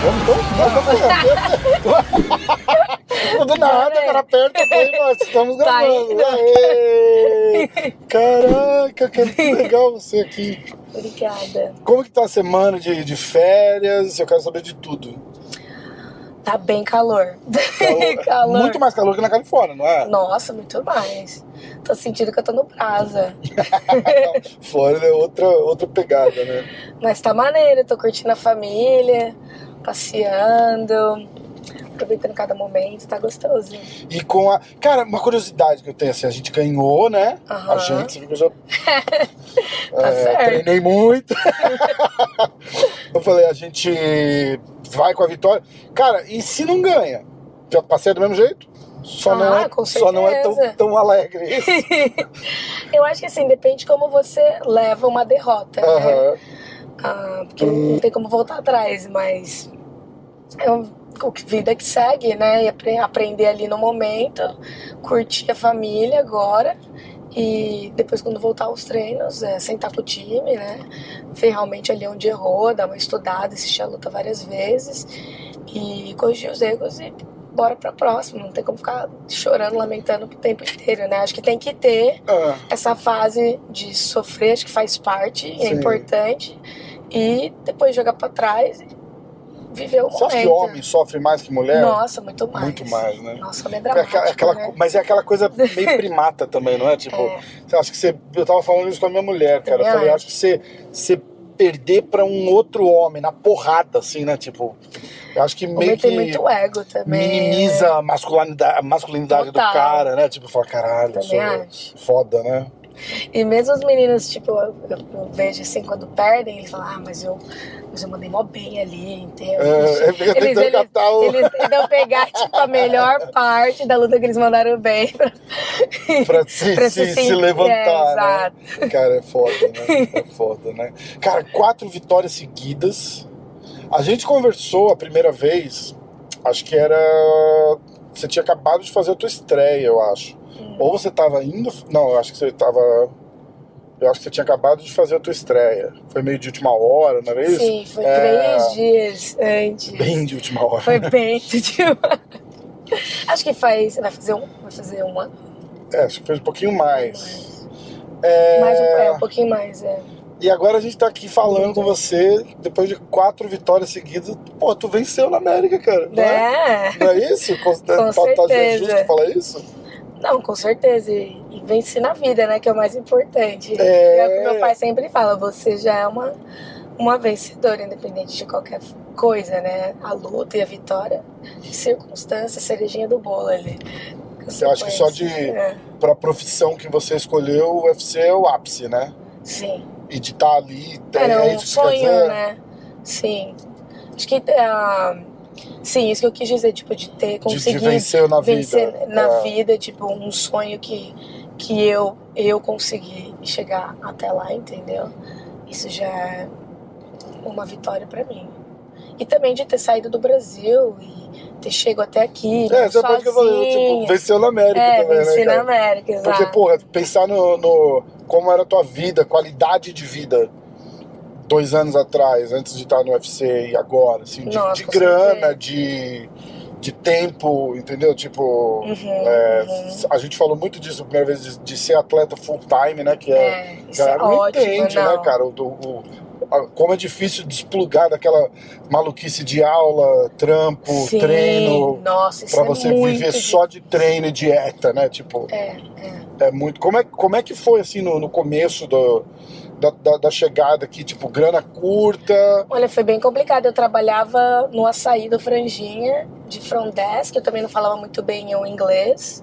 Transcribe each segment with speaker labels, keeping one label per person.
Speaker 1: Vamos, vamos, vamos. Do nada, o cara aperta aí, nós estamos
Speaker 2: Tá aí.
Speaker 1: gravando. Aê! Caraca, que legal você aqui.
Speaker 2: Obrigada.
Speaker 1: Como que tá a semana de, de férias? Eu quero saber de tudo.
Speaker 2: Tá bem calor.
Speaker 1: Calor-
Speaker 2: Calor.
Speaker 1: Muito mais calor que na Califórnia, não é?
Speaker 2: Nossa, muito mais. Tô sentindo que eu tô no brasa.
Speaker 1: Flórida é outra, outra pegada, né?
Speaker 2: Mas tá maneiro, tô curtindo a família, passeando, aproveitando cada momento, tá gostoso.
Speaker 1: E com a. Cara, uma curiosidade que eu tenho, assim, a gente ganhou, né?
Speaker 2: Aham.
Speaker 1: A gente, você viu que eu já
Speaker 2: Tá
Speaker 1: É,
Speaker 2: certo.
Speaker 1: treinei muito. eu falei, a gente vai com a vitória. Cara, e se não ganha? Já passei do mesmo jeito? Só
Speaker 2: Ah,
Speaker 1: não é,
Speaker 2: com
Speaker 1: só não é tão,
Speaker 2: certeza.
Speaker 1: tão alegre. isso.
Speaker 2: Eu acho que assim, depende como você leva uma derrota, né?
Speaker 1: Aham.
Speaker 2: Ah, porque não tem como voltar atrás, mas é um, o que- vida que segue, né? E apre- aprender ali no momento, curtir a família agora. E depois, quando voltar aos treinos, é, sentar com o time, né? Ver realmente ali onde errou, dar uma estudada, assistir a luta várias vezes e corrigir os erros e bora pra próxima. Não tem como ficar chorando, lamentando o tempo inteiro, né? Acho que tem que ter
Speaker 1: Ah,
Speaker 2: essa fase de sofrer, acho que faz parte, é
Speaker 1: Sim.
Speaker 2: importante. E depois jogar pra trás e viver o
Speaker 1: Você acha que
Speaker 2: momento.
Speaker 1: homem sofre mais que mulher?
Speaker 2: então. Nossa, muito mais.
Speaker 1: Muito mais, né?
Speaker 2: Nossa, homem é
Speaker 1: É
Speaker 2: dramático,
Speaker 1: aquela- é aquela
Speaker 2: né?
Speaker 1: co- Mas é aquela coisa meio primata também, não é? Tipo,
Speaker 2: É. Ah.
Speaker 1: você acha que você. Eu tava falando isso com a minha mulher, cara. Eu
Speaker 2: Também
Speaker 1: falei,
Speaker 2: acho.
Speaker 1: acho que você, você perder pra um outro homem na porrada, assim, né? Tipo, eu acho que
Speaker 2: O
Speaker 1: meio
Speaker 2: homem
Speaker 1: que.
Speaker 2: tem muito ego também.
Speaker 1: minimiza a masculinidade, a masculinidade do
Speaker 2: Total.
Speaker 1: cara, né? Tipo, fala, caralho, eu sou
Speaker 2: Também acho.
Speaker 1: foda, né?
Speaker 2: E mesmo os meninos, tipo, eu, eu- eu vejo assim, quando perdem, eles falam, ah, mas eu, mas eu mandei mó bem ali, entendeu?
Speaker 1: É, eu fico tentando catar o-
Speaker 2: eles tentam pegar, tipo, a melhor parte da luta que eles mandaram bem pra,
Speaker 1: Pra se,
Speaker 2: pra
Speaker 1: se- se
Speaker 2: sentir- É,
Speaker 1: levantar,
Speaker 2: exato.
Speaker 1: né? Cara, é foda, né? É foda, né? Cara, quatro vitórias seguidas. A gente conversou a primeira vez, acho que era... Você tinha acabado de fazer a tua estreia, eu acho. Ou você tava indo... Não, eu acho que você tava... Eu acho que você tinha acabado de fazer a tua estreia. Foi meio de última hora, não era isso?
Speaker 2: Sim, assim, foi
Speaker 1: É.
Speaker 2: três dias antes.
Speaker 1: Bem de última hora.
Speaker 2: Foi bem, tipo. Acho que faz. Vai fazer um. Vai fazer um ano.
Speaker 1: É, acho que foi um pouquinho mais.
Speaker 2: Mais um, é, um pouquinho mais, é.
Speaker 1: E agora a gente tá aqui falando com você, depois de quatro vitórias seguidas. Pô, tu venceu na América, cara. Não é,
Speaker 2: É.
Speaker 1: não é isso? Cons- tá, tá
Speaker 2: certeza.
Speaker 1: justo falar isso?
Speaker 2: Não, com certeza. E, e venci na vida, né? Que é o mais importante.
Speaker 1: É.
Speaker 2: É o que meu pai sempre fala: você já é uma, uma vencedora, independente de qualquer coisa, né? A luta e a vitória. Circunstância, cerejinha do bolo ali.
Speaker 1: Eu acho que só de-
Speaker 2: É.
Speaker 1: Pra profissão que você escolheu, o UFC é o ápice, né?
Speaker 2: Sim.
Speaker 1: E de estar ali, tem
Speaker 2: Era
Speaker 1: é
Speaker 2: um
Speaker 1: isso que você quer
Speaker 2: sonho,
Speaker 1: dizer?
Speaker 2: né? Sim. Acho que. ah, sim, isso que eu quis dizer, tipo, de ter
Speaker 1: De, de
Speaker 2: conseguido
Speaker 1: vencer na
Speaker 2: vencer
Speaker 1: vida.
Speaker 2: na
Speaker 1: É.
Speaker 2: vida, tipo, um sonho que, que eu, eu consegui chegar até lá, entendeu? Isso já é uma vitória pra mim. E também de ter saído do Brasil e ter chego até aqui. tipo,
Speaker 1: É, essa é a parte que eu falei, tipo,
Speaker 2: sozinha.
Speaker 1: venceu na América
Speaker 2: É,
Speaker 1: também,
Speaker 2: venci
Speaker 1: né?
Speaker 2: na
Speaker 1: Cara?
Speaker 2: América,
Speaker 1: Porque,
Speaker 2: exato.
Speaker 1: porra, pensar no, no- como era a tua vida, qualidade de vida dois anos atrás, antes de estar no UFC e agora, assim, de,
Speaker 2: Nossa,
Speaker 1: de
Speaker 2: com
Speaker 1: grana,
Speaker 2: certeza.
Speaker 1: de, de tempo, entendeu? Tipo,
Speaker 2: Uhum,
Speaker 1: é,
Speaker 2: uhum.
Speaker 1: a gente falou muito disso a primeira vez, de, de ser atleta full time, né? Que é,
Speaker 2: É,
Speaker 1: a
Speaker 2: isso é
Speaker 1: galera não
Speaker 2: ótimo,
Speaker 1: entende,
Speaker 2: não.
Speaker 1: né, cara? O, o- a- como é difícil desplugar daquela maluquice de aula, trampo,
Speaker 2: Sim,
Speaker 1: treino,
Speaker 2: nossa, isso
Speaker 1: pra
Speaker 2: é
Speaker 1: você
Speaker 2: muito
Speaker 1: viver
Speaker 2: difícil.
Speaker 1: só de treino e dieta, né? Tipo.
Speaker 2: É,
Speaker 1: É muito. Como é, como é que foi assim no, no começo do, da, da, da chegada aqui? Tipo, grana curta.
Speaker 2: Olha, foi bem complicado. Eu trabalhava no açaí do Franjinha, de front desk. Eu também não falava muito bem o inglês.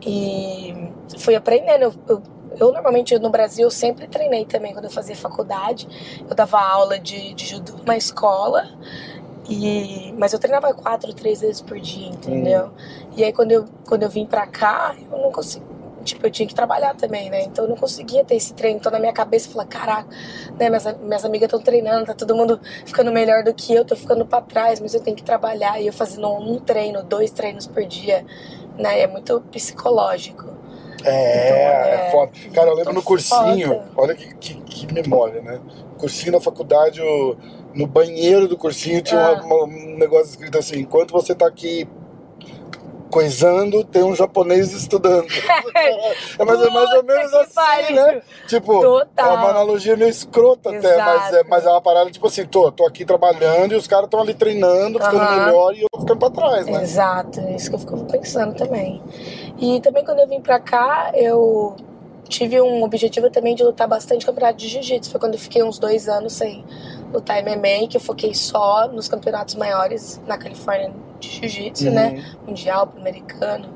Speaker 2: E fui aprendendo. Eu, eu- eu, normalmente no Brasil eu sempre treinei também quando eu fazia faculdade. Eu dava aula de, de judô numa escola. E, mas eu treinava quatro, três vezes por dia, entendeu? E aí quando eu, quando eu vim pra cá, eu não consegui. tipo, eu tinha que trabalhar também, né? Então eu não conseguia ter esse treino. Então na minha cabeça eu falava, caraca, né? Minhas, minhas amigas estão treinando, tá todo mundo ficando melhor do que eu, tô ficando para trás, mas eu tenho que trabalhar. E eu fazendo um treino, dois treinos por dia, né? É muito psicológico.
Speaker 1: É, então, é, é foda. Cara, eu lembro no cursinho, foda. olha que, que, que, memória, né? Cursinho na faculdade, eu, no banheiro do cursinho tinha ah. uma, uma, um negócio escrito assim: enquanto você tá aqui coisando, tem um japonês estudando. é mais, mais ou menos assim, pariu. né? Tipo, Total. é uma analogia meio escrota Exato. até, mas é, mas é uma parada tipo assim, tô, tô aqui trabalhando e os caras estão ali treinando, ficando uhum. melhor e eu ficando pra trás, né?
Speaker 2: Exato, é isso que eu fico pensando também. E também quando eu vim pra cá, eu tive um objetivo também de lutar bastante campeonato de jiu-jitsu. Foi quando eu fiquei uns dois anos sem lutar MMA, que eu foquei só nos campeonatos maiores na Califórnia de jiu-jitsu, uhum. né? Mundial, americano.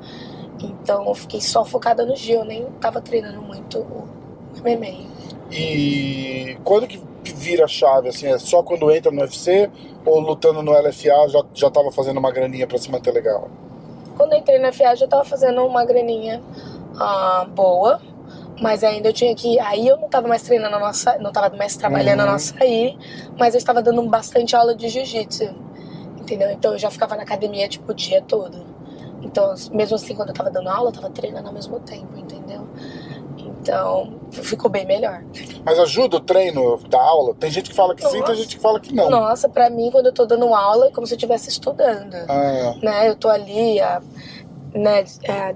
Speaker 2: Então eu fiquei só focada no Gil, nem tava treinando muito o MMA.
Speaker 1: Uhum. E quando que vira a chave, assim? É só quando entra no UFC ou lutando no LFA já, já tava fazendo uma graninha pra se manter legal?
Speaker 2: Quando eu entrei no LFA já tava fazendo uma graninha ah, boa, mas ainda eu tinha que. Aí eu não estava mais treinando a nossa. Não estava mais trabalhando uhum. a nossa aí, mas eu estava dando bastante aula de jiu-jitsu. Entendeu? Então eu já ficava na academia, tipo, o dia todo. Então, mesmo assim, quando eu estava dando aula, eu estava treinando ao mesmo tempo, entendeu? Então, ficou bem melhor.
Speaker 1: Mas ajuda o treino da aula? Tem gente que fala que Nossa. sim, tem gente que fala que não.
Speaker 2: Nossa, pra mim, quando eu tô dando aula, é como se eu estivesse estudando. Ah, é. Né? Eu tô ali. A né,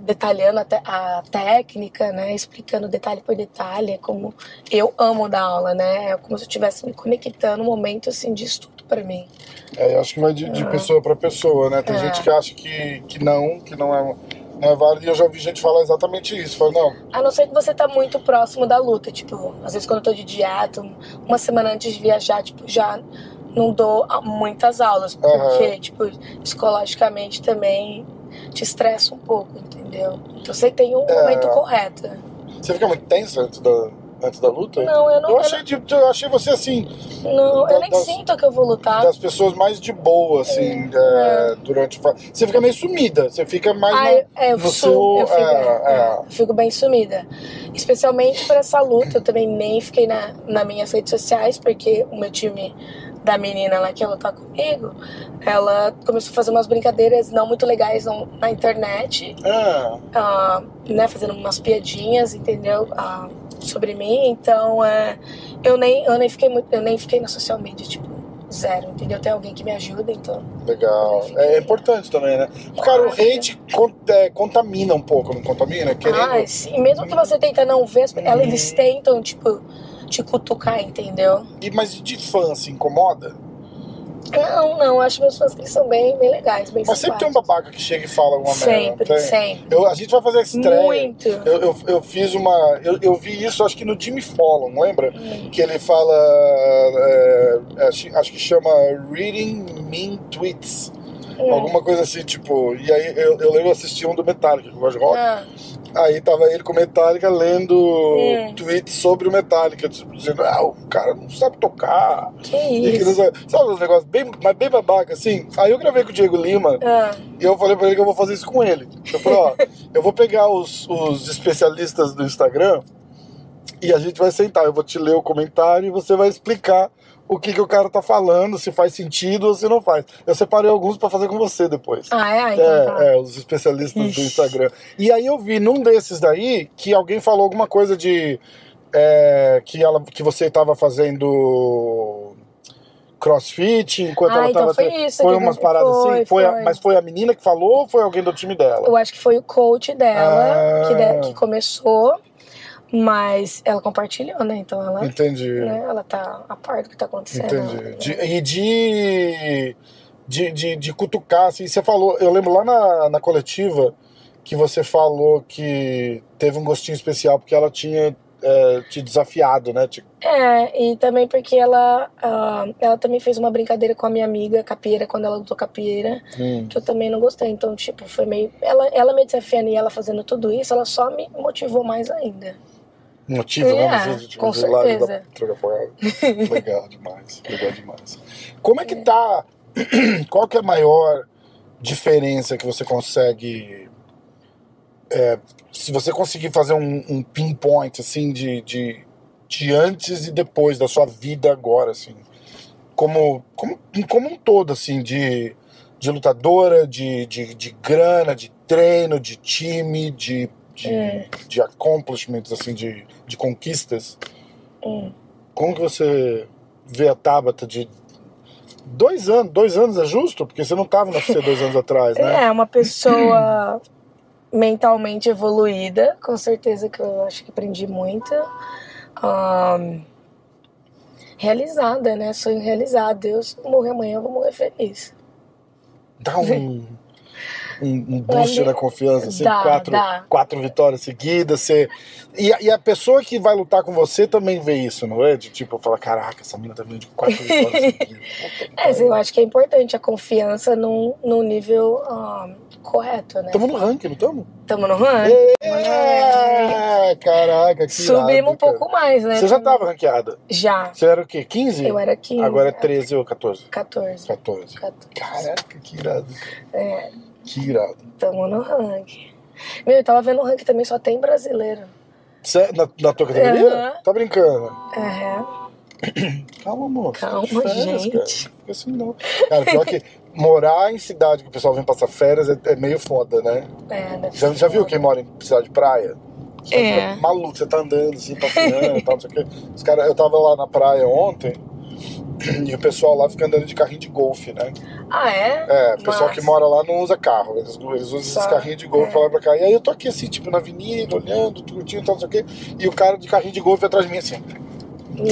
Speaker 2: detalhando a, te, a, técnica, né, explicando detalhe por detalhe, é como eu amo dar aula, né, é como se eu estivesse me conectando um momento assim de estudo para mim.
Speaker 1: É, eu acho que vai de, ah. de pessoa para pessoa, né, tem é. gente que acha que, que não, que não é, não é válido, e eu já vi gente falar exatamente isso, fala, não.
Speaker 2: A não ser que você tá muito próximo da luta, tipo, às vezes quando eu tô de dieta, um, uma semana antes de viajar, tipo, já não dou muitas aulas, porque, uhum. tipo, psicologicamente também te estressa um pouco, entendeu? Então você tem um é... momento correto.
Speaker 1: Você fica muito tensa antes da, antes da luta?
Speaker 2: Não, eu não.
Speaker 1: Eu achei, de, eu achei você assim.
Speaker 2: Não, da, eu nem das, sinto que eu vou lutar.
Speaker 1: Das pessoas mais de boa, assim, é, é. durante. Você fica meio sumida, você fica mais.
Speaker 2: Ah, na, é, eu, fico, seu, eu, fico, eu, fico, bem sumida. Especialmente para essa luta, eu também nem fiquei na, nas minhas redes sociais, porque o meu time da menina lá que ia lutar comigo, ela começou a fazer umas brincadeiras não muito legais na internet. Ah. ah né, fazendo umas piadinhas, entendeu? Ah, sobre mim. Então é, eu, nem, eu nem fiquei muito, eu nem fiquei na social media, tipo, zero, entendeu? Tem alguém que me ajuda, então.
Speaker 1: Legal. Fiquei, é importante né? também, né? Cara, o hate é, contamina um pouco, não contamina? Querendo... É. Ah,
Speaker 2: sim. Mesmo que você tenta não ver, hum. eles tentam, tipo te cutucar, entendeu?
Speaker 1: E mas de fã se incomoda?
Speaker 2: Não, não, acho meus fãs que são bem, bem legais, bem
Speaker 1: Mas sempre tem um babaca que chega e fala alguma
Speaker 2: sempre,
Speaker 1: merda.
Speaker 2: Sempre, sempre.
Speaker 1: Eu, a gente vai fazer a estreia.
Speaker 2: Muito.
Speaker 1: Eu, eu, eu fiz uma. Eu, eu, vi isso, acho que no Jimmy Fallon, lembra? Hum. Que ele fala. É, acho, acho que chama Reading Mean Tweets.
Speaker 2: É.
Speaker 1: Hum. Alguma coisa assim, tipo. E aí eu, eu lembro assistir um do Metallica, que eu gosto de
Speaker 2: É.
Speaker 1: rock. Ah. Aí tava ele com o Metallica lendo hum. tweets sobre o Metallica, dizendo, ah, o cara não sabe tocar.
Speaker 2: Que isso?
Speaker 1: Sabe, sabe os negócios bem, mas bem babaca, assim? Aí eu gravei com o Diego Lima ah. e eu falei pra ele que eu vou fazer isso com ele. Eu falei, ó, eu vou pegar os, os especialistas do Instagram e a gente vai sentar, eu vou te ler o comentário e você vai explicar o que, que o cara tá falando, se faz sentido ou se não faz. Eu separei alguns para fazer com você depois.
Speaker 2: Ah, é?
Speaker 1: Então é, tá. é, os especialistas Ixi. do Instagram. E aí eu vi num desses daí que alguém falou alguma coisa de é, que, ela, que você tava fazendo crossfit enquanto ah, ela
Speaker 2: então
Speaker 1: tava.
Speaker 2: Foi isso,
Speaker 1: foi umas paradas foi, assim? Foi, foi. A, mas foi a menina que falou ou foi alguém do time dela?
Speaker 2: Eu acho que foi o coach dela ah. que, de, que começou. Mas ela compartilhou, né? Então ela.
Speaker 1: Entendi.
Speaker 2: Né? Ela tá a par do que tá acontecendo.
Speaker 1: Entendi. Né? De, e de, de, de, de, cutucar, assim, você falou, eu lembro lá na, na coletiva que você falou que teve um gostinho especial porque ela tinha é, te desafiado, né? Te...
Speaker 2: É, e também porque ela, uh, ela também fez uma brincadeira com a minha amiga capieira, quando ela lutou capieira, hum. que eu também não gostei. Então, tipo, foi meio. Ela, ela me desafiando e ela fazendo tudo isso, ela só me motivou mais ainda
Speaker 1: motivo,
Speaker 2: é,
Speaker 1: né? Você,
Speaker 2: com certeza.
Speaker 1: Da... Legal demais, legal demais. Como é que tá? Qual que é a maior diferença que você consegue é, se você conseguir fazer um, um pinpoint, assim, de, de, de antes e depois da sua vida agora, assim, como, como, como um todo, assim, de, de lutadora, de, de, de grana, de treino, de time, de, de,
Speaker 2: É.
Speaker 1: de accomplishments, assim, de, de conquistas.
Speaker 2: Hum.
Speaker 1: Como que você vê a Tabata de dois anos? Dois anos é justo? Porque você não estava na UFC dois anos atrás, né?
Speaker 2: É, uma pessoa mentalmente evoluída, com certeza que eu acho que aprendi muito. Ahn, realizada, né? Sonho realizado. Deus morrer amanhã, eu vou morrer feliz.
Speaker 1: Dá um, um, um boost
Speaker 2: Olha,
Speaker 1: na confiança, assim,
Speaker 2: dá,
Speaker 1: quatro,
Speaker 2: dá.
Speaker 1: quatro vitórias seguidas. Você... E, a- e a pessoa que vai lutar com você também vê isso, não é? De tipo, falar, caraca, essa mina tá vindo de quatro vitórias seguidas. Puta que
Speaker 2: É,
Speaker 1: pariu.
Speaker 2: eu acho que é importante a confiança num, num nível ahn, correto, né?
Speaker 1: Tamo no ranking, não tamo?
Speaker 2: Tamo no ranking.
Speaker 1: É, caraca, que irado,
Speaker 2: Subimos um
Speaker 1: cara.
Speaker 2: pouco mais, né?
Speaker 1: Você já tava ranqueada.
Speaker 2: Já.
Speaker 1: Você era o quê? 15?
Speaker 2: Eu era 15.
Speaker 1: Agora é 13 ou 14?
Speaker 2: 14.
Speaker 1: 14.
Speaker 2: 14.
Speaker 1: Caraca, que irado. É. Que irado.
Speaker 2: Tamo no ranking. Meu, eu tava vendo o ranking também, só tem brasileiro.
Speaker 1: Cê, é na, na tua categoria?
Speaker 2: Aham.
Speaker 1: Tá brincando?
Speaker 2: Aham.
Speaker 1: Calma, amor. tá
Speaker 2: Calma, gente.
Speaker 1: Cara. Fica assim, não. Cara, pior que morar em cidade que o pessoal vem passar férias é, é meio foda, né?
Speaker 2: É, deve
Speaker 1: Já,
Speaker 2: ser
Speaker 1: já viu
Speaker 2: foda.
Speaker 1: quem mora em cidade de praia? Os caras
Speaker 2: É.
Speaker 1: ficam Maluco, você tá andando assim, passeando e tal, não sei o quê. Os cara, eu tava lá na praia ontem e o pessoal lá fica andando de carrinho de golfe, né?
Speaker 2: Ah, é?
Speaker 1: É, o pessoal
Speaker 2: Mas-
Speaker 1: que mora lá não usa carro, eles, eles usam esses
Speaker 2: Só,
Speaker 1: carrinhos de golfe
Speaker 2: é.
Speaker 1: pra lá e pra cá. E aí eu tô aqui assim, tipo, na avenida, olhando, curtindo e tal, não sei o quê. E o cara de carrinho de golfe atrás de mim assim.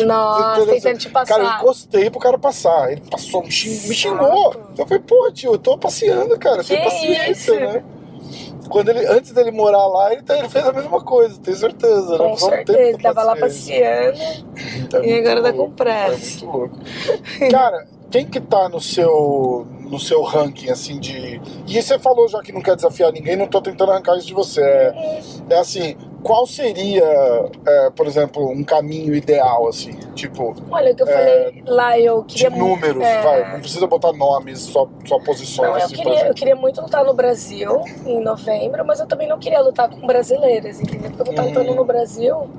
Speaker 2: Nossa, tentando te passar.
Speaker 1: Cara, eu encostei pro cara passar. Ele passou, me xing- me xingou. Então
Speaker 2: Saco.
Speaker 1: Eu falei, pô, tio, eu tô passeando, cara, sem
Speaker 2: Que
Speaker 1: paciência,
Speaker 2: isso?
Speaker 1: né? Quando ele, antes dele morar lá, ele, tá- ele fez a mesma coisa, tenho certeza. né?
Speaker 2: Com
Speaker 1: Só não tem
Speaker 2: certeza,
Speaker 1: muita
Speaker 2: tava lá
Speaker 1: paciência.
Speaker 2: passeando.
Speaker 1: É
Speaker 2: E
Speaker 1: muito
Speaker 2: agora tá com
Speaker 1: louco,
Speaker 2: pressa.
Speaker 1: É muito louco. Cara, quem que tá no seu, no seu ranking, assim, de... E você falou já que não quer desafiar ninguém, não tô tentando arrancar isso de você. É, é assim, qual seria, é, por exemplo, um caminho ideal, assim? Tipo,
Speaker 2: Olha, o que eu falei lá, eu
Speaker 1: É, de
Speaker 2: queria muito.
Speaker 1: números,
Speaker 2: é.
Speaker 1: vai. Não precisa botar nomes, só, só posições.
Speaker 2: Não, eu
Speaker 1: assim, por
Speaker 2: queria, eu
Speaker 1: exemplo.
Speaker 2: queria muito lutar no Brasil em novembro, mas eu também não queria lutar com brasileiras, entendeu? Porque eu vou estar
Speaker 1: Uhum.
Speaker 2: lutando no Brasil.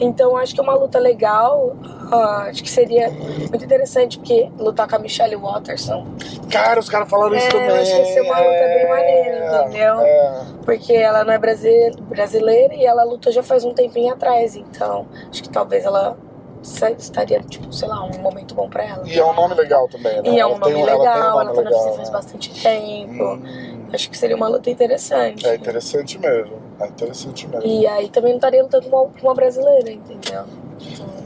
Speaker 2: Então acho que uma luta legal, ah, acho que seria muito interessante, porque lutar com a Michelle Waterson.
Speaker 1: Cara, os caras falaram isso
Speaker 2: É,
Speaker 1: também.
Speaker 2: eu acho que ia ser uma luta bem então. maneira, entendeu?
Speaker 1: É.
Speaker 2: Porque ela não é brasi- brasileira e ela lutou já faz um tempinho atrás, então acho que talvez ela sa- estaria, tipo, sei lá, um momento bom pra ela.
Speaker 1: E é um nome legal também, né?
Speaker 2: E é
Speaker 1: Ela
Speaker 2: um
Speaker 1: tem
Speaker 2: nome
Speaker 1: ela tem um
Speaker 2: legal, ela
Speaker 1: nome
Speaker 2: tá na
Speaker 1: legal,
Speaker 2: UFC faz
Speaker 1: né?
Speaker 2: bastante tempo.
Speaker 1: Hum,
Speaker 2: Acho que seria uma luta interessante.
Speaker 1: É interessante mesmo. É interessante mesmo.
Speaker 2: E aí também não estaria lutando com uma, com uma brasileira, entendeu?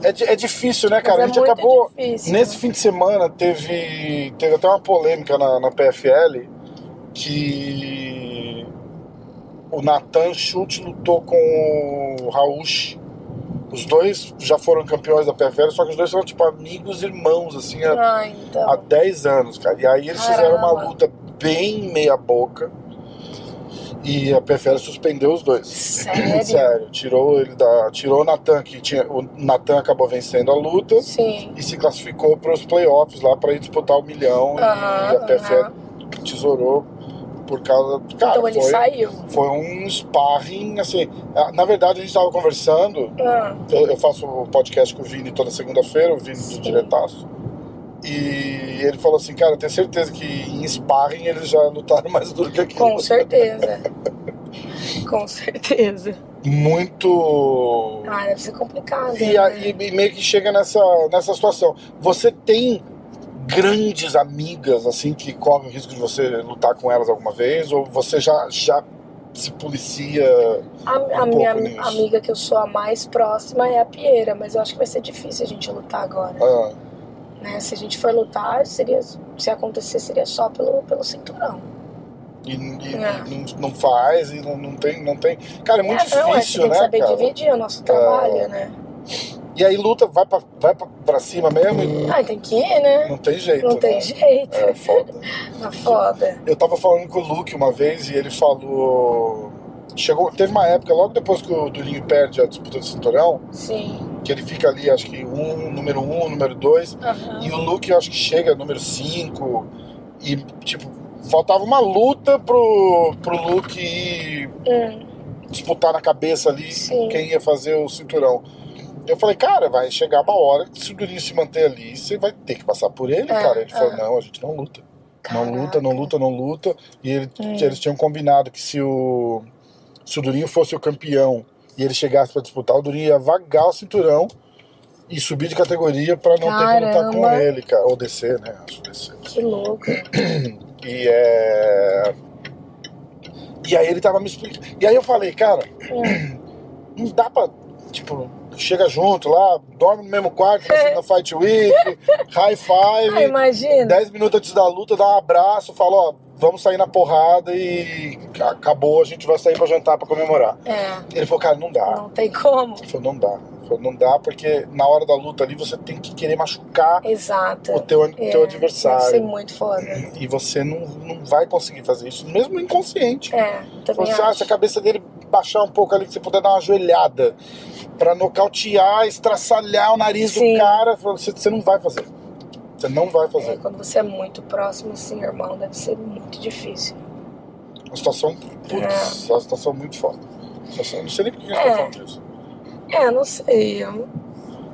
Speaker 1: É, di- é difícil, né,
Speaker 2: Mas
Speaker 1: cara?
Speaker 2: é
Speaker 1: a gente
Speaker 2: muito
Speaker 1: acabou.
Speaker 2: difícil.
Speaker 1: Nesse fim de semana teve, teve até uma polêmica na, na PFL que o Nathan Schultz lutou com o Rauch. Os dois já foram campeões da PFL, só que os dois são tipo amigos, irmãos, assim, há,
Speaker 2: Ah,
Speaker 1: há
Speaker 2: então.
Speaker 1: 10 anos, cara. E aí eles fizeram uma
Speaker 2: Caramba.
Speaker 1: luta bem meia-boca e a PFL suspendeu os dois.
Speaker 2: Sério?
Speaker 1: Sério, tirou ele da. Tirou o Natan, que tinha. O Natan acabou vencendo a luta
Speaker 2: Sim.
Speaker 1: e se classificou para os playoffs lá para ir disputar o milhão
Speaker 2: Aham,
Speaker 1: e a PFL
Speaker 2: aham.
Speaker 1: tesourou por causa. Cara,
Speaker 2: Então ele
Speaker 1: foi,
Speaker 2: saiu.
Speaker 1: foi um sparring, assim. ah, Na verdade, a gente estava conversando.
Speaker 2: Ah,
Speaker 1: Eu, eu faço o podcast com o Vini toda segunda-feira, o Vini do
Speaker 2: Sim.
Speaker 1: Diretaço. E ele falou assim, cara, eu tenho certeza que em sparring eles já lutaram mais duro que aquilo.
Speaker 2: com certeza. com certeza.
Speaker 1: Muito.
Speaker 2: Ah, deve ser complicado.
Speaker 1: E,
Speaker 2: né?
Speaker 1: a- e- e meio que chega nessa, nessa situação. Você tem grandes amigas, assim, que correm o risco de você lutar com elas alguma vez? Ou você já, já se policia?
Speaker 2: A, a
Speaker 1: um
Speaker 2: minha
Speaker 1: pouco nisso.
Speaker 2: amiga que eu sou a mais próxima é a Pieira, mas eu acho que vai ser difícil a gente lutar agora.
Speaker 1: Ah,
Speaker 2: Né? Se a gente for lutar, seria, se acontecer, seria só pelo, pelo cinturão.
Speaker 1: e e
Speaker 2: É.
Speaker 1: não, não faz, e não, não, tem, não tem... Cara, é muito
Speaker 2: é, não, é que
Speaker 1: difícil,
Speaker 2: tem que
Speaker 1: né,
Speaker 2: saber
Speaker 1: cara? É.
Speaker 2: dividir o nosso trabalho, né?
Speaker 1: E aí luta, vai, pra, vai pra, pra cima mesmo e
Speaker 2: Ah, tem que ir, né?
Speaker 1: não tem jeito,
Speaker 2: Não tem
Speaker 1: né?
Speaker 2: jeito.
Speaker 1: É foda.
Speaker 2: Tá foda.
Speaker 1: Eu tava falando com o Luke uma vez e ele falou... Chegou, teve uma época, logo depois que o Durinho perde a disputa do cinturão,
Speaker 2: Sim.
Speaker 1: que ele fica ali, acho que um, número um, número dois,
Speaker 2: Aham.
Speaker 1: e o Luke eu acho que chega número cinco, e tipo, faltava uma luta pro, pro Luke ir
Speaker 2: Hum.
Speaker 1: disputar na cabeça ali
Speaker 2: Sim.
Speaker 1: quem ia fazer o cinturão. Eu falei, cara, vai chegar uma hora que se o Durinho se manter ali, você vai ter que passar por ele,
Speaker 2: É,
Speaker 1: cara. Ele falou,
Speaker 2: é.
Speaker 1: não, a gente não luta. Não luta,
Speaker 2: Caraca. É.
Speaker 1: não luta, não luta. E ele- eles tinham combinado que se o, se o Durinho fosse o campeão e ele chegasse pra disputar, o Durinho ia vagar o cinturão e subir de categoria pra não ter que lutar com
Speaker 2: Caramba.
Speaker 1: ele, cara. Ou descer, né? Acho que descer.
Speaker 2: Que louco.
Speaker 1: E é. E aí ele tava me explicando. E aí eu falei, cara,
Speaker 2: É.
Speaker 1: não dá pra. Tipo, chega junto lá, dorme no mesmo quarto, tá na Fight Week, high
Speaker 2: Ah,
Speaker 1: five.
Speaker 2: imagina.
Speaker 1: 10 minutos antes da luta, dá um abraço, fala, ó, vamos sair na porrada e acabou, a gente vai sair pra jantar pra comemorar.
Speaker 2: É,
Speaker 1: Ele falou, cara, não dá.
Speaker 2: não tem como.
Speaker 1: Ele falou, não dá. Ele falou, não dá, porque na hora da luta ali você tem que querer machucar
Speaker 2: Exato.
Speaker 1: o teu,
Speaker 2: É,
Speaker 1: teu
Speaker 2: Deve ser
Speaker 1: adversário.
Speaker 2: muito foda.
Speaker 1: E você não, não vai conseguir fazer isso, mesmo inconsciente.
Speaker 2: É, também
Speaker 1: Você, ah,
Speaker 2: acho.
Speaker 1: se a cabeça dele baixar um pouco ali, que você puder dar uma joelhada pra nocautear, estraçalhar o nariz
Speaker 2: Sim.
Speaker 1: do cara, você, você não vai fazer. Você não vai fazer.
Speaker 2: É, quando você é muito próximo, assim, irmão, deve ser muito difícil.
Speaker 1: Uma situação, putz, é uma situação muito foda. Uma situação- não sei nem por que a gente
Speaker 2: É.
Speaker 1: tá falando disso.
Speaker 2: É, não sei. eu-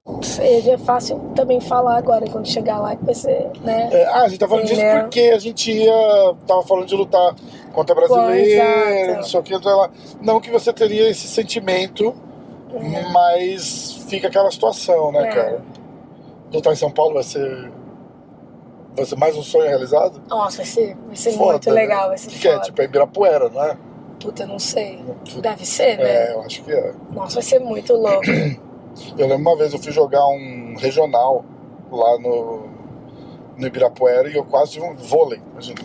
Speaker 2: Não sei, é fácil também falar agora, quando chegar lá, que vai ser, né?
Speaker 1: É, ah, a gente tá falando
Speaker 2: Sim,
Speaker 1: disso
Speaker 2: né?
Speaker 1: porque a gente ia. Tava falando de lutar contra
Speaker 2: Bom,
Speaker 1: brasileiro,
Speaker 2: exato.
Speaker 1: não sei o que, então ela- não que você teria esse sentimento, É. mas fica aquela situação, né,
Speaker 2: É.
Speaker 1: cara? Lutar em São Paulo vai ser. Vai ser mais um sonho realizado?
Speaker 2: Nossa, vai ser, vai ser
Speaker 1: Foda,
Speaker 2: muito
Speaker 1: né?
Speaker 2: legal, vai ser
Speaker 1: O que, que é?
Speaker 2: foda.
Speaker 1: Tipo, é Ibirapuera, não é?
Speaker 2: Puta, eu não sei.
Speaker 1: Tipo,
Speaker 2: Deve ser, né?
Speaker 1: É, eu acho que é.
Speaker 2: Nossa, vai ser muito louco.
Speaker 1: Eu lembro uma vez eu fui jogar um regional lá no, no Ibirapuera e eu quase tive um vôlei. Imagina,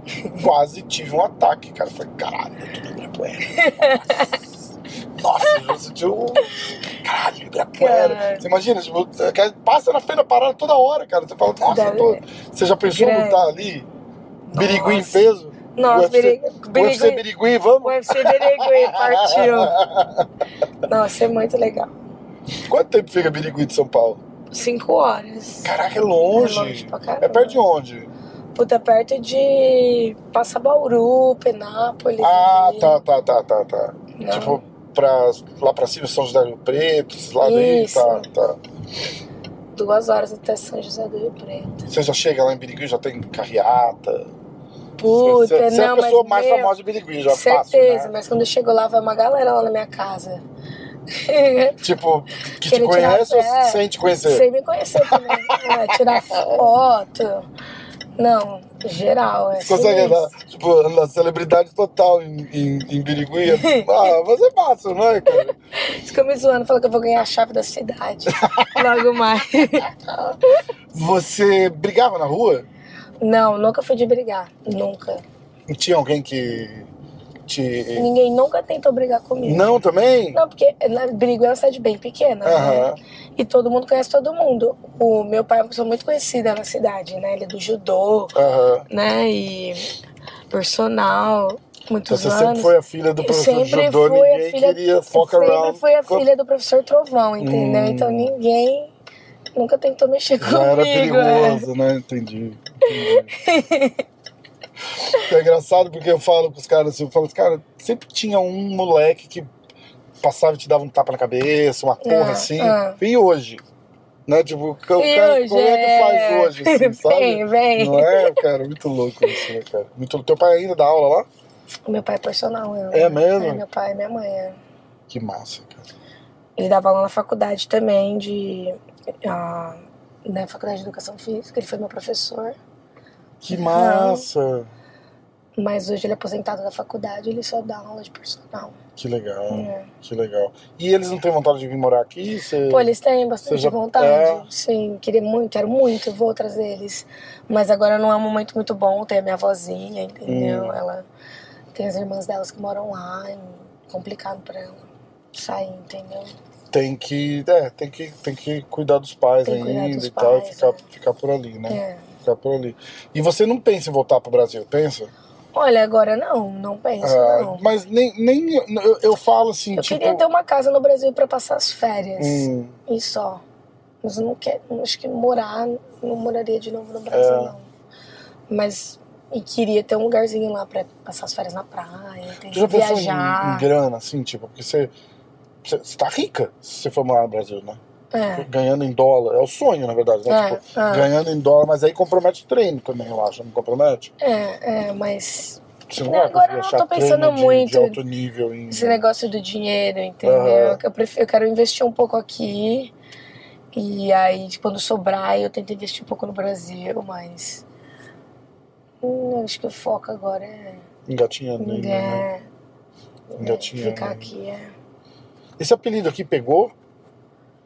Speaker 1: quase tive um ataque, cara. Eu falei, caralho, eu tô no Ibirapuera. Nossa, eu senti um. Caralho, Ibirapuera.
Speaker 2: Caralho.
Speaker 1: Você imagina, tipo, cara, passa na frente da parada toda hora, cara. Você fala, nossa, eu tô... você já pensou em
Speaker 2: Grande.
Speaker 1: lutar ali? Birigui em
Speaker 2: Nossa.
Speaker 1: peso?
Speaker 2: Nossa,
Speaker 1: UFC
Speaker 2: Birigui-
Speaker 1: UFC
Speaker 2: Birigui.
Speaker 1: Birigui, vamos?
Speaker 2: UFC Birigui, partiu. Não, vai ser muito legal.
Speaker 1: Quanto tempo fica Birigui de São Paulo?
Speaker 2: Cinco horas.
Speaker 1: Caraca, é
Speaker 2: É longe
Speaker 1: longe.
Speaker 2: pra caramba.
Speaker 1: É perto de onde?
Speaker 2: Puta, perto de Passabauru, Penápolis.
Speaker 1: Ah,
Speaker 2: ali. né?
Speaker 1: tá, tá, tá, tá, tá.
Speaker 2: Não.
Speaker 1: Tipo, pra, lá pra cima, São José do Rio Preto, esses lados aí,
Speaker 2: Isso.
Speaker 1: tá, tá.
Speaker 2: Duas horas até São José do Rio Preto.
Speaker 1: Você já chega lá em Birigui, já tem carreata.
Speaker 2: Puta,
Speaker 1: você, você é
Speaker 2: não,
Speaker 1: a pessoa
Speaker 2: mas
Speaker 1: mais
Speaker 2: meu,
Speaker 1: famosa de Birigui, já
Speaker 2: Certeza,
Speaker 1: fácil, né?
Speaker 2: mas quando eu chego lá, vai uma galera lá na minha casa.
Speaker 1: Tipo, que te
Speaker 2: Querer tirar
Speaker 1: conhece ou
Speaker 2: fé.
Speaker 1: sem te conhecer?
Speaker 2: Sem me conhecer também. né? tirar foto. Não, geral. É
Speaker 1: Você consegue
Speaker 2: sinistro.
Speaker 1: andar, tipo, andar celebridade total em, em, em Birigui? Ah, mas é fácil, né, cara?
Speaker 2: Fica me zoando, fala que eu vou ganhar a chave da cidade. Logo mais.
Speaker 1: Você brigava na rua?
Speaker 2: Não, nunca fui de brigar. Nunca.
Speaker 1: Não tinha alguém que te...
Speaker 2: Ninguém nunca tentou brigar comigo.
Speaker 1: Não também?
Speaker 2: Não, porque na Brigo é uma cidade bem pequena,
Speaker 1: Aham.
Speaker 2: né? E todo mundo conhece todo mundo. O meu pai é uma pessoa muito conhecida na cidade, né? Ele é do judô,
Speaker 1: Aham.
Speaker 2: né? E personal,
Speaker 1: Então,
Speaker 2: muitos
Speaker 1: Você
Speaker 2: anos.
Speaker 1: sempre foi a filha do
Speaker 2: Eu
Speaker 1: professor de judô,
Speaker 2: fui a
Speaker 1: ninguém queria foca
Speaker 2: sempre
Speaker 1: around.
Speaker 2: fui a filha do professor Trovão, entendeu?
Speaker 1: Hum.
Speaker 2: Então ninguém nunca tentou mexer
Speaker 1: Já era
Speaker 2: comigo. é.
Speaker 1: perigoso, né? Entendi. entendi. é engraçado porque eu falo com os caras assim, eu falo, assim, cara, sempre tinha um moleque que passava e te dava um tapa na cabeça, uma porra
Speaker 2: Ah,
Speaker 1: assim.
Speaker 2: ah.
Speaker 1: E hoje? Né? Tipo, o ca- o
Speaker 2: E
Speaker 1: cara,
Speaker 2: hoje,
Speaker 1: como é que faz hoje, assim, sabe?
Speaker 2: vem, vem.
Speaker 1: Não é, cara? Muito louco isso, né, cara? Muito... louco. Teu pai ainda dá aula lá?
Speaker 2: Meu pai é personal. Eu,
Speaker 1: É mesmo?
Speaker 2: meu pai e minha mãe. é.
Speaker 1: Que massa, cara.
Speaker 2: Ele dava aula na faculdade também, de, ah, na faculdade de educação física. Ele foi meu professor,
Speaker 1: Que massa!
Speaker 2: mas hoje ele é aposentado da faculdade ele só dá aula de personal.
Speaker 1: Que legal.
Speaker 2: É.
Speaker 1: Que legal. E eles não têm vontade de vir morar aqui? Cê...
Speaker 2: Pô, eles têm bastante
Speaker 1: Você já- é.
Speaker 2: vontade. Sim, queria muito, quero muito, vou trazer eles. Mas agora não é um momento muito bom ter a minha vozinha, entendeu?
Speaker 1: Hum.
Speaker 2: Ela tem as irmãs delas que moram lá, é complicado pra ela sair, entendeu?
Speaker 1: Tem que. É, tem que, tem que cuidar dos pais
Speaker 2: Tem que cuidar
Speaker 1: ainda
Speaker 2: dos
Speaker 1: e tal,
Speaker 2: pais,
Speaker 1: e ficar,
Speaker 2: é.
Speaker 1: ficar por ali, né?
Speaker 2: É.
Speaker 1: Ficar por ali. E você não pensa em voltar pro Brasil, pensa?
Speaker 2: Olha, agora não, não penso,
Speaker 1: Ah,
Speaker 2: não.
Speaker 1: mas nem. nem eu, eu falo assim,
Speaker 2: Eu
Speaker 1: tipo.
Speaker 2: queria ter um uma casa no Brasil pra passar as férias
Speaker 1: hum,
Speaker 2: e só. Mas eu não quero, acho que morar, não moraria de novo no Brasil,
Speaker 1: É.
Speaker 2: não. Mas E queria ter um lugarzinho lá pra passar as férias na praia, tem
Speaker 1: Tu já pensou em, em
Speaker 2: viajar.
Speaker 1: grana, assim, tipo, porque você. Você você tá rica se você for morar no Brasil, né?
Speaker 2: É,
Speaker 1: Ganhando em dólar. É o sonho, na verdade, né?
Speaker 2: É,
Speaker 1: tipo,
Speaker 2: é.
Speaker 1: ganhando em dólar, mas aí compromete o treino também, eu acho. Não compromete?
Speaker 2: é, é, mas
Speaker 1: Você não,
Speaker 2: Não,
Speaker 1: vai conseguir
Speaker 2: agora eu não
Speaker 1: achar
Speaker 2: tô pensando
Speaker 1: treino de-
Speaker 2: muito
Speaker 1: de alto nível em.
Speaker 2: esse negócio do dinheiro, entendeu?
Speaker 1: Aham.
Speaker 2: Eu, prefiro, eu quero investir um pouco aqui. E aí, tipo, quando sobrar, eu tento investir um pouco no Brasil, mas. Hum, eu acho que o foco agora é.
Speaker 1: Engatinhando ainda, né?
Speaker 2: é,
Speaker 1: Engatinhando. né?
Speaker 2: Ficar aqui, é.
Speaker 1: Esse apelido aqui pegou?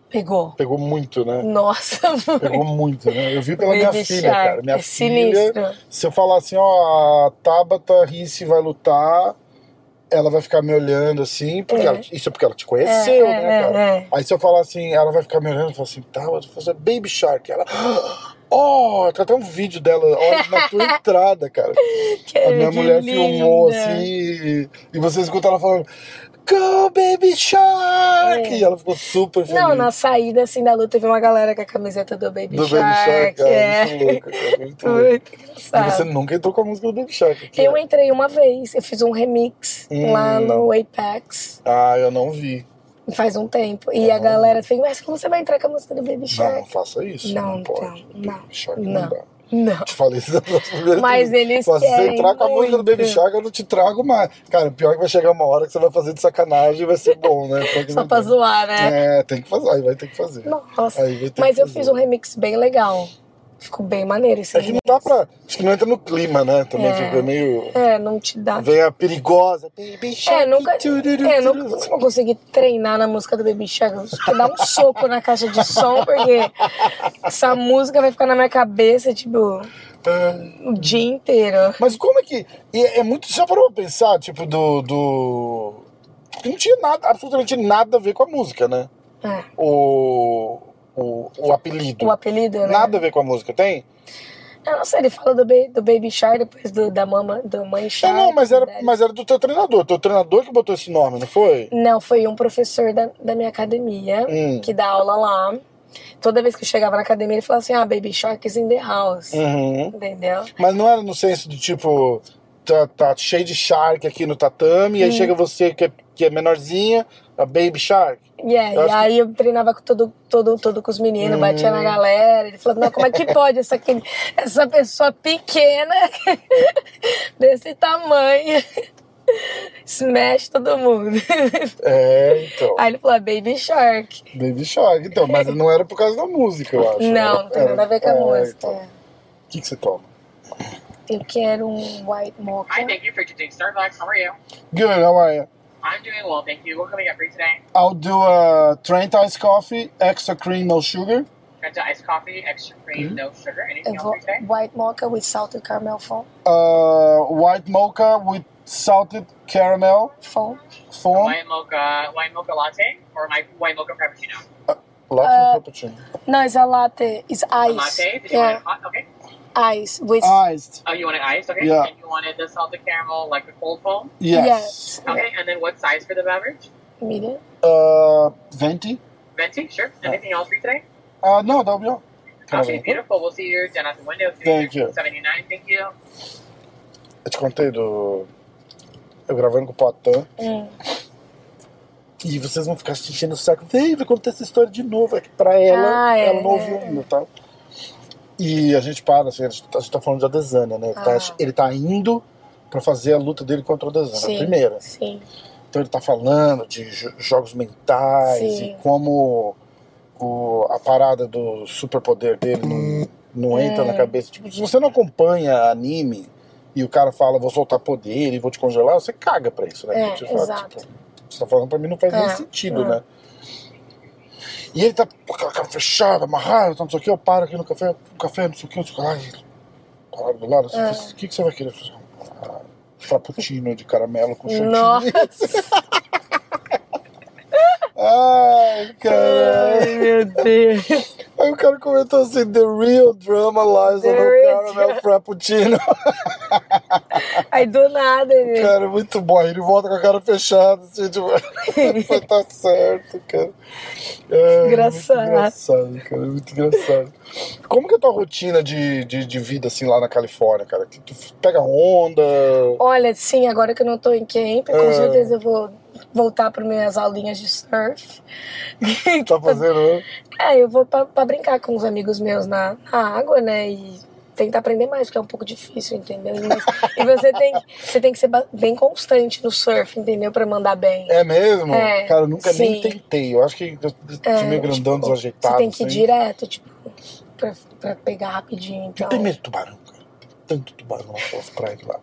Speaker 2: Pegou.
Speaker 1: Pegou muito, né?
Speaker 2: Nossa,
Speaker 1: Pegou muito, né? Eu vi pela minha
Speaker 2: Baby
Speaker 1: filha,
Speaker 2: Shark.
Speaker 1: cara. Minha
Speaker 2: é
Speaker 1: filha,
Speaker 2: sinistro.
Speaker 1: se eu falar assim, ó, a Tabata Risse vai lutar, ela vai ficar me olhando assim, porque
Speaker 2: É.
Speaker 1: ela- isso é porque ela te conheceu,
Speaker 2: é,
Speaker 1: né,
Speaker 2: é,
Speaker 1: cara?
Speaker 2: é.
Speaker 1: Aí se eu falar assim, ela vai ficar me olhando e falar assim, Tabata, você é Baby Shark. Ela, ó, tá até um vídeo dela, olha na tua entrada, cara.
Speaker 2: Que,
Speaker 1: A minha
Speaker 2: que
Speaker 1: mulher
Speaker 2: linda.
Speaker 1: filmou assim, e, e você escuta ela falando, Go Baby Shark!
Speaker 2: É.
Speaker 1: E ela ficou super feliz.
Speaker 2: Não, na saída assim da luta teve uma galera com a camiseta do Baby
Speaker 1: Do
Speaker 2: Shark.
Speaker 1: Baby Shark, cara,
Speaker 2: é.
Speaker 1: muito louca, cara, muito louca.
Speaker 2: Muito
Speaker 1: E você
Speaker 2: engraçado.
Speaker 1: nunca entrou com a música do Baby Shark. aqui,
Speaker 2: Eu
Speaker 1: né?
Speaker 2: entrei uma vez, eu fiz um remix
Speaker 1: Hum.
Speaker 2: lá no Apex
Speaker 1: Ah, eu não vi.
Speaker 2: faz um tempo. E a
Speaker 1: Caramba.
Speaker 2: galera fez, mas como você vai entrar com a música do Baby
Speaker 1: Não, não
Speaker 2: Shark?
Speaker 1: faça isso.
Speaker 2: Não,
Speaker 1: Não, pode.
Speaker 2: então, não.
Speaker 1: Baby Shark não,
Speaker 2: Não.
Speaker 1: dá.
Speaker 2: Não.
Speaker 1: Te falei isso da primeira
Speaker 2: Mas
Speaker 1: vez.
Speaker 2: eles
Speaker 1: Fala, Se você
Speaker 2: querem
Speaker 1: entrar com a música do Baby
Speaker 2: muito.
Speaker 1: Shark, eu não te trago mais. Cara, pior é que vai chegar uma hora que você vai fazer de sacanagem e vai ser bom, né? Porque
Speaker 2: Só
Speaker 1: não
Speaker 2: pra
Speaker 1: tem.
Speaker 2: zoar, né?
Speaker 1: É, tem que fazer. Aí vai ter que fazer.
Speaker 2: Nossa.
Speaker 1: Aí vai ter
Speaker 2: Mas
Speaker 1: que
Speaker 2: eu
Speaker 1: fazer.
Speaker 2: fiz um remix bem legal. Ficou bem maneiro esse
Speaker 1: É que não dá pra. Acho que não entra no clima, né? Também
Speaker 2: É.
Speaker 1: fica meio.
Speaker 2: É, não te dá.
Speaker 1: Vem a perigosa. Baby Shark.
Speaker 2: É, nunca,
Speaker 1: tururu,
Speaker 2: é, nunca
Speaker 1: tururu.
Speaker 2: vou conseguir treinar na música do Baby Shark. Eu vou ter que dar um soco na caixa de som, porque essa música vai ficar na minha cabeça, tipo,
Speaker 1: É.
Speaker 2: o dia inteiro.
Speaker 1: Mas como é que. e é muito. Já parou pra pensar, tipo, do. do que não tinha nada, absolutamente nada a ver com a música, né?
Speaker 2: É,
Speaker 1: O. O, o apelido.
Speaker 2: o apelido, né?
Speaker 1: Nada a ver com a música, tem?
Speaker 2: Eu não sei, ele fala do, ba- do Baby Shark, depois do, da mama, do Mãe
Speaker 1: É,
Speaker 2: Shark. né?
Speaker 1: não, mas era,
Speaker 2: da-
Speaker 1: mas era do teu treinador. Teu treinador que botou esse nome, não foi?
Speaker 2: Não, foi um professor da, da minha academia,
Speaker 1: Hum.
Speaker 2: que dá aula lá. Toda vez que eu chegava na academia, ele falava assim, ah, Baby Shark is in the house.
Speaker 1: Uhum.
Speaker 2: Entendeu?
Speaker 1: Mas não era no senso de tipo. Tá, tá cheio de shark aqui no tatame, e
Speaker 2: Hum.
Speaker 1: aí chega você que é, que é menorzinha, a Baby Shark.
Speaker 2: Yeah,
Speaker 1: Eu
Speaker 2: e
Speaker 1: acho
Speaker 2: aí eu treinava com todo, todo, todo com os meninos,
Speaker 1: Hum.
Speaker 2: batia na galera. Ele falou, não, como é que pode essa, aqui- essa pessoa pequena desse tamanho? Smash todo mundo.
Speaker 1: É, então.
Speaker 2: Aí ele falou, "Ah, Baby Shark.
Speaker 1: Baby Shark, então, mas não era por causa da música, eu acho.
Speaker 2: não,
Speaker 1: Era-
Speaker 2: não tem
Speaker 1: era-
Speaker 2: nada a ver com a
Speaker 1: é,
Speaker 2: música.
Speaker 1: então. O que, que você toma?
Speaker 2: Eu quero um white mocha.
Speaker 3: Hi, thank you for choosing Starbucks. How are you?
Speaker 1: Good, how are you?
Speaker 3: I'm doing well, thank you. What can we get for you today?
Speaker 1: é, I'll do a Trent Ice Coffee, extra cream, no sugar.
Speaker 3: Fanta iced coffee, extra cream,
Speaker 1: Mhm.
Speaker 3: no sugar. Anything
Speaker 2: Eu
Speaker 3: else
Speaker 2: vou
Speaker 3: for you today?
Speaker 2: white mocha with salted caramel foam.
Speaker 1: Uh, white mocha with salted caramel
Speaker 2: foam.
Speaker 1: foam.
Speaker 3: White mocha, white mocha latte, or my white mocha frappuccino.
Speaker 1: Latte
Speaker 2: Ah.
Speaker 1: and cappuccino.
Speaker 2: No, it's a latte. It's
Speaker 3: A
Speaker 2: ice.
Speaker 3: latte? é né? Did you want
Speaker 2: yeah,
Speaker 3: it hot? Okay.
Speaker 2: ice with
Speaker 1: Iced.
Speaker 3: Oh, you want it iced? Okay.
Speaker 1: Yeah.
Speaker 3: And you wanted the salted caramel, like the cold foam?
Speaker 1: Yes.
Speaker 3: Okay. And then what size for the beverage?
Speaker 2: medium.
Speaker 1: Uh, venti?
Speaker 3: Venti, sure.
Speaker 1: Yeah.
Speaker 3: Anything else for you today?
Speaker 1: Uh, no, that'll be all. Can I have
Speaker 3: Okay,
Speaker 1: another?
Speaker 3: beautiful. We'll see you down at the window.
Speaker 1: Thank you.
Speaker 3: 79. Thank you.
Speaker 1: Eu te contei do... Eu gravando com o Potan.
Speaker 2: Hum.
Speaker 1: E vocês vão ficar se enchendo o saco. Vem, vai contar essa história de novo. É que pra ela,
Speaker 2: Ah, é.
Speaker 1: ela não ouviu ainda, tá? E a gente para, assim, a gente tá, a gente tá falando de Adesanya, né? Ele, tá,
Speaker 2: Ah.
Speaker 1: ele tá indo pra fazer a luta dele contra o Adesanya,
Speaker 2: Sim.
Speaker 1: a primeira.
Speaker 2: Sim.
Speaker 1: Então ele tá falando de jo- jogos mentais
Speaker 2: Sim.
Speaker 1: e como o- a parada do superpoder dele não, não
Speaker 2: É.
Speaker 1: entra na cabeça. Tipo, se você não acompanha anime e o cara fala, vou soltar poder e vou te congelar, você caga pra isso, né?
Speaker 2: É,
Speaker 1: Porque
Speaker 2: exato.
Speaker 1: tipo, você tá falando pra mim não faz
Speaker 2: É,
Speaker 1: nem sentido,
Speaker 2: é.
Speaker 1: né? E ele tá com aquela cara fechada, amarrado, tá, não sei o que, eu paro aqui no café, no café, não sei o que, não sei o que lá, e parado do lado, assim,
Speaker 2: É.
Speaker 1: o que, que você vai querer? Eu falei, "Ah, Frappuccino de caramelo com chantilly.
Speaker 2: Nossa.
Speaker 1: Ai, cara.
Speaker 2: meu Deus.
Speaker 1: Aí o cara comentou assim: The real drama lies
Speaker 2: The
Speaker 1: on the
Speaker 2: real
Speaker 1: caramel frappuccino.
Speaker 2: Aí do nada ele.
Speaker 1: Cara, é muito bom. Aí ele volta com a cara fechada, assim, tipo, tá certo, cara. É, muito
Speaker 2: Engraçado.
Speaker 1: engraçado, cara, é muito engraçado. Como que é a tua rotina de, de, de vida, assim, lá na Califórnia, cara? Que tu pega onda...
Speaker 2: Olha, sim, agora que eu não tô em camp, com
Speaker 1: Ah.
Speaker 2: certeza eu vou voltar para minhas aulinhas de surf.
Speaker 1: Tá fazendo.
Speaker 2: É, eu vou pra, pra brincar com os amigos meus na, na água, né? E tentar aprender mais, porque é um pouco difícil, entendeu? E, mas- e você, tem, você tem que ser ba- bem constante no surf, entendeu? Pra mandar bem.
Speaker 1: É mesmo?
Speaker 2: É,
Speaker 1: cara, eu nunca nem
Speaker 2: sim.
Speaker 1: tentei. Eu acho que eu tô
Speaker 2: É,
Speaker 1: meio grandão,
Speaker 2: tipo,
Speaker 1: desajeitado.
Speaker 2: Você tem que ir
Speaker 1: assim.
Speaker 2: direto, tipo, pra, pra pegar rapidinho.
Speaker 1: Eu
Speaker 2: Então.
Speaker 1: tenho medo de tubarão, cara. Tanto tubarão naquelas praias lá.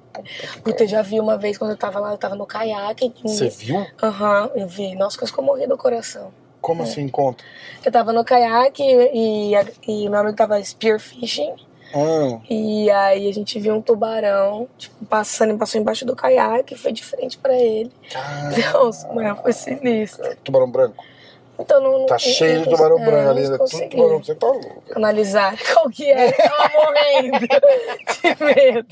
Speaker 2: Puta, eu já vi uma vez quando eu tava lá, eu tava no caiaque. e-
Speaker 1: Você viu?
Speaker 2: Aham, eu vi. Nossa, quase que eu morri do coração.
Speaker 1: Como assim, conta?
Speaker 2: Eu tava no caiaque e, e, e meu amigo tava spearfishing.
Speaker 1: Ah,
Speaker 2: E aí a gente viu um tubarão, tipo, passando, passou embaixo do caiaque, foi de frente pra ele.
Speaker 1: cara,
Speaker 2: Nossa, mano, foi sinistro.
Speaker 1: tubarão branco.
Speaker 2: Então não.
Speaker 1: Tá
Speaker 2: não-
Speaker 1: cheio
Speaker 2: não
Speaker 1: de tubarão
Speaker 2: cons- é,
Speaker 1: branco
Speaker 2: não
Speaker 1: ali. né? Tudo
Speaker 2: consegui
Speaker 1: tubarão branco. Você tá louco.
Speaker 2: Analisar qual que é, eu tava morrendo de medo.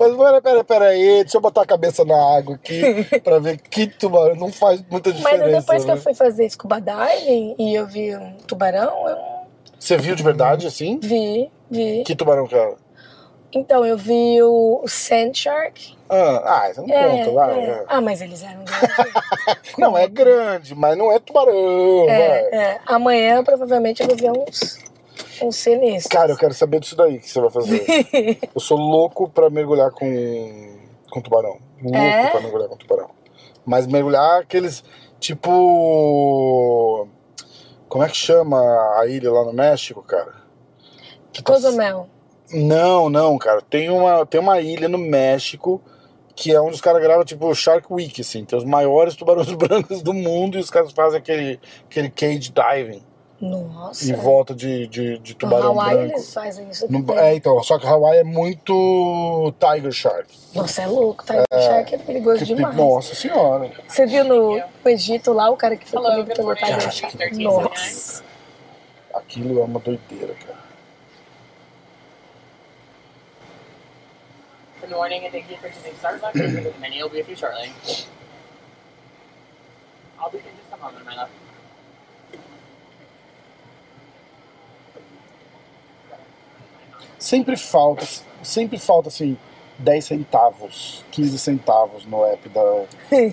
Speaker 1: Mas pera, pera, pera aí. Deixa eu botar a cabeça na água aqui pra ver que tubarão. Não faz muita
Speaker 2: Mas
Speaker 1: diferença.
Speaker 2: aí depois que eu
Speaker 1: né?
Speaker 2: fui fazer scuba diving e eu vi um tubarão, eu
Speaker 1: Você viu de verdade, assim?
Speaker 2: vi, vi.
Speaker 1: Que tubarão que era?
Speaker 2: Então eu vi o, o Sand Shark.
Speaker 1: Ah, ah, você não conta, vai.
Speaker 2: é.
Speaker 1: é.
Speaker 2: Ah, mas eles eram grandes.
Speaker 1: Não, é grande, mas não é tubarão, vai.
Speaker 2: é, é. Amanhã provavelmente eu vou ver uns, uns sinistros.
Speaker 1: Cara, eu quero saber disso daí que você vai fazer. eu sou louco pra mergulhar com, com tubarão. Louco
Speaker 2: É?
Speaker 1: pra mergulhar com tubarão. Mas mergulhar aqueles, tipo... Como é que chama a ilha lá no México, cara? Que tá-
Speaker 2: Cozumel.
Speaker 1: Não, não, cara. Tem uma, tem uma ilha no México que é onde os caras gravam, tipo, Shark Week, assim. Tem os maiores tubarões brancos do mundo e os caras fazem aquele, aquele cage diving
Speaker 2: Nossa.
Speaker 1: em volta de, de, de tubarão
Speaker 2: no Hawaii
Speaker 1: branco.
Speaker 2: Uhum, eles fazem isso.
Speaker 1: No-
Speaker 2: também.
Speaker 1: é, então, só que Hawaii é muito Tiger Shark.
Speaker 2: Nossa, é louco. Tá? Shark é perigoso
Speaker 1: Que-
Speaker 2: demais.
Speaker 1: nossa senhora.
Speaker 2: Você viu no, no Egito lá o cara que foi
Speaker 3: Hello,
Speaker 2: comigo
Speaker 3: good
Speaker 2: pelo
Speaker 3: morning.
Speaker 2: Tiger
Speaker 3: Cara,
Speaker 2: Shark?
Speaker 3: que-
Speaker 2: Nossa.
Speaker 1: Aquilo é uma doideira, cara.
Speaker 3: Good morning, and thank you for choosing Starbucks. The menu will be with you shortly. I'll be in just a moment, my love.
Speaker 1: Sempre falta, sempre falta assim, 10 centavos, 15 centavos no app da,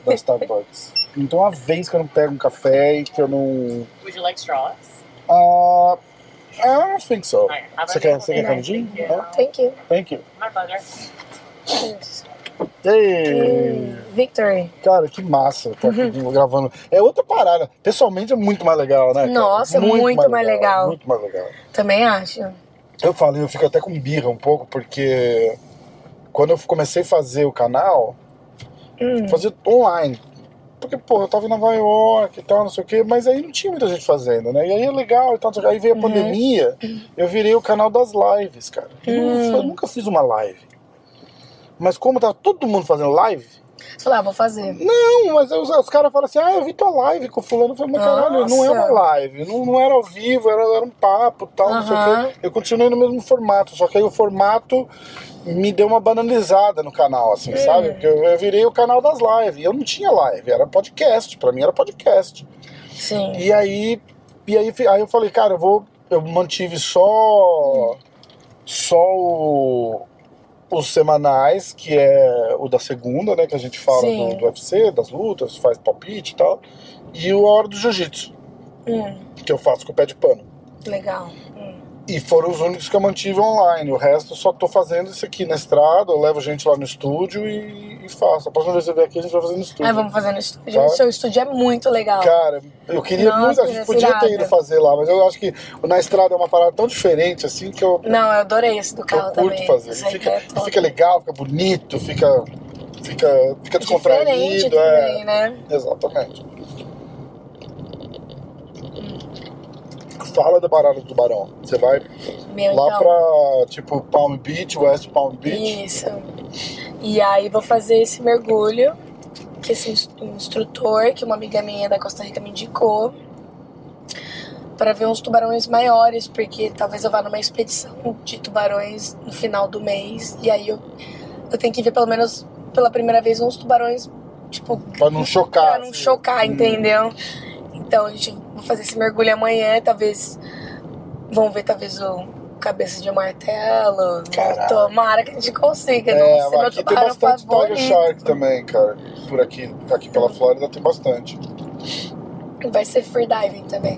Speaker 1: da Starbucks. Então, uma vez que eu não pego um café e que eu não.
Speaker 3: Would you like straws?
Speaker 1: Ah. I don't think so.
Speaker 3: Alright, have a
Speaker 1: Você quer,
Speaker 3: nice
Speaker 1: você quer
Speaker 3: day.
Speaker 1: canudinho?
Speaker 3: Thank
Speaker 1: Não?
Speaker 2: Thank
Speaker 3: you.
Speaker 2: you.
Speaker 1: Thank you.
Speaker 3: My pleasure.
Speaker 1: Ei.
Speaker 2: Hum, Victory.
Speaker 1: Cara, que massa tá aqui gravando. É outra parada. Pessoalmente é muito mais legal, né? cara?
Speaker 2: Nossa, muito mais legal.
Speaker 1: Muito mais legal.
Speaker 2: Também acho.
Speaker 1: Eu falei, eu fico até com birra um pouco, porque quando eu comecei a fazer o canal,
Speaker 2: Hum.
Speaker 1: fazia online. Porque, pô, eu tava em Nova York e tal, não sei o quê, mas aí não tinha muita gente fazendo, né? E aí é legal e tal, não sei o quê. aí veio a
Speaker 2: Uhum.
Speaker 1: pandemia, eu virei o canal das lives, cara. Eu
Speaker 2: Hum.
Speaker 1: nunca- Eu nunca fiz uma live. Mas como tá todo mundo fazendo live,
Speaker 2: Você falou, ah, vou fazer.
Speaker 1: não, mas aí os, os caras falam assim, ah, eu vi tua live com fulano. Eu falei, mas caralho, não é uma
Speaker 2: Nossa.
Speaker 1: live, não, não era ao vivo, era, era um papo e tal, não sei o
Speaker 2: Aham.
Speaker 1: quê. Eu continuei no mesmo formato, só que aí o formato me deu uma banalizada no canal, assim,
Speaker 2: Hum.
Speaker 1: sabe? Porque eu, eu virei o canal das lives, e eu não tinha live, era podcast, pra mim era podcast.
Speaker 2: Sim.
Speaker 1: E aí, e aí, fi- aí eu falei, cara, eu vou. Eu mantive só. Só o- os semanais, que é o da segunda, né? Que a gente fala
Speaker 2: Sim.
Speaker 1: do, do UFC, das lutas, faz palpite e tal. E o A Hora do Jiu-Jitsu,
Speaker 2: Hum,
Speaker 1: que eu faço com o pé de pano.
Speaker 2: legal. Hum.
Speaker 1: E foram os únicos que eu mantive online. O resto eu só tô fazendo isso aqui na estrada, eu levo gente lá no estúdio e, e faço. A próxima vez que você vier aqui, a gente vai fazer no estúdio.
Speaker 2: Aí É, Ah, vamos fazer no estúdio.
Speaker 1: Tá.
Speaker 2: Seu estúdio é muito legal.
Speaker 1: Cara, eu queria
Speaker 2: Nossa,
Speaker 1: muito, a gente
Speaker 2: ia ser
Speaker 1: podia ter
Speaker 2: irado.
Speaker 1: ido fazer lá, mas eu acho que na estrada é uma parada tão diferente assim que eu,
Speaker 2: Não, eu adorei esse do
Speaker 1: que eu
Speaker 2: carro
Speaker 1: curto
Speaker 2: também. é
Speaker 1: fazer.
Speaker 2: Essa
Speaker 1: Fica,
Speaker 2: ideia toda.
Speaker 1: fica legal, fica bonito, fica, fica, fica
Speaker 2: Diferente
Speaker 1: descontraído.
Speaker 2: também,
Speaker 1: É,
Speaker 2: né?
Speaker 1: exatamente. Fala da parada do tubarão. Você vai
Speaker 2: Meu,
Speaker 1: lá
Speaker 2: então.
Speaker 1: pra tipo Palm Beach, West Palm Beach.
Speaker 2: Isso. E aí vou fazer esse mergulho que esse ins- instrutor, que uma amiga minha da Costa Rica me indicou, para ver uns tubarões maiores, porque talvez eu vá numa expedição de tubarões no final do mês e aí eu eu tenho que ver pelo menos pela primeira vez uns tubarões, tipo,
Speaker 1: Pra não chocar. assim.
Speaker 2: pra não chocar, entendeu? Então a gente vai fazer esse mergulho amanhã, talvez vão ver talvez o cabeça de martelo.
Speaker 1: Caraca.
Speaker 2: Tomara que a gente consiga,
Speaker 1: É,
Speaker 2: não ser meu
Speaker 1: aqui tem
Speaker 2: tubarão
Speaker 1: bastante Tiger
Speaker 2: favorito.
Speaker 1: Shark também, cara. Por aqui, aqui pela Flórida tem bastante.
Speaker 2: Vai ser freediving também.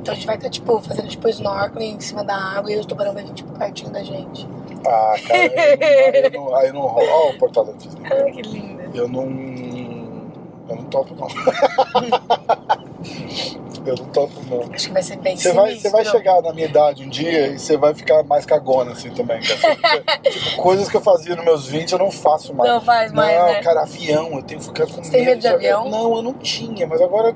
Speaker 2: Então a gente vai estar, tipo, fazendo tipo snorkeling em cima da água e o tubarão vai vir, tipo, pertinho da gente.
Speaker 1: Ah, cara, aí eu não, aí eu não rola. Ó, o portal da Disney.
Speaker 2: Ai, que linda.
Speaker 1: Eu não. Eu não topo, não. eu não topo, não.
Speaker 2: Acho que vai ser bem
Speaker 1: Você vai, você
Speaker 2: sinistro.
Speaker 1: vai chegar na minha idade um dia e você vai ficar mais cagona assim também, cara. tipo, coisas que eu fazia nos meus 20 eu não faço mais.
Speaker 2: Não faz mais,
Speaker 1: não,
Speaker 2: né?
Speaker 1: cara, avião, eu tenho que ficar com
Speaker 2: Você tem medo de avião?
Speaker 1: Não, eu não tinha, mas agora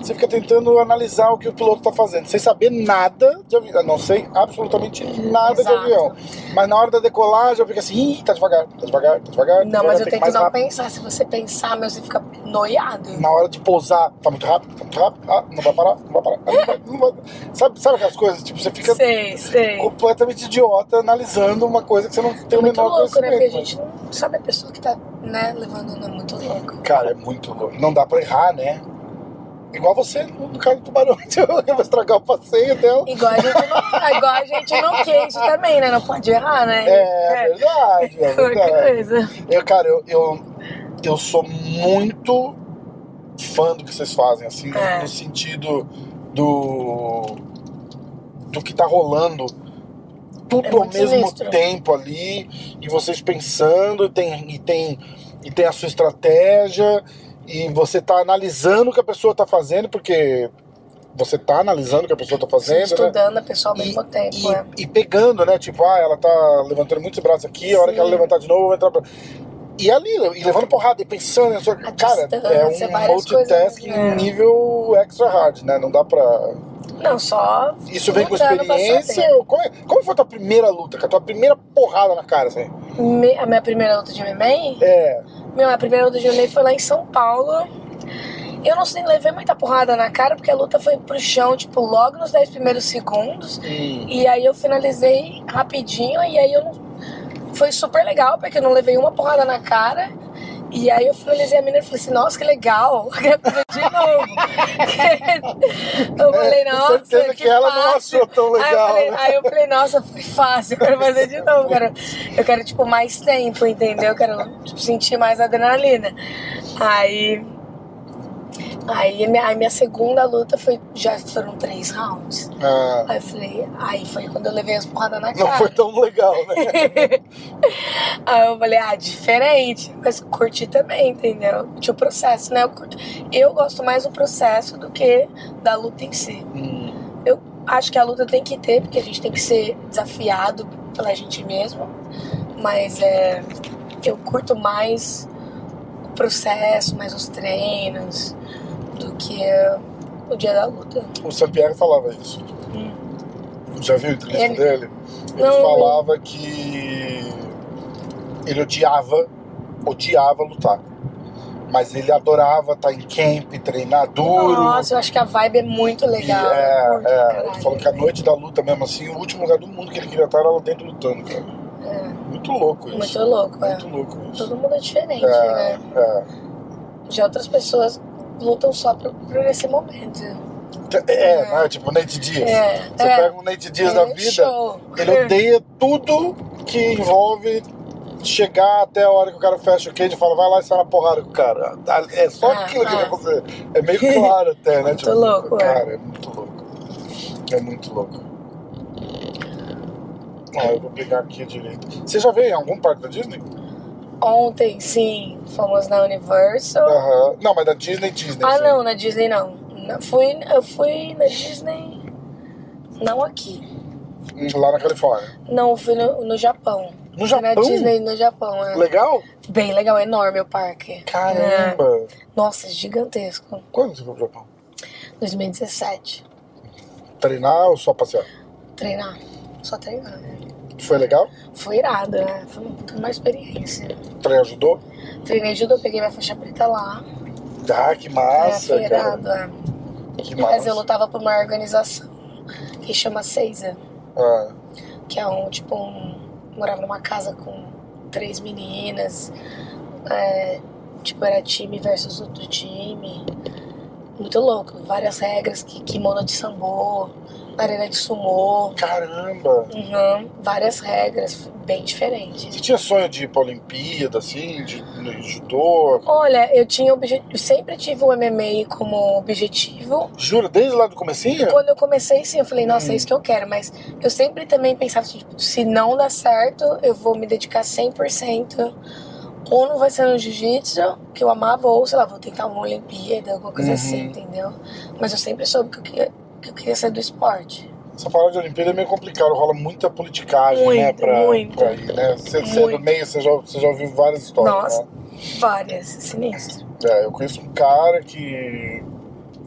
Speaker 1: você fica tentando analisar o que o piloto tá fazendo, sem saber nada de avião. Eu Não sei absolutamente nada
Speaker 2: Exato.
Speaker 1: de avião. Mas na hora da decolagem eu fico assim, Ih, tá devagar, tá devagar, tá devagar. tá
Speaker 2: Não,
Speaker 1: devagar,
Speaker 2: mas
Speaker 1: tem
Speaker 2: eu
Speaker 1: que
Speaker 2: tenho que
Speaker 1: mais
Speaker 2: não
Speaker 1: rápido.
Speaker 2: pensar. Se você pensar, meu, você fica noiado.
Speaker 1: Na hora de pousar, tá muito rápido, tá muito rápido, ah, não vai parar, não vai parar, ah, não vai, não vai. Sabe, sabe aquelas coisas? Tipo, você fica
Speaker 2: Sei, sei.
Speaker 1: completamente idiota analisando uma coisa que você não tem o
Speaker 2: muito
Speaker 1: É menor
Speaker 2: louco, né? Porque a
Speaker 1: conhecimento.
Speaker 2: gente não sabe a pessoa que tá, né, levando, não é muito louco.
Speaker 1: Cara, é muito louco. Não dá pra errar, né? Igual você no caso do tubarão. Eu vou estragar o passeio dela.
Speaker 2: Igual a gente não, igual a gente não queijo também, né? Não pode errar, né?
Speaker 1: É, verdade, é
Speaker 2: Qualquer
Speaker 1: verdade.
Speaker 2: coisa.
Speaker 1: Eu, cara, eu, eu, eu sou muito fã do que vocês fazem, assim, no-
Speaker 2: É.
Speaker 1: no, sentido do, do que tá rolando. Tudo
Speaker 2: É
Speaker 1: ao
Speaker 2: muito
Speaker 1: mesmo
Speaker 2: sinistro.
Speaker 1: tempo ali, e vocês pensando, e tem, e, tem, e tem a sua estratégia, e você tá analisando o que a pessoa tá fazendo, porque você tá analisando o que a pessoa tá fazendo, né?
Speaker 2: Estudando a pessoa ao mesmo tempo,
Speaker 1: e,
Speaker 2: é.
Speaker 1: e pegando, né? Tipo, ah, ela tá levantando muitos braços aqui, a hora que
Speaker 2: Sim.
Speaker 1: ela levantar de novo, eu vou entrar pra... E ali, e levando porrada, e pensando, e só- cara, é
Speaker 2: distância,
Speaker 1: um
Speaker 2: várias coisas,
Speaker 1: multitasking
Speaker 2: né?
Speaker 1: nível extra hard, né? Não dá pra.
Speaker 2: Não, só.
Speaker 1: Isso vem com
Speaker 2: lutando pra
Speaker 1: experiência.
Speaker 2: saber.
Speaker 1: ou Como, é- como foi a tua primeira luta, cara? Tua primeira porrada na cara, assim?
Speaker 2: Me- a minha primeira luta de MMA?
Speaker 1: É.
Speaker 2: Meu, a primeira luta de MMA foi lá em São Paulo. Eu não sei, levei muita porrada na cara, porque a luta foi pro chão, tipo, logo nos 10 primeiros segundos.
Speaker 1: Hum,
Speaker 2: E aí eu finalizei rapidinho, e aí eu não. Foi super legal, porque eu não levei uma porrada na cara. E aí eu finalizei a mina e falei assim, nossa, que legal! Quero fazer de novo. eu falei,
Speaker 1: É,
Speaker 2: nossa,
Speaker 1: certeza que,
Speaker 2: que
Speaker 1: ela não
Speaker 2: fácil.
Speaker 1: achou tão
Speaker 2: Aí eu,
Speaker 1: legal.
Speaker 2: falei,
Speaker 1: né?
Speaker 2: aí eu falei, nossa, foi fácil, eu quero fazer de novo, cara. Eu quero, tipo, mais tempo, entendeu? Eu quero tipo, sentir mais adrenalina. Aí. Aí a minha, aí minha segunda luta foi. Já foram três rounds.
Speaker 1: Ah,
Speaker 2: Aí eu falei, aí foi quando eu levei as porradas na cara.
Speaker 1: não foi tão legal, né?
Speaker 2: Aí eu falei, ah, diferente. Mas curti também, entendeu? Curti o processo, né? Eu, curto, eu gosto mais do processo do que da luta em si.
Speaker 1: Hum,
Speaker 2: Eu acho que a luta tem que ter, porque a gente tem que ser desafiado pela gente mesmo. Mas é, eu curto mais o processo, mais os treinos, do que é, o dia da luta.
Speaker 1: o Sampiero falava isso.
Speaker 2: Hum.
Speaker 1: Já viu a entrevista
Speaker 2: Ele-
Speaker 1: dele? Ele
Speaker 2: Não,
Speaker 1: falava que ele odiava, odiava lutar. Mas ele adorava estar em camp, treinar duro.
Speaker 2: Nossa, eu acho que a vibe é muito
Speaker 1: E,
Speaker 2: legal. eu
Speaker 1: é,
Speaker 2: curto pra
Speaker 1: é,
Speaker 2: caralho.
Speaker 1: ele falou que a noite da luta mesmo assim, o último lugar do mundo que ele queria estar era lá dentro lutando, cara. Muito louco isso.
Speaker 2: É. Muito louco, é.
Speaker 1: Muito louco isso.
Speaker 2: Todo mundo é diferente,
Speaker 1: É,
Speaker 2: né?
Speaker 1: é.
Speaker 2: Já outras pessoas lutam só por, por esse momento.
Speaker 1: É, né? Tipo o Nate Diaz.
Speaker 2: É,
Speaker 1: Você
Speaker 2: é.
Speaker 1: pega o Nate Diaz da
Speaker 2: É,
Speaker 1: vida,
Speaker 2: Show.
Speaker 1: ele odeia tudo que envolve chegar até a hora que o cara fecha o cage e fala, vai lá e sai na porrada com o cara. É só
Speaker 2: Ah,
Speaker 1: aquilo que ele
Speaker 2: ah.
Speaker 1: vai fazer. É meio claro até, né?
Speaker 2: Muito louco, é.
Speaker 1: Cara, é muito louco. É muito louco. Ah, eu vou pegar aqui direito. Você já veio em algum parque da Disney?
Speaker 2: Ontem, sim, fomos na Universal.
Speaker 1: Aham. Não, mas da Disney, Disney.
Speaker 2: Ah,
Speaker 1: sim.
Speaker 2: não, na Disney não. Na- Fui, eu fui na Disney. Não aqui.
Speaker 1: Lá na Califórnia.
Speaker 2: Não, eu fui no, no Japão.
Speaker 1: No
Speaker 2: Fui Na
Speaker 1: Japão?
Speaker 2: Disney no Japão, é.
Speaker 1: Legal?
Speaker 2: Bem legal, é enorme o parque. É.
Speaker 1: Caramba!
Speaker 2: Nossa, gigantesco.
Speaker 1: Quando você foi pro Japão?
Speaker 2: 2017.
Speaker 1: Treinar ou só passear?
Speaker 2: Treinar. Só treinar. né?
Speaker 1: Foi legal?
Speaker 2: Foi irado, né? Foi uma puta uma experiência.
Speaker 1: Treino ajudou?
Speaker 2: Treinei judô, peguei minha faixa preta lá.
Speaker 1: Ah, que
Speaker 2: É,
Speaker 1: massa,
Speaker 2: foi
Speaker 1: cara.
Speaker 2: irado, é.
Speaker 1: Que
Speaker 2: Mas
Speaker 1: massa.
Speaker 2: eu lutava por uma organização que chama Seiza.
Speaker 1: Ah,
Speaker 2: que é um tipo um. Morava numa casa com três meninas. É, tipo, era time versus outro time. Muito louco. Várias regras, que kimono de sambo, arena de sumô.
Speaker 1: Caramba!
Speaker 2: Uhum, várias regras, bem diferentes.
Speaker 1: Você tinha sonho de ir pra Olimpíada, assim, de, de judô?
Speaker 2: Olha, eu tinha obje- eu sempre tive um o MMA como objetivo.
Speaker 1: Jura, desde lá do comecinho?
Speaker 2: Quando eu comecei, sim, eu falei, nossa,
Speaker 1: Hum.
Speaker 2: é isso que eu quero. Mas eu sempre também pensava, assim, tipo, se não dar certo, eu vou me dedicar 100%. Ou não vai ser no jiu-jitsu, que eu amava, ou sei lá, vou tentar uma Olimpíada, alguma coisa
Speaker 1: Uhum.
Speaker 2: assim, entendeu? Mas eu sempre soube que eu queria, que eu queria ser do esporte.
Speaker 1: Essa parada de Olimpíada é meio complicado, rola muita politicagem,
Speaker 2: Muito,
Speaker 1: né? Pra,
Speaker 2: muito.
Speaker 1: pra ir, né? Você, você é do
Speaker 2: Muito.
Speaker 1: meio, você já, você já ouviu várias histórias.
Speaker 2: Nossa.
Speaker 1: Né?
Speaker 2: Várias, sinistro.
Speaker 1: É, eu conheço um cara que.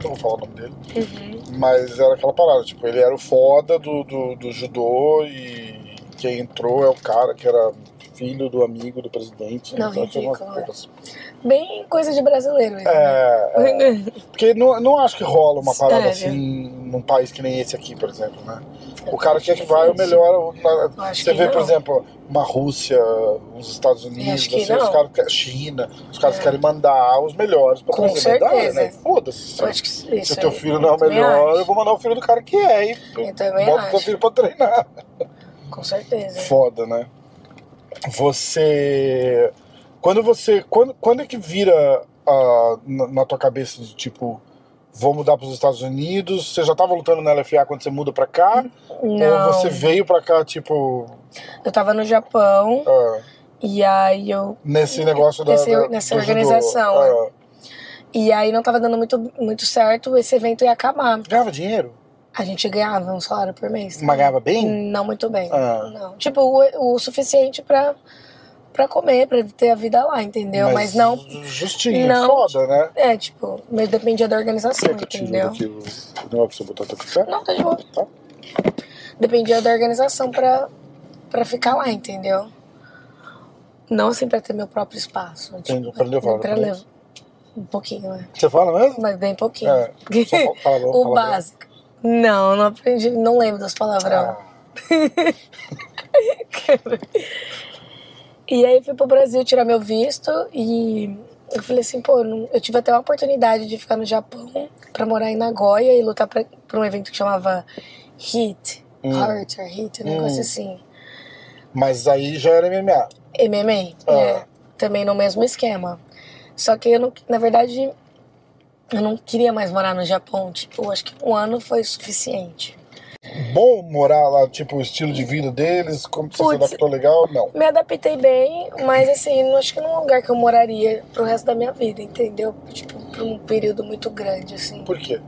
Speaker 1: Não vou falar o nome dele.
Speaker 2: Uhum.
Speaker 1: Mas era aquela parada, tipo, ele era o foda do, do, do judô e quem entrou é o cara que era filho do amigo do presidente.
Speaker 2: Não,
Speaker 1: então, tinha umas
Speaker 2: ridículo, é.
Speaker 1: poucas-
Speaker 2: Bem coisa de brasileiro. isso, né?
Speaker 1: É, é. Porque não, não acho que rola uma parada
Speaker 2: Sério? É
Speaker 1: assim num país que nem esse aqui, por exemplo, né? O cara quer que vai, o melhor. é o- na-
Speaker 2: Eu acho
Speaker 1: Você
Speaker 2: que
Speaker 1: vê, por
Speaker 2: não.
Speaker 1: exemplo, uma Rússia, uns Estados Unidos,
Speaker 2: Acho que
Speaker 1: assim, os
Speaker 2: não.
Speaker 1: caras, que- China, os caras
Speaker 2: É.
Speaker 1: querem mandar os melhores pra
Speaker 2: Com
Speaker 1: trazer medalha,
Speaker 2: certeza.
Speaker 1: né? Foda-se.
Speaker 2: Eu
Speaker 1: Se,
Speaker 2: acho que isso
Speaker 1: se o teu
Speaker 2: aí-
Speaker 1: filho não é
Speaker 2: eu
Speaker 1: o
Speaker 2: também
Speaker 1: melhor,
Speaker 2: acho.
Speaker 1: eu vou mandar o filho do cara que é, e
Speaker 2: Eu também
Speaker 1: bota o teu
Speaker 2: acho.
Speaker 1: filho pra treinar.
Speaker 2: Com certeza.
Speaker 1: Foda, né? Você. Quando você. Quando, quando é que vira ah, na, na tua cabeça de tipo. Vou mudar pros Estados Unidos. Você já tava lutando na LFA quando você muda pra cá? Ou
Speaker 2: Não,
Speaker 1: você veio pra cá, tipo,
Speaker 2: eu tava no Japão
Speaker 1: ah,
Speaker 2: e aí eu
Speaker 1: nesse negócio da.
Speaker 2: Nesse-
Speaker 1: da-
Speaker 2: nessa
Speaker 1: do judô?
Speaker 2: organização,
Speaker 1: Ah,
Speaker 2: e aí não tava dando muito, muito certo, esse evento ia acabar.
Speaker 1: ganhava dinheiro?
Speaker 2: A gente ganhava um salário por mês.
Speaker 1: Mas ganhava bem?
Speaker 2: Não muito bem.
Speaker 1: Ah.
Speaker 2: Não. Tipo, o, o suficiente pra, pra comer, pra ter a vida lá, entendeu? Mas, não.
Speaker 1: Justinho,
Speaker 2: não-
Speaker 1: foda, né?
Speaker 2: É, tipo, mas dependia da organização,
Speaker 1: Será que eu tiro
Speaker 2: entendeu?
Speaker 1: daqui o- Não é pra você botar teu café?
Speaker 2: Não, tá de boa.
Speaker 1: Tá.
Speaker 2: Dependia da organização pra, pra ficar lá, entendeu? Não assim pra ter meu próprio espaço. Tipo,
Speaker 1: Entendi, pra levar,
Speaker 2: Pra
Speaker 1: né?
Speaker 2: levar. Um pouquinho, né?
Speaker 1: Você fala mesmo?
Speaker 2: Mas bem pouquinho.
Speaker 1: É, Só fala- fala-
Speaker 2: o
Speaker 1: fala-
Speaker 2: básico. Não, não aprendi, não lembro das palavrão.
Speaker 1: Ah,
Speaker 2: E aí eu fui pro Brasil tirar meu visto e eu falei assim, pô, não- eu tive até uma oportunidade de ficar no Japão pra morar em Nagoya e lutar pra, pra um evento que chamava Hit,
Speaker 1: Hum.
Speaker 2: Heart or Hit, um
Speaker 1: Hum.
Speaker 2: negócio assim.
Speaker 1: mas aí já era MMA.
Speaker 2: MMA,
Speaker 1: Ah.
Speaker 2: é, também no mesmo esquema. Só que eu não, na verdade, eu não queria mais morar no Japão, tipo, eu acho que um ano foi suficiente.
Speaker 1: Bom morar lá, tipo, o estilo de vida deles, como que você se
Speaker 2: Putz.
Speaker 1: adaptou legal? Não.
Speaker 2: Me adaptei bem, mas assim, não acho que num lugar que eu moraria pro resto da minha vida, entendeu? Tipo, por um período muito grande, assim.
Speaker 1: Por quê?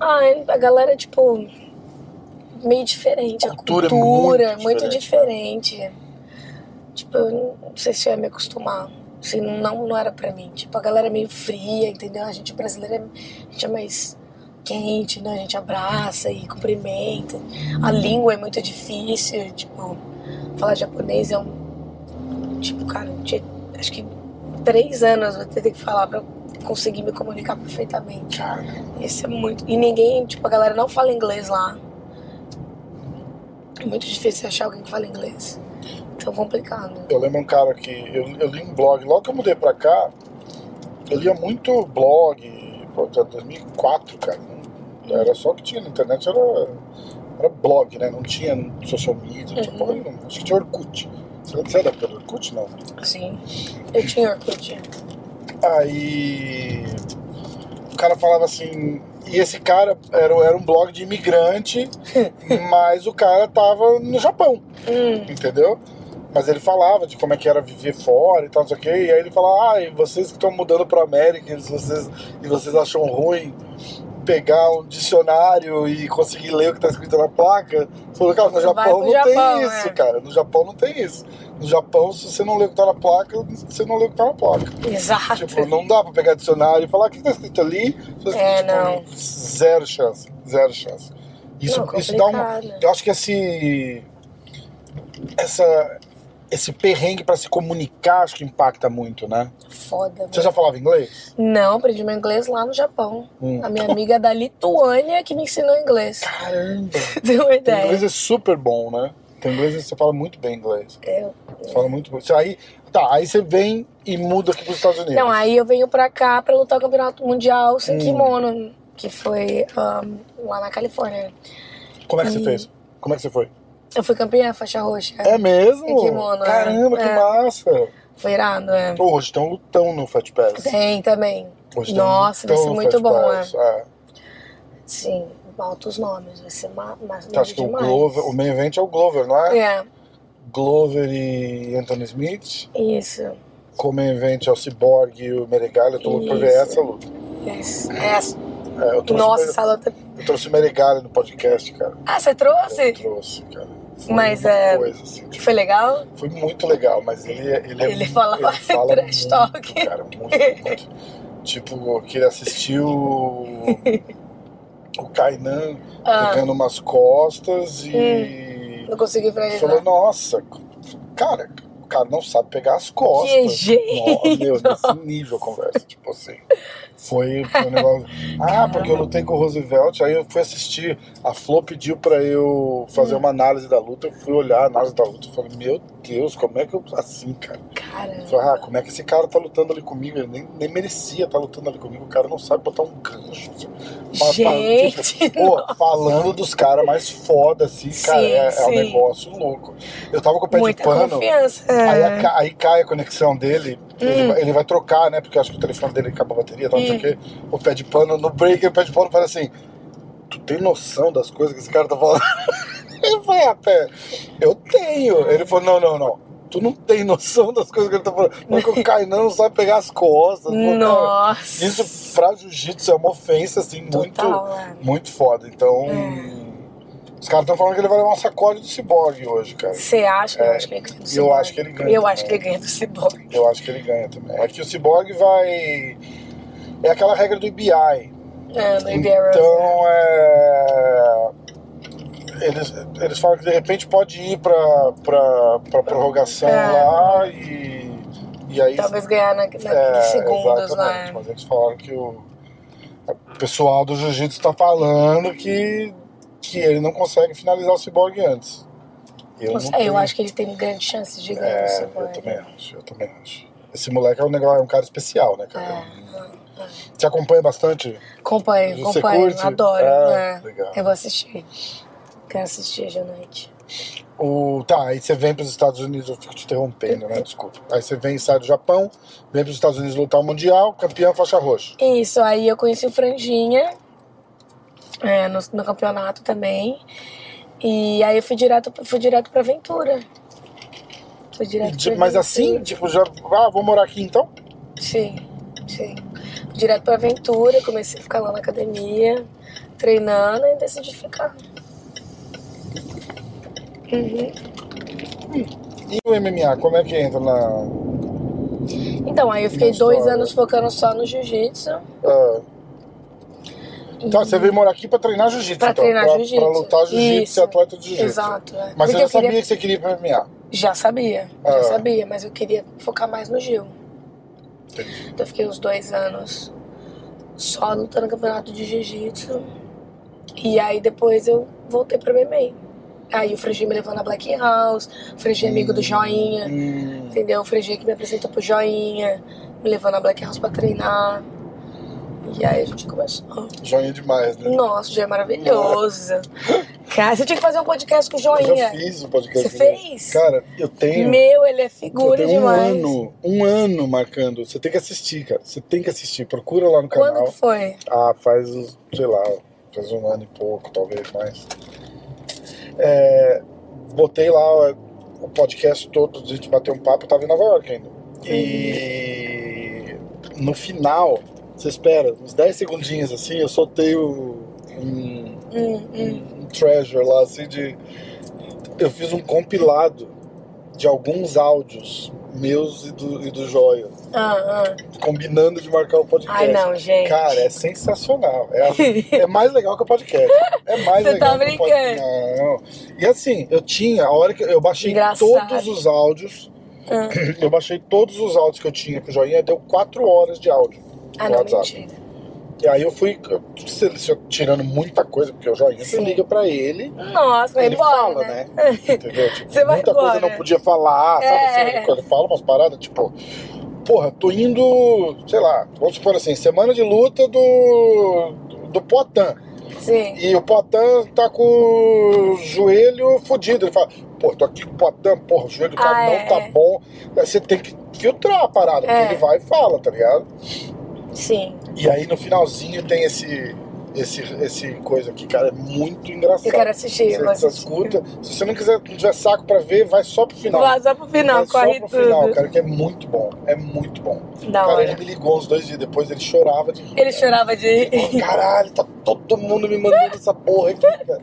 Speaker 2: Ah, a galera, tipo, meio diferente. A
Speaker 1: Cultura
Speaker 2: cultura,
Speaker 1: é
Speaker 2: é
Speaker 1: muito
Speaker 2: muito
Speaker 1: diferente,
Speaker 2: diferente. Tipo, eu não sei se eu ia me acostumar. Assim, não, não era pra mim. Tipo, a galera é meio fria, entendeu? A gente brasileira é, a gente é mais quente, né? A gente abraça e cumprimenta. A língua é muito difícil, tipo, falar japonês é um. Tipo, cara, eu tinha- acho que três anos eu vou ter que falar pra eu conseguir me comunicar perfeitamente.
Speaker 1: Cara,
Speaker 2: Isso é muito. E ninguém, tipo, a galera não fala inglês lá. É muito difícil achar alguém que fala inglês. Então complicado.
Speaker 1: eu lembro um cara que. Eu, eu li um blog, logo que eu mudei pra cá, eu lia muito blog, pô, até 2004, cara. Era só o que tinha na internet, era, era blog, né? Não tinha social media, não tinha
Speaker 2: Uhum.
Speaker 1: porra nenhuma. Acho que tinha Orkut. Você você é da época do Orkut? Não.
Speaker 2: Assim. Eu tinha Orkut.
Speaker 1: Aí o cara falava assim. E esse cara era, era um blog de imigrante, mas o cara tava no Japão,
Speaker 2: Hum,
Speaker 1: entendeu? Mas ele falava de como é que era viver fora e tal, não sei o quê. E aí ele falava, ah, e vocês que estão mudando pra América e vocês, e vocês acham ruim pegar um dicionário e conseguir ler o que tá escrito na placa. Ele Falou, cara, no
Speaker 2: Vai
Speaker 1: Japão
Speaker 2: pro
Speaker 1: não
Speaker 2: Japão,
Speaker 1: tem isso,
Speaker 2: é.
Speaker 1: cara. No Japão não tem isso. No Japão, se você não lê o que tá na placa, você não lê o que tá na placa.
Speaker 2: exato.
Speaker 1: Tipo, não dá pra pegar dicionário e falar o que tá escrito ali. Só que,
Speaker 2: É,
Speaker 1: tipo,
Speaker 2: não.
Speaker 1: Zero chance. Zero chance. Isso,
Speaker 2: Não,
Speaker 1: isso dá uma.
Speaker 2: complicado.
Speaker 1: Eu acho que esse. Essa. Esse perrengue pra se comunicar, acho que impacta muito, né?
Speaker 2: Foda,
Speaker 1: Você
Speaker 2: mano.
Speaker 1: já falava inglês?
Speaker 2: Não, aprendi meu inglês lá no Japão.
Speaker 1: Hum.
Speaker 2: A minha amiga da Lituânia que me ensinou inglês.
Speaker 1: Caramba!
Speaker 2: Tem uma
Speaker 1: O
Speaker 2: ideia.
Speaker 1: inglês é super bom, né? Teu inglês, você fala muito bem inglês.
Speaker 2: Eu.
Speaker 1: Você fala um muito bem. Você- Aí, tá, aí você vem e muda aqui pros Estados Unidos.
Speaker 2: Não, aí eu venho pra cá pra lutar o campeonato mundial
Speaker 1: Hum.
Speaker 2: sem kimono, que foi ahn, lá na Califórnia.
Speaker 1: Como é que você
Speaker 2: Hum.
Speaker 1: fez? Como é que você foi?
Speaker 2: Eu fui campeã faixa roxa.
Speaker 1: É mesmo?
Speaker 2: Em kimono, é.
Speaker 1: Caramba, que
Speaker 2: É.
Speaker 1: massa!
Speaker 2: Foi irado, é.
Speaker 1: Pô, hoje tem um lutão no Fat Pass.
Speaker 2: Tem também.
Speaker 1: Hoje tem um
Speaker 2: Nossa, vai
Speaker 1: lutão
Speaker 2: ser
Speaker 1: no
Speaker 2: muito
Speaker 1: Fat
Speaker 2: bom, é.
Speaker 1: Pass. é.
Speaker 2: Sim, altos nomes. Vai ser ma mas
Speaker 1: Eu acho que o Glover, o main event é o Glover, não é?
Speaker 2: É,
Speaker 1: Glover e Anthony Smith.
Speaker 2: isso.
Speaker 1: Como main event é o Cyborg e o Meregalho. Eu tô louco pra ver
Speaker 2: Isso.
Speaker 1: essa luta.
Speaker 2: isso. É,
Speaker 1: É, eu, trouxe
Speaker 2: nossa,
Speaker 1: o Mere-
Speaker 2: essa luta.
Speaker 1: eu trouxe o Meregalho no podcast, cara.
Speaker 2: Ah, você
Speaker 1: Eu
Speaker 2: trouxe?
Speaker 1: trouxe, cara. Foi
Speaker 2: Mas,
Speaker 1: uma
Speaker 2: é,
Speaker 1: coisa, assim,
Speaker 2: Que foi legal?
Speaker 1: Foi muito legal, mas ele ele, é-
Speaker 2: Ele fala trash
Speaker 1: muito,
Speaker 2: talk.
Speaker 1: Cara, muito, muito. tipo, que ele assistiu o Kainan
Speaker 2: Ah, Hum.
Speaker 1: pegando umas costas e
Speaker 2: não consegui
Speaker 1: falou,
Speaker 2: finalizar.
Speaker 1: nossa, cara, o cara não sabe pegar as costas.
Speaker 2: Que jeito!
Speaker 1: Nossa, meu, nesse nível a conversa, tipo assim. Foi, foi um negócio. Ah, porque eu lutei com o Roosevelt, aí eu fui assistir. A Flo pediu pra eu
Speaker 2: Hum.
Speaker 1: fazer uma análise da luta, eu fui olhar a análise da luta. Eu falei, meu Deus, como é que eu. Assim, cara. Eu falei, ah,
Speaker 2: Cara,
Speaker 1: como é que esse cara tá lutando ali comigo? Ele nem, nem merecia estar lutando ali comigo. O cara não sabe botar um gancho. Fa- fa-
Speaker 2: gente.
Speaker 1: tipo, Pô, falando dos caras mais foda, assim,
Speaker 2: Sim,
Speaker 1: cara, é, é um
Speaker 2: sim.
Speaker 1: negócio louco. Eu tava com o pé
Speaker 2: Muita
Speaker 1: de pano.
Speaker 2: confiança.
Speaker 1: Aí, a ca- aí cai a conexão dele,
Speaker 2: Hum.
Speaker 1: ele, vai, ele vai trocar, né? Porque eu acho que o telefone dele acaba a bateria, tal, não sei o quê. O pé de pano, no break, o pé de pano fala assim: Tu tem noção das coisas que esse cara tá falando? Eu falei, ah, pé, eu tenho. Ele falou: Não, não, não. Tu não tem noção das coisas que ele tá falando. Não que o Kainan não sabe pegar as costas. Pô, cara,
Speaker 2: Nossa.
Speaker 1: Isso pra jiu-jitsu é uma ofensa, assim, muito,
Speaker 2: Total, é.
Speaker 1: muito foda. Então. Os caras estão falando que ele vai levar um sacode do ciborgue hoje, cara.
Speaker 2: Você acha? Eu
Speaker 1: É,
Speaker 2: acho que ele ganha do
Speaker 1: eu
Speaker 2: Cyborg.
Speaker 1: acho que ele ganha
Speaker 2: Eu
Speaker 1: também.
Speaker 2: acho que ele ganha do Cyborg.
Speaker 1: Eu acho que ele ganha também. É que o Cyborg vai. É aquela regra do IBI.
Speaker 2: É, no Iberia.
Speaker 1: Então é. Eles, eles falam que de repente pode ir pra, pra, pra prorrogação
Speaker 2: É.
Speaker 1: lá e. E aí.
Speaker 2: Talvez ganhar na, naqueles
Speaker 1: é,
Speaker 2: segundos,
Speaker 1: exatamente.
Speaker 2: né?
Speaker 1: Mas eles falaram que o. O pessoal do Jiu-Jitsu tá falando que. Que ele não consegue finalizar o Cyborg antes. Eu,
Speaker 2: Não sei, é, eu acho que ele tem grande chance de ganhar do
Speaker 1: É, eu
Speaker 2: Cyborg.
Speaker 1: também acho, eu também acho. Esse moleque é um, negócio, é um cara especial, né, cara?
Speaker 2: É.
Speaker 1: Você acompanha bastante?
Speaker 2: Acompanho,
Speaker 1: Você
Speaker 2: acompanho,
Speaker 1: curte?
Speaker 2: adoro.
Speaker 1: É,
Speaker 2: né?
Speaker 1: legal.
Speaker 2: Eu vou assistir. Quero assistir hoje à noite.
Speaker 1: O, tá, aí você vem para os Estados Unidos, eu fico te interrompendo, né? Desculpa. Aí você vem, sai do Japão, vem para os Estados Unidos lutar o Mundial, campeão faixa roxa.
Speaker 2: Isso, aí eu conheci o Franjinha é, no, no campeonato também. E aí eu fui direto, fui direto pra Aventura. Fui
Speaker 1: E,
Speaker 2: direto
Speaker 1: tipo,
Speaker 2: pra
Speaker 1: mas
Speaker 2: Aventura.
Speaker 1: assim, tipo, já. Ah, vou morar aqui então?
Speaker 2: Sim, sim. Direto pra aventura, comecei a ficar lá na academia, treinando e decidi ficar. Uhum.
Speaker 1: E o MMA, como é que entra na.
Speaker 2: Então, aí eu fiquei
Speaker 1: Nossa,
Speaker 2: dois
Speaker 1: olha.
Speaker 2: anos focando só no jiu-jitsu.
Speaker 1: ah, então,
Speaker 2: e-
Speaker 1: você veio morar aqui para treinar jiu-jitsu,
Speaker 2: Pra
Speaker 1: então.
Speaker 2: treinar
Speaker 1: pra,
Speaker 2: jiu-jitsu.
Speaker 1: Pra lutar jiu-jitsu,
Speaker 2: Isso.
Speaker 1: ser atleta de jiu-jitsu.
Speaker 2: Exato. é.
Speaker 1: Mas
Speaker 2: Porque
Speaker 1: você já
Speaker 2: eu
Speaker 1: sabia
Speaker 2: queria...
Speaker 1: que você queria ir para MMA.
Speaker 2: Já sabia,
Speaker 1: Ah.
Speaker 2: já sabia, mas eu queria focar mais no Gil.
Speaker 1: Entendi.
Speaker 2: Então eu fiquei uns dois anos só lutando campeonato de jiu-jitsu. E aí depois eu voltei pra MMA. Aí o Frigi me levou na Black House, o Frigi é amigo do Joinha,
Speaker 1: Hum,
Speaker 2: entendeu? O Frigi que me apresentou pro Joinha, me levou na Black House pra treinar. E aí a gente começou.
Speaker 1: joinha demais, né?
Speaker 2: Nossa, já é maravilhoso. Cara, você tinha que fazer um podcast com o
Speaker 1: Eu já
Speaker 2: Joinha.
Speaker 1: fiz o podcast.
Speaker 2: Você
Speaker 1: dele.
Speaker 2: fez?
Speaker 1: Cara, eu tenho.
Speaker 2: Meu, ele é
Speaker 1: Você
Speaker 2: figura
Speaker 1: tem um
Speaker 2: demais.
Speaker 1: ano, um ano marcando. Você tem que assistir, cara. Você tem que assistir. Procura lá no
Speaker 2: Quando
Speaker 1: canal.
Speaker 2: que foi?
Speaker 1: Ah, faz, uns, sei lá, faz um ano e pouco, talvez mais. É, botei lá é, o podcast todo, a gente bateu um papo, eu tava em Nova York ainda. E
Speaker 2: Uhum.
Speaker 1: no final, você espera, uns 10 segundinhos assim, eu soltei o- um,
Speaker 2: Hum, hum.
Speaker 1: um treasure lá, assim, de. Eu fiz um compilado de alguns áudios meus e do, e do Joia,
Speaker 2: Ah, ah.
Speaker 1: combinando de marcar o podcast.
Speaker 2: Ai, não, gente.
Speaker 1: Cara, é sensacional. É, a- é mais legal que o podcast. É mais
Speaker 2: Você
Speaker 1: legal.
Speaker 2: tá
Speaker 1: que o pod- Não. E assim, eu tinha, a hora que eu baixei
Speaker 2: Engraçado.
Speaker 1: todos os áudios.
Speaker 2: Ah.
Speaker 1: Eu baixei todos os áudios que eu tinha com o joinha, deu 4 horas de áudio.
Speaker 2: ah,
Speaker 1: no
Speaker 2: não,
Speaker 1: WhatsApp.
Speaker 2: mentira.
Speaker 1: E aí eu fui eu- selecio- tirando muita coisa, porque o joinha você
Speaker 2: Sim.
Speaker 1: liga pra ele,
Speaker 2: Nossa, vai
Speaker 1: ele
Speaker 2: embora.
Speaker 1: fala,
Speaker 2: né?
Speaker 1: né? Entendeu? Tipo,
Speaker 2: Você vai
Speaker 1: muita coisa
Speaker 2: embora.
Speaker 1: não podia falar, sabe?
Speaker 2: É.
Speaker 1: Assim, quando fala umas paradas, tipo, porra, tô indo, sei lá, vamos supor assim, semana de luta do. do Poitin.
Speaker 2: Sim.
Speaker 1: E o Poitin tá com o joelho fudido. Ele fala, pô, tô aqui com o Poitin, porra, o joelho do cara
Speaker 2: Ah,
Speaker 1: não
Speaker 2: é,
Speaker 1: tá
Speaker 2: é.
Speaker 1: bom. Aí você tem que filtrar a parada,
Speaker 2: É.
Speaker 1: porque ele vai e fala, tá ligado?
Speaker 2: Sim.
Speaker 1: E aí no finalzinho tem esse. Esse, esse coisa aqui, cara, é muito engraçado.
Speaker 2: Eu quero assistir.
Speaker 1: Você,
Speaker 2: vou
Speaker 1: você
Speaker 2: assistir.
Speaker 1: escuta. Se você não quiser, não tiver saco pra ver, vai só pro final.
Speaker 2: Vai só pro
Speaker 1: vai
Speaker 2: final, corre
Speaker 1: só pro
Speaker 2: tudo.
Speaker 1: final, cara, que é muito bom. É muito bom.
Speaker 2: Da
Speaker 1: cara,
Speaker 2: hora.
Speaker 1: ele me ligou uns dois dias depois, ele chorava de rir. cara.
Speaker 2: Ele chorava de.
Speaker 1: Falou, Caralho, tá todo mundo me mandando essa porra aqui, cara.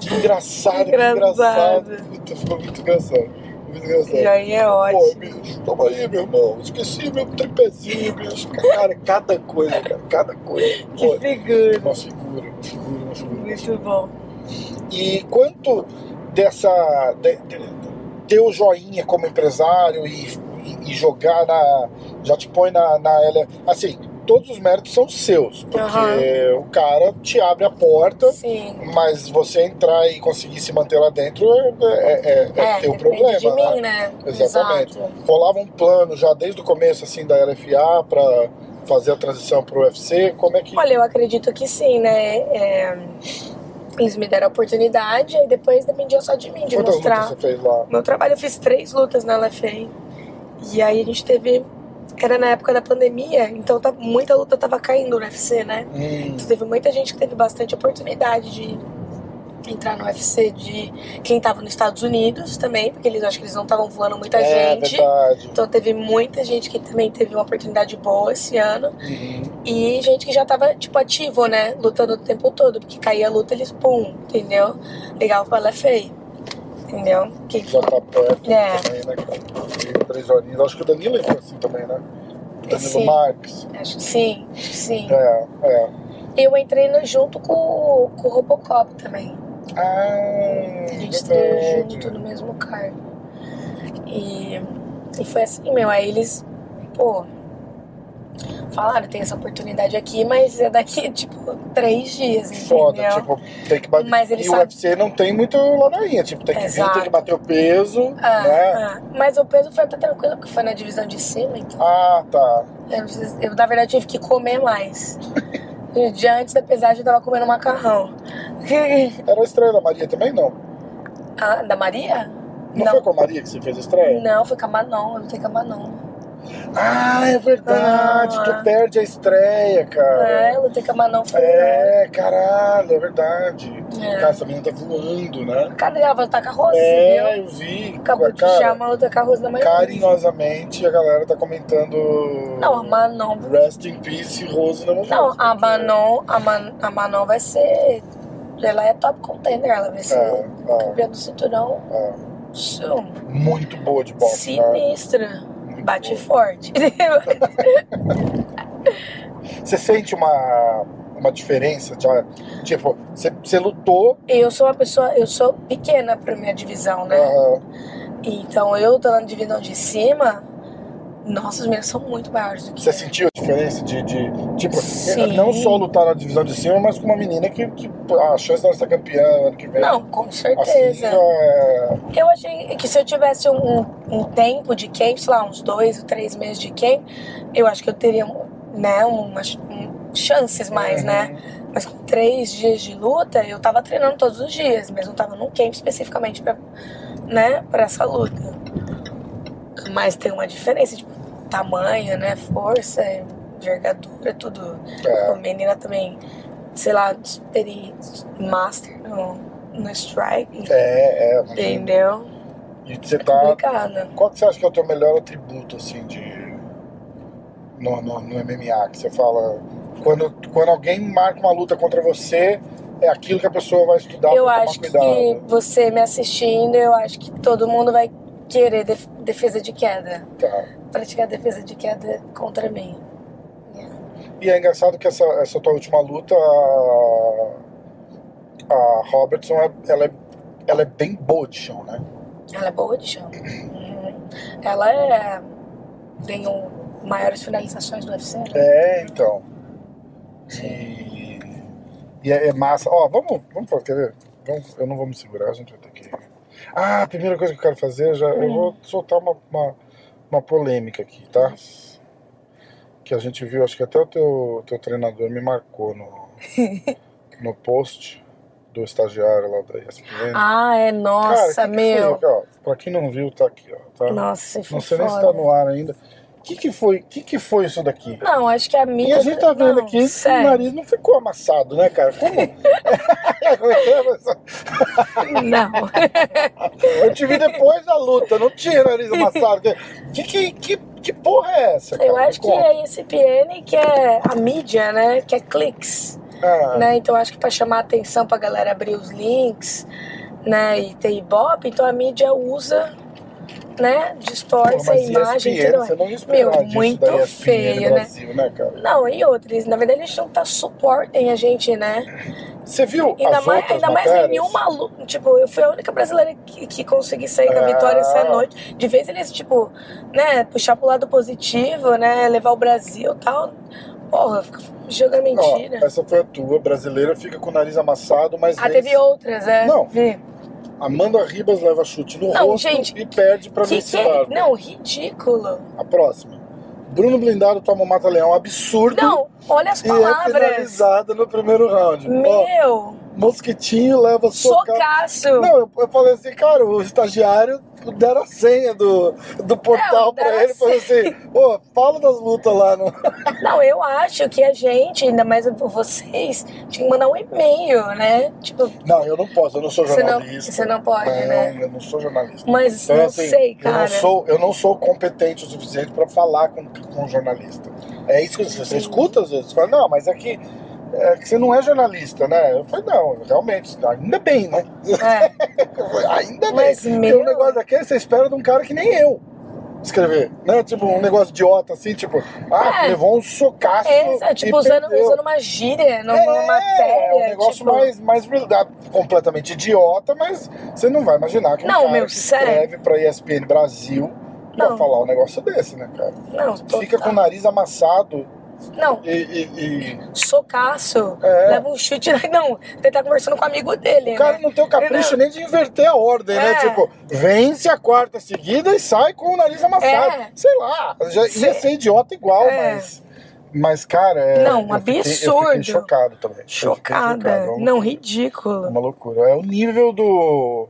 Speaker 1: Que engraçado, que engraçado.
Speaker 2: Engraçado.
Speaker 1: Puta, Ficou muito engraçado. Muito engraçado.
Speaker 2: Joinha é
Speaker 1: Pô,
Speaker 2: ótimo.
Speaker 1: bicho, toma aí, meu irmão. Esqueci meu tripézinho, bicho. Cara, cada coisa, cara, cada coisa.
Speaker 2: Que
Speaker 1: Pô,
Speaker 2: figura.
Speaker 1: uma figura, uma figura, uma figura.
Speaker 2: Muito bom.
Speaker 1: E quanto dessa de, de- ter o joinha como empresário e, e- e jogar na já te põe na na ele- assim, todos os méritos são seus, porque
Speaker 2: Aham.
Speaker 1: o cara te abre a porta,
Speaker 2: Sim.
Speaker 1: mas você entrar e conseguir se manter lá dentro é, é, é- é
Speaker 2: É,
Speaker 1: teu
Speaker 2: depende
Speaker 1: problema.
Speaker 2: de
Speaker 1: né?
Speaker 2: mim, né?
Speaker 1: Exatamente.
Speaker 2: Exato.
Speaker 1: Rolava um plano já desde o começo assim da LFA para fazer a transição para o UFC. Como é que
Speaker 2: Olha, eu acredito que sim, né? É, Eles me deram a oportunidade e depois dependia só de mim, de
Speaker 1: quantas lutas
Speaker 2: mostrar.
Speaker 1: você fez lá?
Speaker 2: Meu trabalho, eu fiz três lutas na LFA. E aí a gente teve. Era na época da pandemia, então tá- muita luta tava caindo no UFC, né?
Speaker 1: Hum,
Speaker 2: Então, teve muita gente que teve bastante oportunidade de entrar no UFC de quem tava nos Estados Unidos também, porque eles acho que eles não estavam voando muita
Speaker 1: é
Speaker 2: gente.
Speaker 1: verdade.
Speaker 2: Então teve muita gente que também teve uma oportunidade boa esse ano.
Speaker 1: Uhum.
Speaker 2: E gente que já tava, tipo, ativo, né? Lutando o tempo todo. Porque caía a luta, eles pum, entendeu? Legal pra ela é feio. Entendeu? Que,
Speaker 1: já tá perto
Speaker 2: É.
Speaker 1: também, né? cara? Três horinhas. Acho que o Danilo entrou assim também, né? O Danilo
Speaker 2: Sim.
Speaker 1: Marques.
Speaker 2: acho que sim, sim.
Speaker 1: É, é.
Speaker 2: Eu entrei no- junto com, com o Robocop também.
Speaker 1: Ah,
Speaker 2: A gente estreou
Speaker 1: é verdade.
Speaker 2: junto né, no mesmo cargo. E, e foi assim, meu. Aí eles, pô, falaram, tem essa oportunidade aqui, mas é daqui, tipo, três dias, entendeu?
Speaker 1: Foda, tipo, tem que bater.
Speaker 2: Mas ele
Speaker 1: e o
Speaker 2: sabe-
Speaker 1: UFC não tem muito ladainha, tipo, tem que vir,
Speaker 2: Exato.
Speaker 1: tem que bater o peso,
Speaker 2: Ah,
Speaker 1: né?
Speaker 2: ah. Mas o peso foi até tranquilo, porque foi na divisão de cima, então.
Speaker 1: Ah, tá.
Speaker 2: Eu, não precis- eu, na verdade, tive que comer mais. No dia antes da pesagem, eu tava comendo macarrão.
Speaker 1: Era a estreia da Maria também, não?
Speaker 2: Ah, da Maria?
Speaker 1: Não, foi com a Maria que você fez a estreia?
Speaker 2: Não, foi com a Manon, eu não tenho com a Manon.
Speaker 1: Ah, é verdade.
Speaker 2: Ah.
Speaker 1: Tu perde a estreia,
Speaker 2: É,
Speaker 1: cara.
Speaker 2: eu lutei com a Manon. Foi
Speaker 1: É, caralho, é verdade.
Speaker 2: É.
Speaker 1: Cara, essa menina tá voando, né?
Speaker 2: Cadê ela? Vai lutar com a Rose,
Speaker 1: É,
Speaker 2: viu?
Speaker 1: eu vi.
Speaker 2: Acabou de
Speaker 1: cara,
Speaker 2: chamar lutar com a Rose na manhã.
Speaker 1: carinhosamente a galera tá comentando.
Speaker 2: Não, a Manon.
Speaker 1: Rest in peace, Rose não
Speaker 2: Não, a Manon, a, Man, a Manon vai ser. Ela é top contender, ela vai ser
Speaker 1: É,
Speaker 2: campeã do cinturão.
Speaker 1: é,
Speaker 2: Sim.
Speaker 1: é. Muito boa de boxe, né?
Speaker 2: Sinistra.
Speaker 1: Muito
Speaker 2: Bate
Speaker 1: boa.
Speaker 2: forte.
Speaker 1: Você sente uma, uma diferença? De, tipo, você, você lutou.
Speaker 2: eu sou uma pessoa, eu sou pequena pra minha divisão, né?
Speaker 1: aham.
Speaker 2: Então eu tô na divisão de cima, nossa, os meninos são muito maiores do que
Speaker 1: Você é assim?
Speaker 2: eu.
Speaker 1: sentiu a diferença de. de- tipo,
Speaker 2: Sim.
Speaker 1: não só lutar na divisão de cima, mas com uma menina que, que a chance dela ser campeã ano que vem.
Speaker 2: Não, com
Speaker 1: assim,
Speaker 2: certeza.
Speaker 1: é,
Speaker 2: Eu achei que se eu tivesse um, um- um tempo de camp, sei lá, uns dois ou três meses de camp, eu acho que eu teria, né, umas um- chances mais, né? Mas com três dias de luta, eu tava treinando todos os dias, mas não tava num camp especificamente pra, né, pra essa luta. Mas tem uma diferença, tipo, tamanho, né, força, envergadura, tudo.
Speaker 1: É.
Speaker 2: A menina também, sei lá, experi- master no, no strike,
Speaker 1: É, é.
Speaker 2: entendeu?
Speaker 1: E você tá
Speaker 2: Complicado.
Speaker 1: Qual que você acha que é o teu melhor atributo, assim, de... No, no, no MMA, que você fala... Quando, quando alguém marca uma luta contra você, é aquilo que a pessoa vai estudar
Speaker 2: Eu
Speaker 1: pra tomar
Speaker 2: acho
Speaker 1: cuidado. né?
Speaker 2: que você me assistindo, eu acho que todo mundo vai querer def- defesa de queda.
Speaker 1: Tá.
Speaker 2: praticar defesa de queda contra mim.
Speaker 1: E é engraçado que essa, essa tua última luta, a, a Robertson, é- ela é, ela é bem boa de chão, né?
Speaker 2: Ela é boa de chão. Uhum. Ela é. tem um, maiores finalizações do UFC. né?
Speaker 1: É, então. E, e é, é massa. Ó, vamos, vamos falar, quer ver? Vamos, eu não vou me segurar, a gente vai ter que. Ah, a primeira coisa que eu quero fazer, já, eu vou soltar uma, uma, uma polêmica aqui, tá? Que a gente viu, acho que até o teu, teu treinador me marcou no, no post do estagiário lá da ESPN.
Speaker 2: Ah, é nossa,
Speaker 1: Cara, que que
Speaker 2: meu.
Speaker 1: foi? Ó, pra quem não viu, tá aqui, ó. Tá?
Speaker 2: Nossa, isso foi
Speaker 1: não sei nem se
Speaker 2: foda.
Speaker 1: tá no ar ainda. O que, que foi? Que que foi isso daqui?
Speaker 2: Não, acho que a
Speaker 1: E
Speaker 2: minha.
Speaker 1: a gente tá vendo
Speaker 2: Não,
Speaker 1: aqui que o
Speaker 2: sério.
Speaker 1: nariz não ficou amassado, né, cara? Como? É,
Speaker 2: Não.
Speaker 1: Eu te vi depois da luta, não tinha nariz amassado. Que, que, que, que porra é essa, cara?
Speaker 2: Eu
Speaker 1: Me
Speaker 2: acho que
Speaker 1: conta.
Speaker 2: a ESPN, que é a mídia, né? Que é cliques.
Speaker 1: Ah,
Speaker 2: né? Então acho que para chamar a atenção para galera abrir os links, né? E ter ibope, então a mídia usa, né? Distorce
Speaker 1: porra,
Speaker 2: a
Speaker 1: mas
Speaker 2: imagem.
Speaker 1: ESPN,
Speaker 2: entendeu?
Speaker 1: você não ia esperar
Speaker 2: Meu,
Speaker 1: disso
Speaker 2: muito
Speaker 1: da ESPN
Speaker 2: feio, né?
Speaker 1: Brasil, né, cara?
Speaker 2: Não, e outras. Na verdade, eles não tá suportem a gente, né?
Speaker 1: Você viu
Speaker 2: Ainda
Speaker 1: as
Speaker 2: mais,
Speaker 1: outras
Speaker 2: ainda mais
Speaker 1: matérias?
Speaker 2: nenhuma luta. Tipo, eu fui a única brasileira que, que consegui sair da
Speaker 1: Ah.
Speaker 2: vitória essa noite. De vez eles, tipo, né, puxar pro lado positivo, né? Levar o Brasil e tal. Porra, fica jogando
Speaker 1: Ó,
Speaker 2: mentira.
Speaker 1: essa foi a tua, brasileira fica com o nariz amassado, mas
Speaker 2: né? ah,
Speaker 1: vence.
Speaker 2: teve outras, é.
Speaker 1: Não,
Speaker 2: Vi.
Speaker 1: Amanda Ribas leva chute no
Speaker 2: Não,
Speaker 1: rosto
Speaker 2: gente,
Speaker 1: e perde pra
Speaker 2: Que, que é,
Speaker 1: Messilar.
Speaker 2: não, ridículo.
Speaker 1: A próxima. Bruno Blindado toma um mata-leão absurdo
Speaker 2: Não, olha as
Speaker 1: e é
Speaker 2: palavras.
Speaker 1: finalizada no primeiro round. Ó,
Speaker 2: Meu,
Speaker 1: mosquitinho leva socado.
Speaker 2: socaço.
Speaker 1: Não, eu, eu falei assim, cara, o estagiário deram a senha do, do portal
Speaker 2: Não, deram
Speaker 1: pra
Speaker 2: a
Speaker 1: ele. Falei assim, ô, fala das lutas lá no.
Speaker 2: Não, eu acho que a gente, ainda mais vocês, tinha que mandar um e-mail, né? Tipo,
Speaker 1: Não, eu não posso, eu não sou
Speaker 2: você não,
Speaker 1: jornalista.
Speaker 2: você não pode, né?
Speaker 1: Não, eu não sou jornalista.
Speaker 2: Mas
Speaker 1: Então,
Speaker 2: não
Speaker 1: assim,
Speaker 2: sei,
Speaker 1: eu não,
Speaker 2: cara.
Speaker 1: sou, eu não sou competente o suficiente pra falar com, com um jornalista. É isso que você, você escuta às vezes. Você fala, não, mas é que, é que você não é jornalista, né? Eu falei, não, realmente, ainda bem, né?
Speaker 2: É,
Speaker 1: Eu falei, ainda bem.
Speaker 2: mas
Speaker 1: Porque
Speaker 2: meu.
Speaker 1: um negócio daquele você espera de um cara que nem eu escrever, né? Tipo, um negócio idiota assim, tipo, ah,
Speaker 2: É.
Speaker 1: levou um socaço.
Speaker 2: É, é, tipo,
Speaker 1: e
Speaker 2: usando,
Speaker 1: perdeu.
Speaker 2: usando uma gíria numa
Speaker 1: É,
Speaker 2: matéria.
Speaker 1: É um negócio
Speaker 2: tipo,
Speaker 1: mais, mais real- ah, completamente idiota, mas você não vai imaginar que um
Speaker 2: Não,
Speaker 1: cara
Speaker 2: meu,
Speaker 1: que
Speaker 2: sério.
Speaker 1: escreve pra ESPN Brasil vai
Speaker 2: Não.
Speaker 1: falar um negócio desse, né, cara?
Speaker 2: Não, total.
Speaker 1: Fica com o nariz amassado
Speaker 2: Não,
Speaker 1: e. e- e-
Speaker 2: socaço.
Speaker 1: É.
Speaker 2: Leva um chute. Não, ele tá conversando com um amigo dele.
Speaker 1: O cara é
Speaker 2: né?
Speaker 1: não tem o capricho
Speaker 2: Não.
Speaker 1: nem de inverter a ordem, né?
Speaker 2: É.
Speaker 1: Tipo, vence a quarta seguida e sai com o nariz amassado.
Speaker 2: É.
Speaker 1: Sei lá, já ia
Speaker 2: Sei.
Speaker 1: ser idiota igual,
Speaker 2: É.
Speaker 1: mas. Mas, cara, é.
Speaker 2: Não,
Speaker 1: eu fiquei- eu fiquei
Speaker 2: absurdo.
Speaker 1: chocado também. Eu fiquei
Speaker 2: Chocada.
Speaker 1: chocado, é uma
Speaker 2: não,
Speaker 1: loucura. É
Speaker 2: ridículo.
Speaker 1: uma loucura. É o nível do.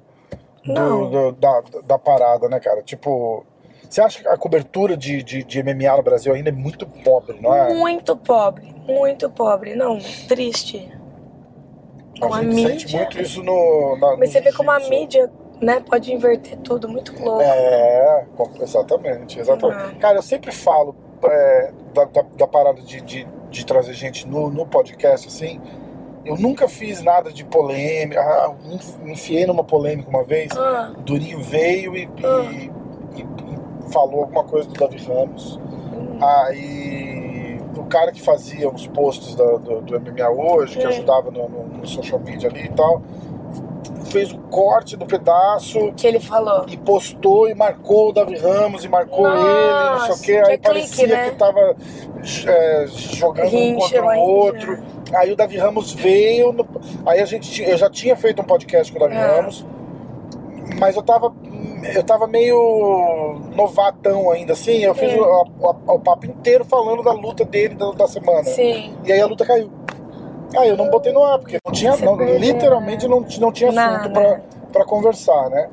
Speaker 1: do-
Speaker 2: Não.
Speaker 1: do- da, da parada, né, cara? Tipo. Você acha que a cobertura de, de, de MMA no Brasil ainda é muito pobre, não é?
Speaker 2: Muito pobre, muito pobre. Não, triste. Não,
Speaker 1: a
Speaker 2: a
Speaker 1: gente sente
Speaker 2: mídia-
Speaker 1: muito isso no. na-
Speaker 2: Mas
Speaker 1: no
Speaker 2: você vê como a
Speaker 1: jiu-jitsu.
Speaker 2: mídia, né, pode inverter tudo, muito louco.
Speaker 1: É, com- exatamente, exatamente. Cara, eu sempre falo é, da, da- da parada de, de- de trazer gente no, no podcast, assim. Eu nunca fiz nada de polêmica. Ah, enf- me enfiei numa polêmica uma vez.
Speaker 2: Ah,
Speaker 1: Durinho veio e, e-
Speaker 2: Ah.
Speaker 1: e- e falou alguma coisa do Davi Ramos. Aí o cara que fazia os posts da- do, do MMA hoje, que
Speaker 2: É.
Speaker 1: ajudava no, no- no social media ali e tal, fez o corte do pedaço
Speaker 2: que ele falou.
Speaker 1: e postou e marcou o Davi Ramos e marcou
Speaker 2: Nossa,
Speaker 1: ele, não sei o que,
Speaker 2: que
Speaker 1: aí
Speaker 2: é clique,
Speaker 1: parecia
Speaker 2: né?
Speaker 1: que tava é, jogando um
Speaker 2: Rincha,
Speaker 1: contra
Speaker 2: uma
Speaker 1: o
Speaker 2: rincha.
Speaker 1: outro. Aí o Davi Ramos veio, no- aí a gente, tinha- eu já tinha feito um podcast com o Davi
Speaker 2: É.
Speaker 1: Ramos, mas eu tava, eu tava meio novatão ainda, assim, eu fiz
Speaker 2: É.
Speaker 1: o, a- o papo inteiro falando da luta dele da, da semana.
Speaker 2: Sim.
Speaker 1: E aí a luta caiu. Aí eu não botei no ar, porque não tinha,
Speaker 2: Você
Speaker 1: não,
Speaker 2: perdeu,
Speaker 1: literalmente não, ti- não tinha assunto
Speaker 2: Nada.
Speaker 1: pra, pra conversar, né?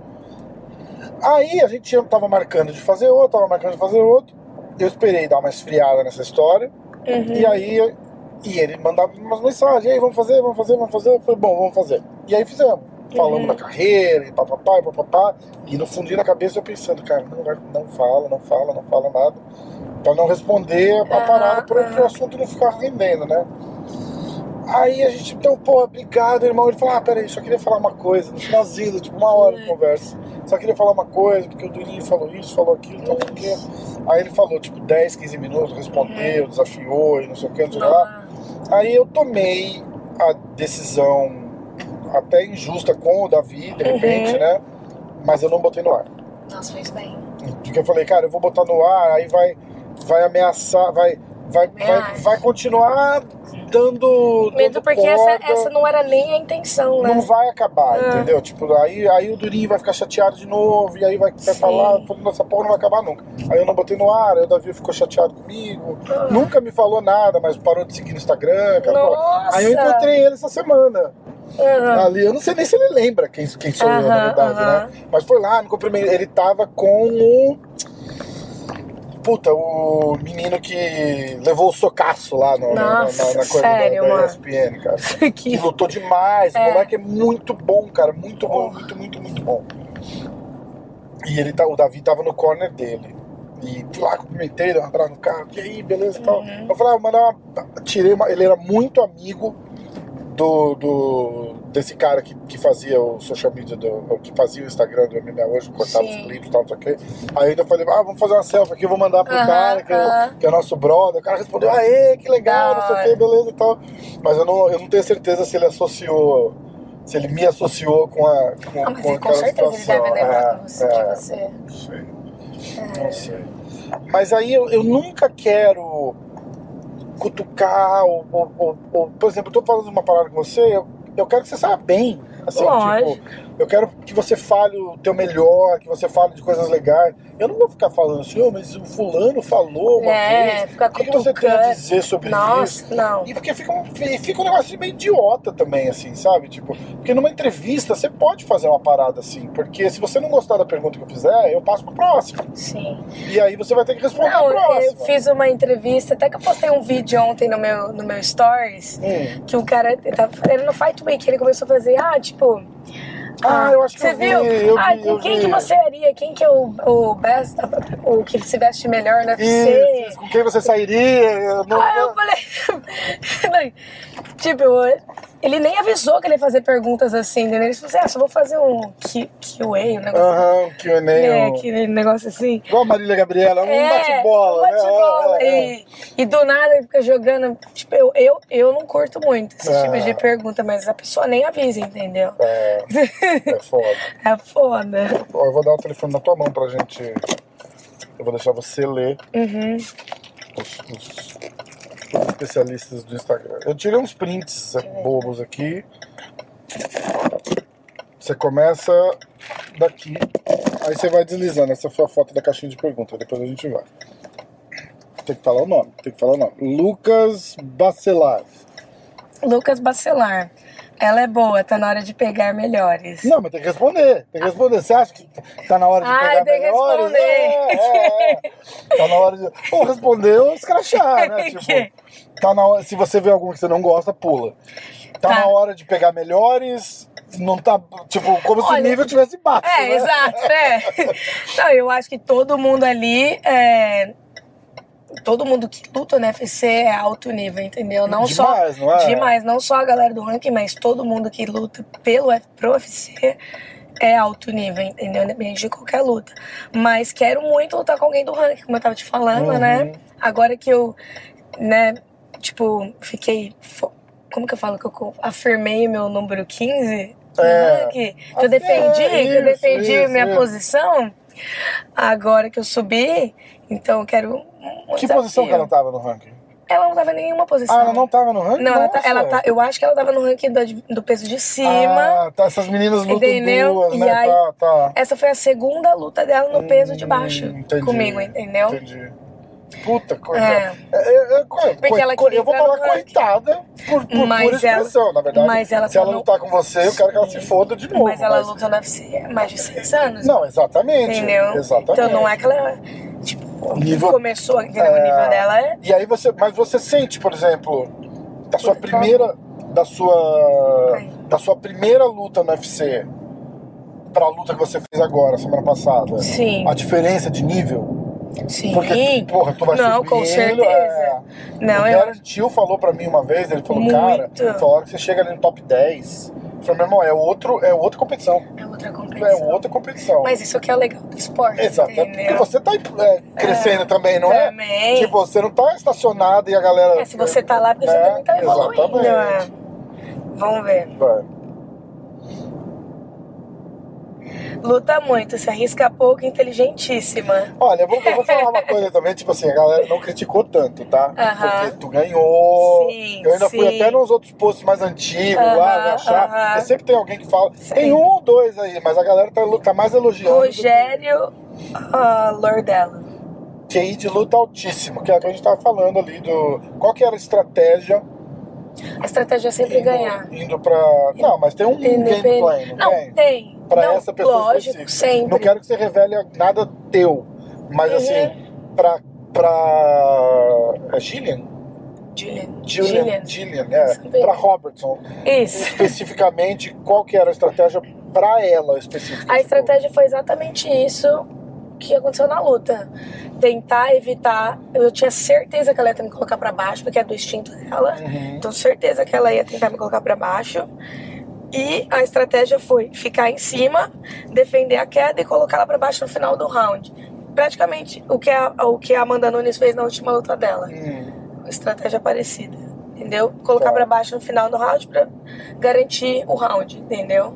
Speaker 1: Aí a gente tinha- tava marcando de fazer outro, tava marcando de fazer outro. Eu esperei dar uma esfriada nessa história.
Speaker 2: Uhum.
Speaker 1: E aí e ele mandava umas mensagens, e aí vamos fazer, vamos fazer, vamos fazer. Foi bom, vamos fazer. E aí fizemos. Falamos
Speaker 2: Uhum.
Speaker 1: da carreira, e papapá, e papapá. E no fundinho da cabeça eu pensando, cara, não, vai- não fala, não fala, não fala nada. Pra não responder a
Speaker 2: Ah,
Speaker 1: parada, pra,
Speaker 2: ah.
Speaker 1: pro assunto não ficar rendendo, né? Aí a gente, então, pô, obrigado, irmão. Ele falou, ah, peraí, só queria falar uma coisa. No finalzinho, tipo, uma hora de
Speaker 2: Hum.
Speaker 1: conversa. Só queria falar uma coisa, porque o Durinho falou isso, falou aquilo, tal, não sei o quê. Aí ele falou, tipo, 10, 15 minutos, respondeu, desafiou e não sei o que, não sei o que lá.
Speaker 2: Ah,
Speaker 1: Aí eu tomei a decisão até injusta com o Davi, de repente,
Speaker 2: Uhum.
Speaker 1: né? Mas eu não botei no ar.
Speaker 2: Nossa, fez bem.
Speaker 1: Porque eu falei, cara, eu vou botar no ar, aí vai, vai ameaçar, vai, vai,
Speaker 2: Também
Speaker 1: vai,
Speaker 2: acho.
Speaker 1: vai continuar dando.
Speaker 2: Medo
Speaker 1: dando
Speaker 2: porque essa,
Speaker 1: corda.
Speaker 2: essa não era nem a intenção, né?
Speaker 1: não vai acabar,
Speaker 2: Ah.
Speaker 1: entendeu? Tipo, aí, aí o Durinho vai ficar chateado de novo, e aí vai, vai
Speaker 2: Sim.
Speaker 1: falar, falando, essa porra não vai acabar nunca. Aí eu não botei no ar, aí o Davi ficou chateado comigo,
Speaker 2: Ah.
Speaker 1: nunca me falou nada, mas parou de seguir no Instagram, acabou.
Speaker 2: Nossa!
Speaker 1: Aí eu encontrei ele essa semana.
Speaker 2: Aham.
Speaker 1: Ali, eu não sei nem se ele lembra quem, quem sou eu, na
Speaker 2: Aham,
Speaker 1: verdade,
Speaker 2: aham.
Speaker 1: né? Mas foi lá, me cumprimentei. Ele tava com o. Puta, o menino que levou o socaço lá no, na- na-
Speaker 2: Nossa,
Speaker 1: na, coisa
Speaker 2: sério,
Speaker 1: da, da
Speaker 2: mano.
Speaker 1: ESPN, cara. Que
Speaker 2: Que-
Speaker 1: lutou demais. O
Speaker 2: É. Oh.
Speaker 1: moleque é muito bom, cara. Muito bom, muito, muito, muito bom. E ele tá, o Davi tava no corner dele. E fui lá, cumprimentei, dei um abraço no carro. E aí, beleza e tal.
Speaker 2: Uhum.
Speaker 1: Eu falei, ah, mandar uma. Tirei uma. Ele era muito amigo do. do desse cara que, que fazia o social media, do, que fazia o Instagram do MMA hoje, cortava
Speaker 2: Sim.
Speaker 1: os clipes e tal, não sei o quê. Aí eu ainda falei, ah, vamos fazer uma selfie aqui, eu vou mandar pro
Speaker 2: Aham,
Speaker 1: cara, que,
Speaker 2: aham.
Speaker 1: é, que é nosso brother. O cara respondeu, aê, que legal,
Speaker 2: Da
Speaker 1: não sei o
Speaker 2: hora.
Speaker 1: quê, beleza e tal. Mas eu não, eu não tenho certeza se ele associou, se ele me associou com a. Com,
Speaker 2: Ah, mas
Speaker 1: com
Speaker 2: ele, com
Speaker 1: aquela
Speaker 2: certeza ele
Speaker 1: situação.
Speaker 2: deve lembrar
Speaker 1: É,
Speaker 2: de você.
Speaker 1: é,
Speaker 2: de você.
Speaker 1: Não sei. Não sei. Mas aí eu, eu nunca quero cutucar, ou, ou- ou- ou- por exemplo, eu tô falando uma palavra com você, eu, eu quero que você saiba bem. Assim,
Speaker 2: Lógico.
Speaker 1: tipo, eu quero que você fale o teu melhor, que você fale de coisas legais. Eu não vou ficar falando assim, "Ô, mas o fulano falou uma
Speaker 2: É,
Speaker 1: vez.
Speaker 2: ficar
Speaker 1: o que, que você tem a
Speaker 2: cutucando."
Speaker 1: dizer sobre isso?
Speaker 2: Nossa, não.
Speaker 1: E porque fica um, e fica um negócio meio idiota também, assim, sabe? Tipo, porque numa entrevista você pode fazer uma parada assim, porque se você não gostar da pergunta que eu fizer, eu passo pro próximo.
Speaker 2: Sim.
Speaker 1: E aí você vai ter que responder a
Speaker 2: Não,
Speaker 1: próxima.
Speaker 2: eu fiz uma entrevista, até que eu postei um vídeo ontem no meu, no meu Stories,
Speaker 1: Hum.
Speaker 2: que o cara ele tava era no Fight Week, ele começou a fazer, ah, tipo.
Speaker 1: Ah, eu acho que
Speaker 2: você
Speaker 1: eu vi,
Speaker 2: viu?
Speaker 1: eu
Speaker 2: ah,
Speaker 1: vi,
Speaker 2: com
Speaker 1: eu
Speaker 2: quem
Speaker 1: vi.
Speaker 2: que você iria? Quem que é o, o best, o que se veste melhor no UFC?
Speaker 1: Isso, isso, com quem você sairia? Eu não-
Speaker 2: Aí Ah, eu falei. tipo, ele nem avisou que ele ia fazer perguntas assim, né? Ele falou assim: ah, só vou fazer um Q- QA, um negócio.
Speaker 1: Aham, que o
Speaker 2: É,
Speaker 1: Enem.
Speaker 2: aquele negócio assim.
Speaker 1: Igual a Marília Gabriela, um bate-bola.
Speaker 2: É, um bate-bola.
Speaker 1: né? É, é, é.
Speaker 2: E, e do nada ele fica jogando. Tipo, eu, eu, eu não curto muito esse
Speaker 1: Ah.
Speaker 2: tipo de pergunta, mas a pessoa nem avisa, entendeu?
Speaker 1: É, é foda.
Speaker 2: É foda.
Speaker 1: Ó, eu vou dar o telefone na tua mão pra gente. Eu vou deixar você ler
Speaker 2: Uhum.
Speaker 1: os, os- os especialistas do Instagram. Eu tirei uns prints é, bobos aqui. Você começa daqui, aí você vai deslizando. Essa foi a foto da caixinha de perguntas, depois a gente vai. Tem que falar o nome, tem que falar o nome. Lucas Bacelar.
Speaker 2: Lucas Bacelar. Ela é boa, tá na hora de pegar melhores.
Speaker 1: Não, mas tem que responder, tem que responder. Você acha que tá na hora de
Speaker 2: Ai,
Speaker 1: pegar
Speaker 2: tem que
Speaker 1: melhores?
Speaker 2: responder.
Speaker 1: É, é, é. Tá na hora de... Ou responder ou escrachar, né? Tipo, tá na hora... Se você vê algum que você não gosta, pula. Tá,
Speaker 2: Tá.
Speaker 1: na hora de pegar melhores, não tá... Tipo, como se
Speaker 2: Olha,
Speaker 1: o nível tivesse baixo,
Speaker 2: É,
Speaker 1: né?
Speaker 2: exato, é. Não, eu acho que todo mundo ali é. Todo mundo que luta no UFC é alto nível, entendeu? Não
Speaker 1: Demais,
Speaker 2: só
Speaker 1: não é?
Speaker 2: demais, não só a galera do ranking, mas todo mundo que luta pelo F- pro UFC é alto nível, entendeu? Independente de qualquer luta. Mas quero muito lutar com alguém do ranking, como eu tava te falando,
Speaker 1: Uhum.
Speaker 2: né? Agora que eu, né, tipo, fiquei. fo- Como que eu falo que eu co- afirmei meu número 15? no
Speaker 1: É.
Speaker 2: ranking? que eu defendi,
Speaker 1: É,
Speaker 2: que eu
Speaker 1: isso,
Speaker 2: defendi
Speaker 1: isso, é.
Speaker 2: minha
Speaker 1: isso.
Speaker 2: posição, agora que eu subi, então eu quero um, um
Speaker 1: Que
Speaker 2: desafio.
Speaker 1: posição que ela tava no ranking?
Speaker 2: Ela não tava em nenhuma posição.
Speaker 1: Ah, ela não tava no ranking?
Speaker 2: Não, ela, tá,
Speaker 1: Nossa.
Speaker 2: ela tá- eu acho que ela tava no ranking da- do, peso de cima.
Speaker 1: Ah, tá, essas meninas lutam
Speaker 2: Entendeu?
Speaker 1: duas,
Speaker 2: E
Speaker 1: né?
Speaker 2: aí-
Speaker 1: Tá, tá.
Speaker 2: Essa foi a segunda luta dela no peso de baixo
Speaker 1: Hum, entendi,
Speaker 2: comigo, entendeu?
Speaker 1: Entendi. Puta coisa.
Speaker 2: É.
Speaker 1: É, é, é, coi-
Speaker 2: Porque
Speaker 1: coi-
Speaker 2: ela
Speaker 1: coi-
Speaker 2: queria
Speaker 1: eu vou
Speaker 2: entrar no
Speaker 1: falar
Speaker 2: ranking.
Speaker 1: coitada por, por
Speaker 2: Mas
Speaker 1: pura
Speaker 2: ela-
Speaker 1: expressão, na verdade.
Speaker 2: mas ela
Speaker 1: se ela
Speaker 2: falou-
Speaker 1: lutar com você, eu quero que ela se foda de novo.
Speaker 2: mas ela luta no UFC há mais de seis anos.
Speaker 1: Não, exatamente.
Speaker 2: entendeu?
Speaker 1: Exatamente.
Speaker 2: Então não é que ela, tipo,
Speaker 1: Nível-
Speaker 2: começou, entendeu? O
Speaker 1: É.
Speaker 2: nível dela é
Speaker 1: E aí você. Mas você sente, por exemplo, da sua
Speaker 2: Por-
Speaker 1: primeira. Da sua.
Speaker 2: Ai.
Speaker 1: Da sua primeira luta no UFC pra luta que você fez agora, semana passada.
Speaker 2: Sim.
Speaker 1: A diferença de nível.
Speaker 2: Sim.
Speaker 1: Ah, Porque, porra, tu vai
Speaker 2: Não,
Speaker 1: subindo,
Speaker 2: com certeza.
Speaker 1: é.
Speaker 2: Não,
Speaker 1: o
Speaker 2: eu
Speaker 1: Garrett Hill falou pra mim uma vez, ele falou,
Speaker 2: Muito.
Speaker 1: cara, falou a hora que você chega ali no top 10. Eu falei, meu irmão, é, outro, é outra competição.
Speaker 2: É outra
Speaker 1: É
Speaker 2: competição.
Speaker 1: outra competição.
Speaker 2: Mas isso que é o legal do esporte,
Speaker 1: Exatamente. Porque
Speaker 2: entendeu?
Speaker 1: você tá é, crescendo também, não é?
Speaker 2: Também.
Speaker 1: Tipo, você não tá estacionado e a galera.
Speaker 2: É, se você tá lá, porque você
Speaker 1: né?
Speaker 2: também tá evoluindo.
Speaker 1: Exatamente.
Speaker 2: é. Vamos ver.
Speaker 1: Vai.
Speaker 2: luta muito, se arrisca pouco, inteligentíssima.
Speaker 1: Olha, eu vou, eu vou falar uma coisa também, tipo assim, a galera não criticou tanto, tá?
Speaker 2: Aham.
Speaker 1: Porque tu ganhou.
Speaker 2: Sim,
Speaker 1: eu ainda fui
Speaker 2: sim.
Speaker 1: até nos outros posts mais antigos lá,
Speaker 2: Aham,
Speaker 1: de achar.
Speaker 2: aham.
Speaker 1: Porque sempre tem alguém que fala.
Speaker 2: Sim. é,
Speaker 1: Tem um ou dois aí, mas a galera tá, tá mais elogiando. do que-
Speaker 2: Rogério ah, Lordello.
Speaker 1: QI de luta altíssimo, que é o que a gente estava falando ali do. Qual que era a estratégia?
Speaker 2: A estratégia é sempre
Speaker 1: indo,
Speaker 2: ganhar.
Speaker 1: Indo pra. Não, mas um tem um
Speaker 2: Independ-
Speaker 1: game plan, não,
Speaker 2: Não,
Speaker 1: tem?
Speaker 2: tem.
Speaker 1: Pra
Speaker 2: não,
Speaker 1: essa pessoa
Speaker 2: lógico,
Speaker 1: específica.
Speaker 2: sempre.
Speaker 1: Não quero que você revele nada teu, mas
Speaker 2: Uhum.
Speaker 1: assim, pra. pra. É Gillian?
Speaker 2: Julian.
Speaker 1: Gillian, Gillian, é.
Speaker 2: Isso mesmo.
Speaker 1: Pra Robertson,
Speaker 2: Isso.
Speaker 1: especificamente, qual que era a estratégia pra ela específica?
Speaker 2: A
Speaker 1: tipo?
Speaker 2: estratégia foi exatamente isso que aconteceu na luta. Tentar evitar. Eu tinha certeza que ela ia tentar me colocar pra baixo, porque é do instinto dela.
Speaker 1: Uhum.
Speaker 2: Então, certeza que ela ia tentar me colocar pra baixo. E a estratégia foi ficar em cima, defender a queda e colocá-la pra baixo no final do round. Praticamente o que, a, o que a Amanda Nunes fez na última luta dela.
Speaker 1: Hum,
Speaker 2: Estratégia parecida, entendeu? Colocar
Speaker 1: Tá.
Speaker 2: pra baixo no final do round pra garantir o round, entendeu?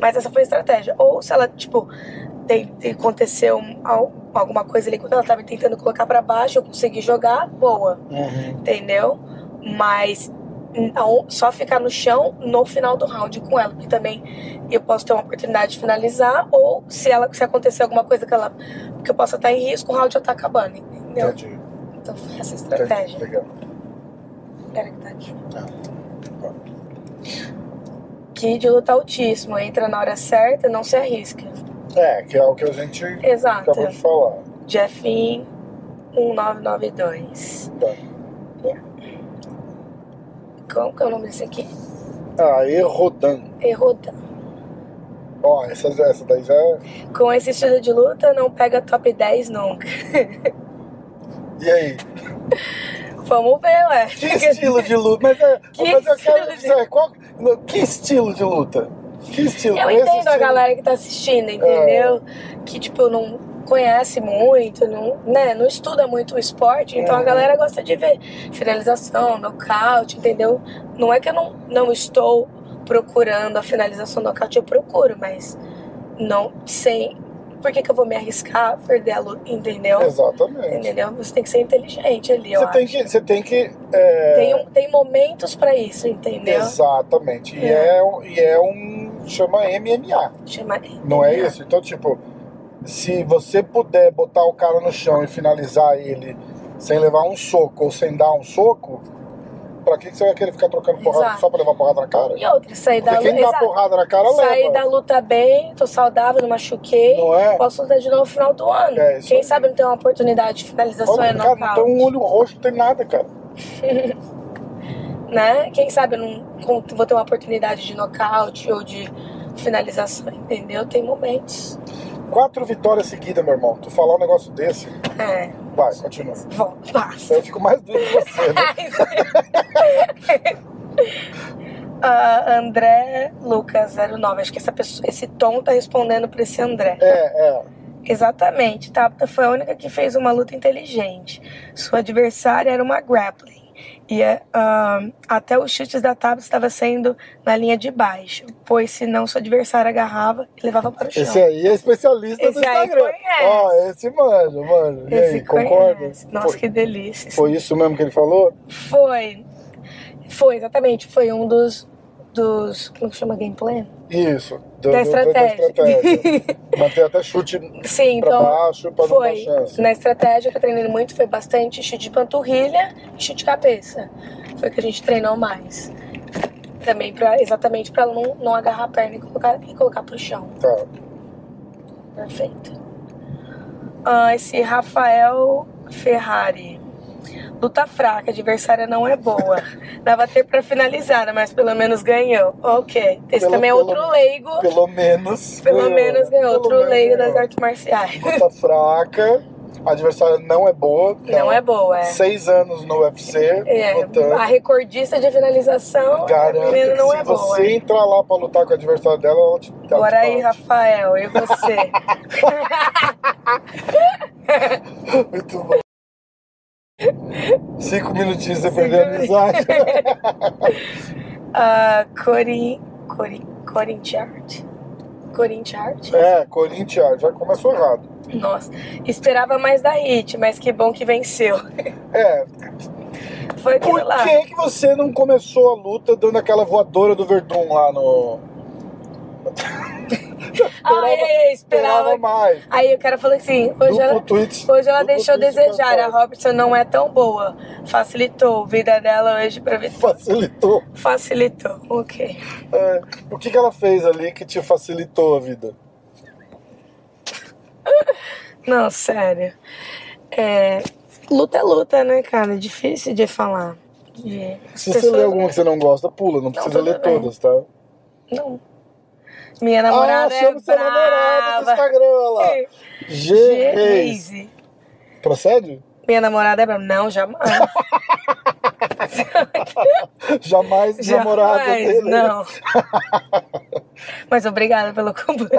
Speaker 2: Mas essa foi a estratégia. Ou se ela, tipo, tem, tem- aconteceu um- al- alguma coisa ali quando ela tava tentando colocar pra baixo, eu consegui jogar, boa
Speaker 1: uhum.
Speaker 2: entendeu? Mas não, só ficar no chão no final do round com ela, porque também eu posso ter uma oportunidade de finalizar, ou se ela se acontecer alguma coisa que ela que eu possa estar em risco, o round já tá acabando, entendeu?
Speaker 1: Entendi.
Speaker 2: Então foi essa a
Speaker 1: Entendi.
Speaker 2: estratégia.
Speaker 1: Legal. É.
Speaker 2: Pera que tá aqui.
Speaker 1: Tá.
Speaker 2: Que de luta altíssimo, entra na hora certa, não se arrisca.
Speaker 1: É, que é o que a gente
Speaker 2: Exato.
Speaker 1: acabou de falar.
Speaker 2: Jeffin 1992.
Speaker 1: Tá.
Speaker 2: Como que é o nome desse aqui?
Speaker 1: Ah, Errodan.
Speaker 2: Errodan.
Speaker 1: Ó, essa, essa daí já é.
Speaker 2: Com esse estilo de luta, não pega top 10 nunca.
Speaker 1: E aí?
Speaker 2: Vamos ver, ué.
Speaker 1: Que estilo de luta? Mas, é,
Speaker 2: Que
Speaker 1: mas eu quero
Speaker 2: estilo de-
Speaker 1: dizer, qual, no- que estilo de luta? Que estilo?
Speaker 2: Eu
Speaker 1: Esse
Speaker 2: entendo a
Speaker 1: estilo- É.
Speaker 2: galera que tá assistindo, entendeu? Que, tipo, não conhece muito, não, né? Não estuda muito o esporte, então a
Speaker 1: Uhum.
Speaker 2: galera gosta de ver finalização, nocaute, entendeu? Não é que eu não, não estou procurando a finalização do nocaute, eu procuro, mas não sei por que, que eu vou me arriscar a perder a luta, entendeu?
Speaker 1: Exatamente.
Speaker 2: Entendeu? Você tem que ser inteligente ali, eu
Speaker 1: Você
Speaker 2: acho.
Speaker 1: tem que. Você tem que é,
Speaker 2: Tem, um- tem momentos pra isso, entendeu?
Speaker 1: Exatamente. E
Speaker 2: É.
Speaker 1: é. um- e é um. Chama MMA.
Speaker 2: Chama-
Speaker 1: Não é isso? Então, tipo, se você puder botar o cara no chão e finalizar ele sem levar um soco ou sem dar um soco, pra que, que você vai querer ficar trocando porrada
Speaker 2: Exato.
Speaker 1: só pra levar porrada na cara?
Speaker 2: E outra, sair da
Speaker 1: Porque
Speaker 2: luta.
Speaker 1: quem dá porrada na cara
Speaker 2: Sair
Speaker 1: leva.
Speaker 2: da luta bem, tô saudável, não machuquei.
Speaker 1: Não é?
Speaker 2: Posso lutar de novo no final do ano.
Speaker 1: É, isso
Speaker 2: Quem
Speaker 1: aí.
Speaker 2: sabe não tem uma oportunidade de finalização
Speaker 1: Olha,
Speaker 2: é
Speaker 1: cara, não tem um
Speaker 2: nocaute.
Speaker 1: olho roxo, não tem nada, cara.
Speaker 2: Né? Quem sabe eu não con- vou ter uma oportunidade de nocaute ou de finalização, entendeu? Tem momentos.
Speaker 1: Quatro vitórias seguidas, meu irmão. Tu falar um negócio desse,
Speaker 2: É,
Speaker 1: vai, continua.
Speaker 2: bom, passa.
Speaker 1: Eu fico mais doido que você, né?
Speaker 2: Ah, André Lucas 09, acho que essa pessoa, esse tom tá respondendo pra esse André.
Speaker 1: É, é.
Speaker 2: Exatamente, Tabata foi a única que fez uma luta inteligente. Sua adversária era uma grappling. E é, ahn, até os chutes da Tabata estava sendo na linha de baixo, pois senão sua adversária agarrava e levava para o chão.
Speaker 1: Esse aí é especialista do
Speaker 2: Esse aí
Speaker 1: Instagram.
Speaker 2: conhece.
Speaker 1: Ó, esse mano, mano. E
Speaker 2: Esse
Speaker 1: aí, concorda?
Speaker 2: conhece. Nossa,
Speaker 1: Foi-
Speaker 2: que delícia.
Speaker 1: Foi isso mesmo que ele falou?
Speaker 2: Foi. Foi, exatamente. Foi um dos. dos como que chama? Game plan?
Speaker 1: Isso. do- do- do-
Speaker 2: da estratégia.
Speaker 1: estratégia. Manter até chute
Speaker 2: Sim,
Speaker 1: pra
Speaker 2: então.
Speaker 1: baixo pra não assim. dar
Speaker 2: Foi.
Speaker 1: chance.
Speaker 2: Na estratégia que eu treinei muito foi bastante chute de panturrilha e chute de cabeça. Foi o que a gente treinou mais. Também pra, exatamente pra não, não agarrar a perna e colocar, e colocar pro chão.
Speaker 1: Tá.
Speaker 2: Perfeito. Ah, esse Rafael Ferrari. Luta fraca, adversária não é boa. Dava tempo pra finalizar, né, mas pelo menos ganhou. Ok. Esse
Speaker 1: Pelo-
Speaker 2: também é
Speaker 1: pelo-
Speaker 2: outro leigo. Pelo,
Speaker 1: Pelo menos. né?
Speaker 2: menos ganhou.
Speaker 1: Pelo
Speaker 2: Outro
Speaker 1: menos
Speaker 2: leigo
Speaker 1: ganhou.
Speaker 2: das artes marciais.
Speaker 1: Luta É fraca. A adversária não é boa.
Speaker 2: Não é boa, é.
Speaker 1: Seis anos no UFC.
Speaker 2: É,
Speaker 1: lutando.
Speaker 2: a recordista de finalização a
Speaker 1: Garanto
Speaker 2: menina
Speaker 1: que
Speaker 2: não
Speaker 1: se
Speaker 2: é boa.
Speaker 1: você entrar lá pra lutar com a adversária dela, ela te um ela te
Speaker 2: Bora
Speaker 1: bate.
Speaker 2: aí, Rafael, e você?
Speaker 1: Muito bom. Cinco minutinhos você perdeu a amizade.
Speaker 2: Ah, Cori. Cori. Corintiart? Corinthians.
Speaker 1: É, Corinthians, já começou errado.
Speaker 2: Nossa, esperava mais da Hit, mas que bom que venceu.
Speaker 1: É,
Speaker 2: Foi aquilo
Speaker 1: por
Speaker 2: lá.
Speaker 1: que, que você não começou a luta dando aquela voadora do Verdun lá no.
Speaker 2: Ah, é, esperava.
Speaker 1: Esperava mais.
Speaker 2: Aí o cara falou assim, hoje
Speaker 1: Duplo
Speaker 2: ela,
Speaker 1: tweet.
Speaker 2: hoje ela
Speaker 1: duplo
Speaker 2: deixou a
Speaker 1: tweet
Speaker 2: desejar, a
Speaker 1: cantado.
Speaker 2: Robertson não é tão boa. Facilitou, a vida dela hoje pra ver.
Speaker 1: Facilitou.
Speaker 2: Facilitou, ok.
Speaker 1: É, O que, que ela fez ali que te facilitou a vida?
Speaker 2: Não, sério. É, luta é luta, né, cara? Difícil de falar. De- as
Speaker 1: Se você
Speaker 2: pessoas-
Speaker 1: lê alguma que você não gosta, pula, não precisa
Speaker 2: tudo
Speaker 1: ler
Speaker 2: bem.
Speaker 1: todas, tá?
Speaker 2: Não. Minha namorada
Speaker 1: ah,
Speaker 2: é
Speaker 1: chama seu namorado do
Speaker 2: brava.
Speaker 1: Instagram lá. G. Reis.
Speaker 2: Geise.
Speaker 1: Procede?
Speaker 2: Minha namorada é brava. Não, jamais.
Speaker 1: Jamais namorado
Speaker 2: Jamais,
Speaker 1: dele. né?
Speaker 2: Não. Mas obrigada pelo complemento.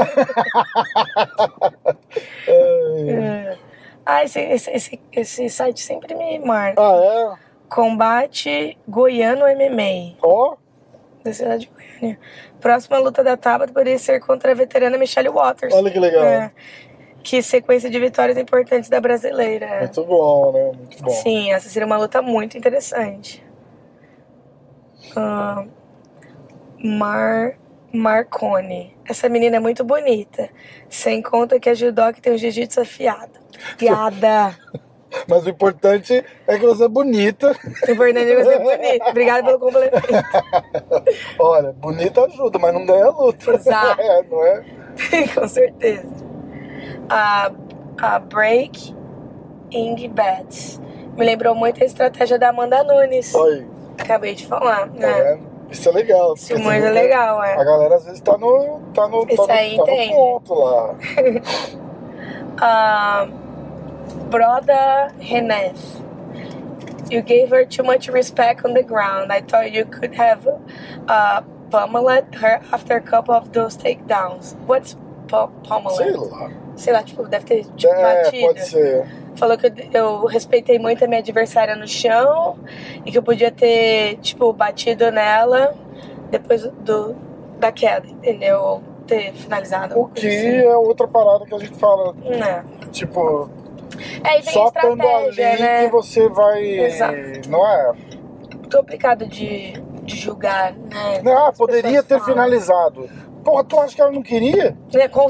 Speaker 1: É.
Speaker 2: É. ah, esse, esse, esse, esse site sempre me marca.
Speaker 1: Ah, é?
Speaker 2: Combate Goiano MMA,
Speaker 1: Ó,
Speaker 2: da cidade de Goiânia. Próxima luta da Tabata poderia ser contra a veterana Michelle Waters.
Speaker 1: olha que legal.
Speaker 2: É. que sequência de vitórias importantes da brasileira.
Speaker 1: Muito bom, né? Muito bom.
Speaker 2: Sim, essa seria uma luta muito interessante. Ah, Mar Marcone. Essa menina é muito bonita. Sem conta que a judoca tem o jiu-jitsu afiado. Piada.
Speaker 1: Mas o importante é que você é bonita.
Speaker 2: O Fernandinho vai ser bonito. Obrigada pelo complemento.
Speaker 1: Olha, bonita ajuda, mas não ganha luta.
Speaker 2: Exato.
Speaker 1: É, não é?
Speaker 2: Com certeza. A, a Break Ing Bats. Me lembrou muito a estratégia da Amanda Nunes.
Speaker 1: Olha aí,
Speaker 2: Acabei de
Speaker 1: tá
Speaker 2: falar. Né?
Speaker 1: vendo? Isso é legal. porque
Speaker 2: Isso muito
Speaker 1: você-
Speaker 2: é legal, é.
Speaker 1: A galera às vezes tá no. tá no,
Speaker 2: Isso
Speaker 1: tá no,
Speaker 2: aí
Speaker 1: tá no
Speaker 2: entende.
Speaker 1: ponto lá.
Speaker 2: uh, brother Renef. You gave her too much respect on the ground. I thought you could have uh, pummeled her after a couple of those takedowns. What's pu-
Speaker 1: Sei
Speaker 2: pummeled?
Speaker 1: lá.
Speaker 2: Sei lá, tipo, deve ter tipo,
Speaker 1: É,
Speaker 2: batido.
Speaker 1: pode ser.
Speaker 2: Falou que eu, eu respeitei muito a minha adversária no chão e que eu podia ter, tipo, batido nela depois do, da queda, entendeu? Ou ter finalizado.
Speaker 1: O
Speaker 2: alguma
Speaker 1: que
Speaker 2: coisa assim.
Speaker 1: é outra parada que a gente fala,
Speaker 2: Não.
Speaker 1: tipo,
Speaker 2: É, e vem a
Speaker 1: só estando ali
Speaker 2: estratégia, né?
Speaker 1: que você vai.
Speaker 2: Exato.
Speaker 1: Não é?
Speaker 2: complicado de, de julgar, né?
Speaker 1: Ah, poderia
Speaker 2: pessoas
Speaker 1: ter
Speaker 2: falam.
Speaker 1: finalizado. Porra, tu acha que ela não queria?
Speaker 2: Né, Com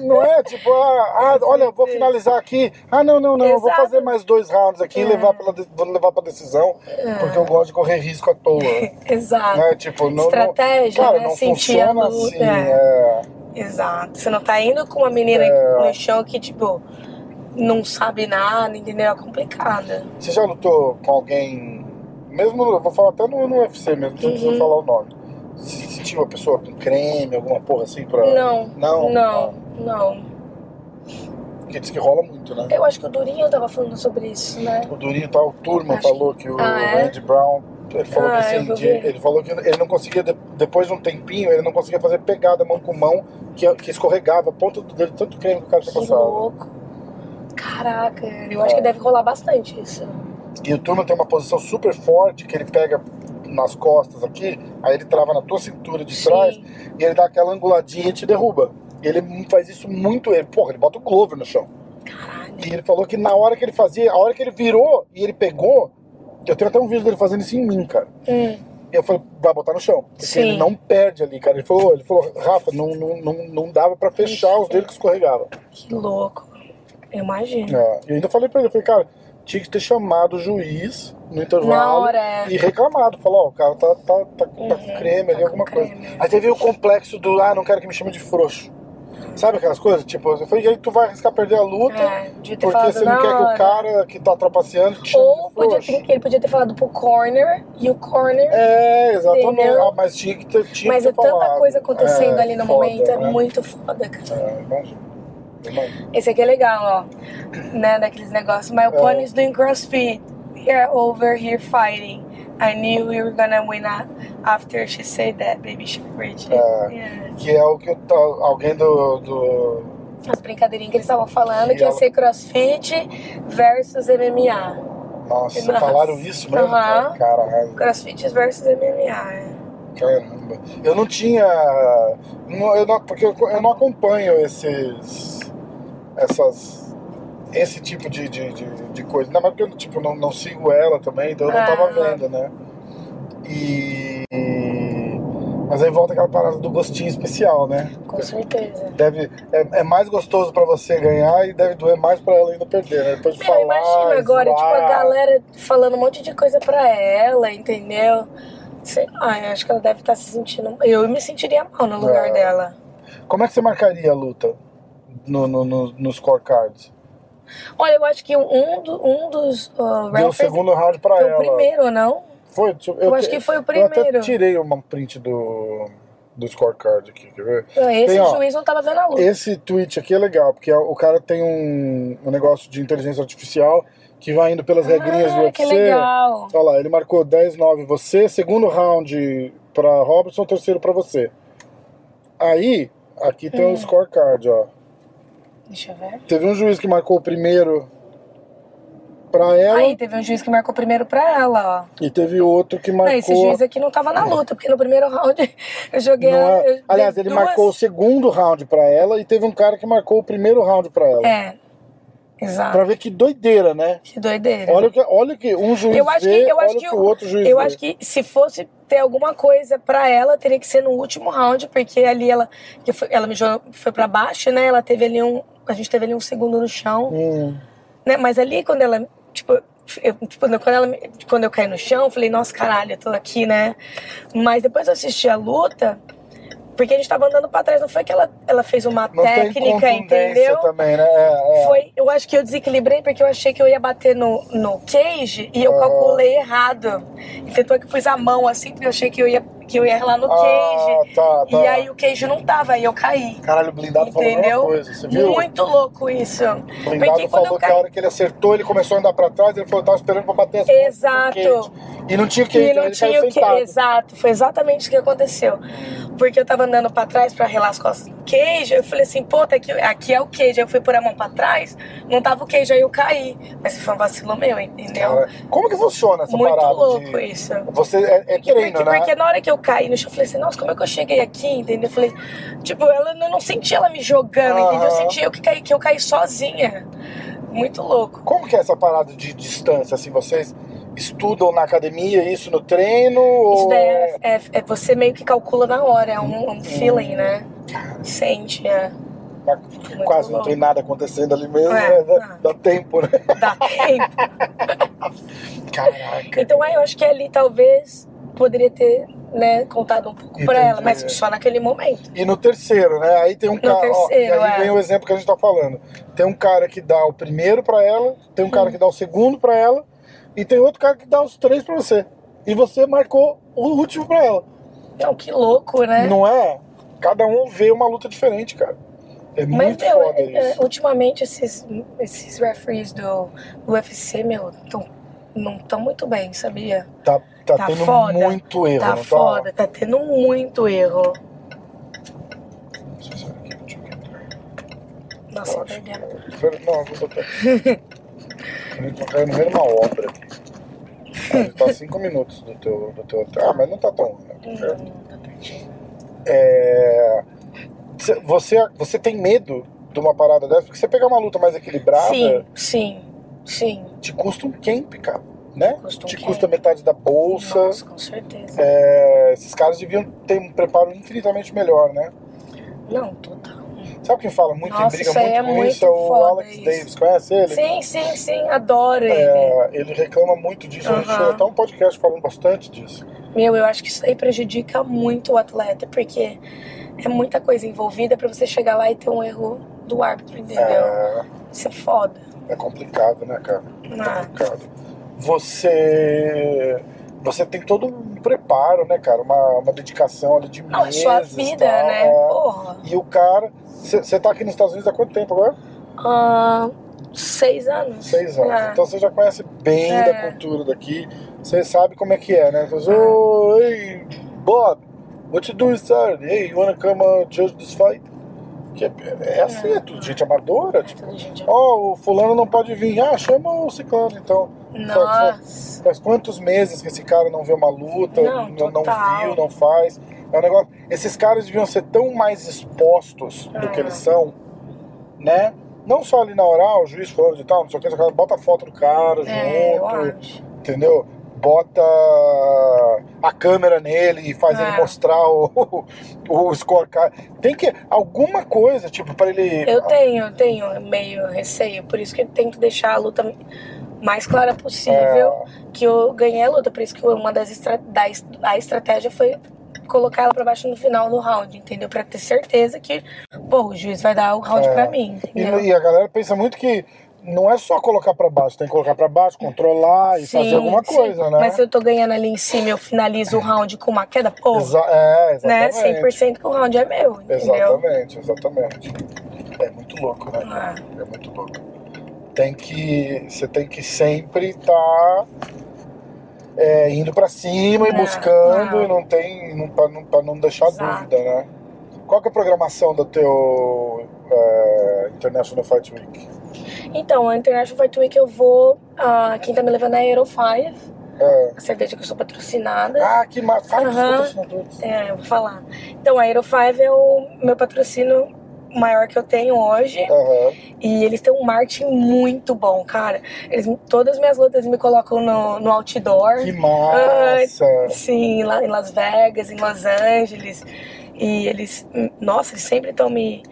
Speaker 1: Né? Não é tipo, ah, ah, olha, eu vou finalizar aqui. Ah, não, não, não, eu vou
Speaker 2: Exato.
Speaker 1: fazer mais dois rounds aqui e
Speaker 2: É.
Speaker 1: levar pela de- vou levar pra decisão, porque eu gosto de correr risco à toa.
Speaker 2: Exato.
Speaker 1: né? Tipo, não, não,
Speaker 2: Estratégia,
Speaker 1: cara,
Speaker 2: né?
Speaker 1: não
Speaker 2: Sentir a
Speaker 1: funciona
Speaker 2: luta.
Speaker 1: assim.
Speaker 2: é.
Speaker 1: é.
Speaker 2: Exato. Você não tá indo com uma menina
Speaker 1: É.
Speaker 2: no chão que, tipo, não sabe nada, entendeu? É complicado.
Speaker 1: Você já lutou com alguém, mesmo, eu vou falar até no, no UFC mesmo, não precisa
Speaker 2: Uhum.
Speaker 1: falar o nome. Se sentiu uma pessoa com creme, alguma porra assim pra.
Speaker 2: Não.
Speaker 1: Não?
Speaker 2: Não, não.
Speaker 1: Porque diz que rola muito, né?
Speaker 2: Eu acho que o Durinho tava falando sobre isso, né?
Speaker 1: O Durinho tal, o Turma
Speaker 2: Acho que-
Speaker 1: falou que o
Speaker 2: Ah, é?
Speaker 1: Randy Brown. Ele falou,
Speaker 2: Ah,
Speaker 1: que,
Speaker 2: eu
Speaker 1: assim,
Speaker 2: vou
Speaker 1: de-
Speaker 2: ver.
Speaker 1: ele falou que ele não conseguia, de- depois de um tempinho, ele não conseguia fazer pegada mão com mão, que, que escorregava a ponta do dedo, tanto creme que o cara tinha
Speaker 2: Que
Speaker 1: passado.
Speaker 2: é louco. Caraca, eu
Speaker 1: É.
Speaker 2: acho que deve rolar bastante isso.
Speaker 1: E o Turma tem uma posição super forte, que ele pega nas costas aqui, aí ele trava na tua cintura de trás,
Speaker 2: Sim.
Speaker 1: e ele dá aquela anguladinha e te derruba. Ele faz isso muito, ele, porra, ele bota o Glover no chão.
Speaker 2: Caralho.
Speaker 1: E ele falou que na hora que ele fazia, a hora que ele virou e ele pegou, eu tenho até um vídeo dele fazendo isso em mim, cara.
Speaker 2: Hum,
Speaker 1: E eu falei, vai botar no chão. Porque
Speaker 2: Sim.
Speaker 1: ele não perde ali, cara. Ele falou, ele falou Rafa, não, não, não, não dava pra fechar os dedos que escorregava.
Speaker 2: que louco. Eu imagino.
Speaker 1: É. E ainda falei pra ele, eu falei, cara, tinha que ter chamado o juiz no intervalo
Speaker 2: Na hora, é. Uhum,
Speaker 1: e reclamado. Falou, ó, o cara tá, tá, tá, tá com creme ali,
Speaker 2: com
Speaker 1: alguma
Speaker 2: creme.
Speaker 1: coisa. Aí teve o complexo do, ah, não quero que me chame de frouxo. Sabe aquelas coisas? Tipo, eu falei, e aí tu vai arriscar perder a luta
Speaker 2: É, devia ter
Speaker 1: porque
Speaker 2: falado
Speaker 1: você
Speaker 2: na
Speaker 1: não quer que
Speaker 2: hora.
Speaker 1: o cara que tá trapaceando te chame
Speaker 2: Ou
Speaker 1: de
Speaker 2: podia
Speaker 1: frouxo.
Speaker 2: ter, ele podia ter falado pro corner e o corner.
Speaker 1: É, exatamente.
Speaker 2: Entendeu?
Speaker 1: Ah, mas tinha que ter tinha
Speaker 2: mas
Speaker 1: que
Speaker 2: é
Speaker 1: ter falado.
Speaker 2: tanta coisa acontecendo
Speaker 1: É,
Speaker 2: ali no
Speaker 1: foda,
Speaker 2: momento, é
Speaker 1: né?
Speaker 2: muito foda, cara.
Speaker 1: É, imagina. Imagina.
Speaker 2: Esse aqui é legal, ó. Né, daqueles negócios. My
Speaker 1: É.
Speaker 2: opponent's doing é crossfit. We are over here fighting. I knew we were gonna win a- after she said that, baby shark Richie.
Speaker 1: É.
Speaker 2: Yeah.
Speaker 1: Que é o que eu tá- alguém do. do
Speaker 2: As brincadeirinhas que eles estavam falando,
Speaker 1: E
Speaker 2: que ia
Speaker 1: ela-
Speaker 2: ser crossfit versus MMA.
Speaker 1: nossa,
Speaker 2: Nossa.
Speaker 1: falaram isso mesmo?
Speaker 2: Aham.
Speaker 1: Caralho.
Speaker 2: Crossfit versus MMA, é.
Speaker 1: Caramba. Eu não tinha. não- eu não- porque eu, eu não acompanho esses. Essas. Esse tipo de, de, de, de coisa. Ainda mais porque eu tipo, não, não sigo ela também, então eu não
Speaker 2: Ah.
Speaker 1: tava vendo, né? E. Mas aí volta aquela parada do gostinho especial, né?
Speaker 2: com certeza.
Speaker 1: Deve, é, é mais gostoso pra você ganhar e deve doer mais pra ela ainda perder, né? Depois de
Speaker 2: Meu,
Speaker 1: falar.
Speaker 2: imagina agora, tipo, a
Speaker 1: zoar.
Speaker 2: galera falando um monte de coisa pra ela, entendeu? Sei lá, eu acho que ela deve estar se sentindo. Eu me sentiria mal no lugar
Speaker 1: Ah.
Speaker 2: dela.
Speaker 1: Como é que você marcaria a luta no, no, no, no scorecards?
Speaker 2: Olha, eu acho que um, do- um dos uh,
Speaker 1: Deu o
Speaker 2: references
Speaker 1: segundo round pra
Speaker 2: foi
Speaker 1: ela.
Speaker 2: o primeiro, não?
Speaker 1: Foi? Deixa Eu,
Speaker 2: Eu
Speaker 1: eu
Speaker 2: acho
Speaker 1: te-
Speaker 2: que foi o
Speaker 1: Eu até
Speaker 2: primeiro.
Speaker 1: tirei uma print do, do scorecard aqui, quer ver?
Speaker 2: Uh, Ah, Esse
Speaker 1: Tem, ó,
Speaker 2: juiz não tava vendo a luta.
Speaker 1: Esse tweet aqui é legal, porque o cara tem um, um negócio de inteligência artificial que vai indo pelas regrinhas do
Speaker 2: ah, que
Speaker 1: UFC.
Speaker 2: legal.
Speaker 1: Olha lá, ele marcou 10, 9 você, segundo round pra Robertson, terceiro pra você. Aí, aqui
Speaker 2: É.
Speaker 1: tem o scorecard, ó.
Speaker 2: Deixa eu ver.
Speaker 1: Teve um juiz que marcou o primeiro pra ela
Speaker 2: Aí teve um juiz que marcou primeiro pra ela, ó.
Speaker 1: e teve outro que marcou.
Speaker 2: Não, esse juiz é aqui não tava na luta, porque no primeiro round eu joguei.
Speaker 1: Não
Speaker 2: a-
Speaker 1: é-
Speaker 2: eu dei
Speaker 1: Aliás, ele
Speaker 2: duas-
Speaker 1: marcou o segundo round pra ela e teve um cara que marcou o primeiro round pra ela.
Speaker 2: É. Exato.
Speaker 1: Pra ver que doideira, né?
Speaker 2: Que doideira.
Speaker 1: Olha o que, olha o que um juiz
Speaker 2: É. Eu acho que-
Speaker 1: vê,
Speaker 2: eu acho
Speaker 1: olha
Speaker 2: que
Speaker 1: o que o
Speaker 2: eu-
Speaker 1: outro juiz
Speaker 2: Eu
Speaker 1: vê.
Speaker 2: acho que se fosse ter alguma coisa pra ela, teria que ser no último round, porque ali ela que foi, ela me jogou, foi pra baixo, né? Ela teve ali um, a gente teve ali um segundo no chão,
Speaker 1: Hum,
Speaker 2: né? Mas ali quando ela, tipo, eu, tipo, quando ela me- quando eu caí no chão, eu falei, nossa, caralho, eu tô aqui, né? Mas depois eu assisti a luta, porque a gente tava andando pra trás, não foi que ela, ela fez uma
Speaker 1: não tem
Speaker 2: técnica,
Speaker 1: contundência
Speaker 2: entendeu?
Speaker 1: também, né? É, é.
Speaker 2: Foi, eu acho que eu desequilibrei porque eu achei que eu ia bater no, no cage e eu
Speaker 1: Ah.
Speaker 2: calculei errado. E tentou que eu pus a mão assim, porque eu achei que eu ia, que eu ia lá no
Speaker 1: Ah,
Speaker 2: cage.
Speaker 1: tá, tá.
Speaker 2: E aí o cage não tava, aí eu caí.
Speaker 1: Caralho, o blindado falou a mesma
Speaker 2: Entendeu?
Speaker 1: coisa, você viu?
Speaker 2: Muito louco isso.
Speaker 1: O blindado
Speaker 2: porque quando
Speaker 1: falou
Speaker 2: eu
Speaker 1: que um a
Speaker 2: caí.
Speaker 1: hora que ele acertou, ele começou a andar pra trás, ele falou que tava esperando pra bater as
Speaker 2: Exato.
Speaker 1: costas no Cage. E não tinha o que
Speaker 2: E
Speaker 1: ele
Speaker 2: não tinha
Speaker 1: caiu
Speaker 2: o que.
Speaker 1: sentado.
Speaker 2: Exato, foi exatamente o que aconteceu. Porque eu tava andando pra trás pra relar as costas do queijo, eu falei assim, pô, tá aqui, aqui é o queijo. Aí eu fui pôr a mão pra trás, não tava o queijo, aí eu caí. Mas foi um vacilo meu, entendeu?
Speaker 1: Cara, como que funciona essa
Speaker 2: Muito
Speaker 1: parada
Speaker 2: louco
Speaker 1: de...
Speaker 2: isso.
Speaker 1: Você é, é treino,
Speaker 2: porque,
Speaker 1: né?
Speaker 2: porque na hora que eu caí no chão, eu falei assim, nossa, como é que eu cheguei aqui, entendeu? Eu falei, tipo, ela eu não senti ela me jogando,
Speaker 1: Aham.
Speaker 2: entendeu? Eu senti eu que, caí, que eu caí sozinha. Muito louco.
Speaker 1: Como que é essa parada de distância, assim, vocês estudam na academia isso no treino? ou
Speaker 2: Isso daí
Speaker 1: é-
Speaker 2: é, é- é você meio que calcula na hora, é um, um feeling, né? Sente, é.
Speaker 1: tá Quase não
Speaker 2: louco.
Speaker 1: tem nada acontecendo ali mesmo,
Speaker 2: É,
Speaker 1: né? dá,
Speaker 2: não.
Speaker 1: dá tempo, né?
Speaker 2: Dá tempo.
Speaker 1: Caraca.
Speaker 2: Então aí eu acho que ali talvez poderia ter, né, contado um pouco pra
Speaker 1: Entendi,
Speaker 2: ela, mas
Speaker 1: é.
Speaker 2: só naquele momento.
Speaker 1: E no terceiro, né? Aí tem um cara. ó, e
Speaker 2: terceiro,
Speaker 1: aí
Speaker 2: é.
Speaker 1: vem o exemplo que a gente tá falando. Tem um cara que dá o primeiro pra ela, tem
Speaker 2: Uhum.
Speaker 1: um cara que dá o segundo pra ela, e tem outro cara que dá os três pra você. E você marcou o último pra ela.
Speaker 2: Então, que louco, né?
Speaker 1: Não é? Cada um vê uma luta diferente, cara. É muito
Speaker 2: meu,
Speaker 1: foda
Speaker 2: é- é,
Speaker 1: isso.
Speaker 2: ultimamente esses, esses referees do, do UFC, meu, tão, não estão muito bem, sabia?
Speaker 1: Tá, tá,
Speaker 2: tá
Speaker 1: tendo
Speaker 2: foda.
Speaker 1: muito erro,
Speaker 2: tá
Speaker 1: não
Speaker 2: foda, tá tendo muito erro.
Speaker 1: Deixa eu sair aqui, deixa eu ver.
Speaker 2: Nossa, é
Speaker 1: Eu acho
Speaker 2: perdemos.
Speaker 1: que- Não, eu vou botar. Eu tô caindo no meio de uma obra aqui. Ah, já tá cinco minutos do teu, do teu. Ah, mas não tá tão ruim, né? É, cê- Você, você tem medo de uma parada dessa? Porque você pegar uma luta mais equilibrada,
Speaker 2: Sim, sim, sim.
Speaker 1: te custa um camp, cara. Né?
Speaker 2: Custa um
Speaker 1: Te
Speaker 2: camp.
Speaker 1: custa metade da bolsa.
Speaker 2: Nossa, com certeza.
Speaker 1: É, esses caras deviam ter um preparo infinitamente melhor, né?
Speaker 2: Não, total.
Speaker 1: Sabe quem fala muito
Speaker 2: Nossa,
Speaker 1: em briga
Speaker 2: isso aí
Speaker 1: muito
Speaker 2: é
Speaker 1: com
Speaker 2: muito
Speaker 1: isso? É o
Speaker 2: foda
Speaker 1: Alex
Speaker 2: isso.
Speaker 1: Davis. Conhece ele?
Speaker 2: Sim, sim, sim, adoro ele.
Speaker 1: É, ele reclama muito disso. A gente
Speaker 2: Aham.
Speaker 1: tem até um podcast falando bastante disso.
Speaker 2: Meu, eu acho que isso aí prejudica muito o atleta, porque é muita coisa envolvida pra você chegar lá e ter um erro do árbitro, entendeu?
Speaker 1: É,
Speaker 2: Isso é foda.
Speaker 1: é complicado, né, cara?
Speaker 2: Ah.
Speaker 1: complicado. Você. Você tem todo um preparo, né, cara? Uma, uma dedicação ali de
Speaker 2: Não, é
Speaker 1: meses.
Speaker 2: sua vida,
Speaker 1: tal,
Speaker 2: né?
Speaker 1: é.
Speaker 2: Porra.
Speaker 1: E o cara. Você tá aqui nos Estados Unidos há quanto tempo agora?
Speaker 2: Ah, seis anos.
Speaker 1: Seis anos.
Speaker 2: É.
Speaker 1: Então você já conhece bem
Speaker 2: É.
Speaker 1: da cultura daqui. Você sabe como é que é, né? Você fala, "Oh, hey, Bob, what you doing Saturday? Hey, you wanna come uh, judge this fight? Porque é assim, é tudo gente amadora. Tipo,
Speaker 2: Tudo gente-
Speaker 1: ó, o fulano não pode vir. Ah, chama o ciclano, então.
Speaker 2: é Nossa.
Speaker 1: Faz quantos meses que esse cara não vê uma luta,
Speaker 2: Não,
Speaker 1: não, não,
Speaker 2: total.
Speaker 1: viu, não faz. É um negócio. Esses caras deviam ser tão mais expostos do que
Speaker 2: É.
Speaker 1: eles são, né? Não só ali na oral, o juiz falando de tal, não sei o que, não sei o que, bota a foto do cara
Speaker 2: É, eu
Speaker 1: junto,
Speaker 2: acho.
Speaker 1: entendeu? Bota a câmera nele e faz
Speaker 2: É.
Speaker 1: ele mostrar o, o scorecard. Tem que. Alguma coisa, tipo, pra ele.
Speaker 2: Eu tenho, eu tenho meio receio, por isso que eu tento deixar a luta mais clara possível,
Speaker 1: É.
Speaker 2: que eu ganhei a luta, por isso que uma das estra da es- a estratégia foi colocar ela pra baixo no final do round, entendeu? Pra ter certeza que, pô, o juiz vai dar o round
Speaker 1: É.
Speaker 2: pra mim,
Speaker 1: E,
Speaker 2: entendeu?
Speaker 1: e a galera pensa muito que não é só colocar pra baixo, tem que colocar pra baixo, controlar e fazer alguma
Speaker 2: sim.
Speaker 1: coisa, né?
Speaker 2: Mas se eu tô ganhando ali em cima, eu finalizo o round com uma queda, pô,
Speaker 1: Exa é,
Speaker 2: né?
Speaker 1: exatamente.
Speaker 2: 100% que o round é meu, entendeu?
Speaker 1: Exatamente, exatamente. É muito louco, né?
Speaker 2: Ah.
Speaker 1: É muito louco. Tem que. Você tem que sempre estar tá, é, indo pra cima e
Speaker 2: É,
Speaker 1: buscando,
Speaker 2: ah.
Speaker 1: e não tem. Não, pra, não, pra não deixar
Speaker 2: Exato.
Speaker 1: dúvida, né? Qual que é a programação do teu é, International Fight Week?
Speaker 2: Então, a International Fight Week eu vou. ah, quem tá me levando é a Aero 5,
Speaker 1: É.
Speaker 2: a cerveja que eu sou patrocinada.
Speaker 1: Ah, que massa! Fala dos
Speaker 2: Aham.
Speaker 1: patrocinadores.
Speaker 2: É, eu vou falar. Então, a Aero 5 é o meu patrocínio maior que eu tenho hoje.
Speaker 1: Aham.
Speaker 2: E eles têm um marketing muito bom, cara. Eles, todas as minhas lutas me colocam no, no outdoor.
Speaker 1: Que massa!
Speaker 2: Sim, lá em Las Vegas, em Los Angeles. E eles, nossa, eles sempre estão me,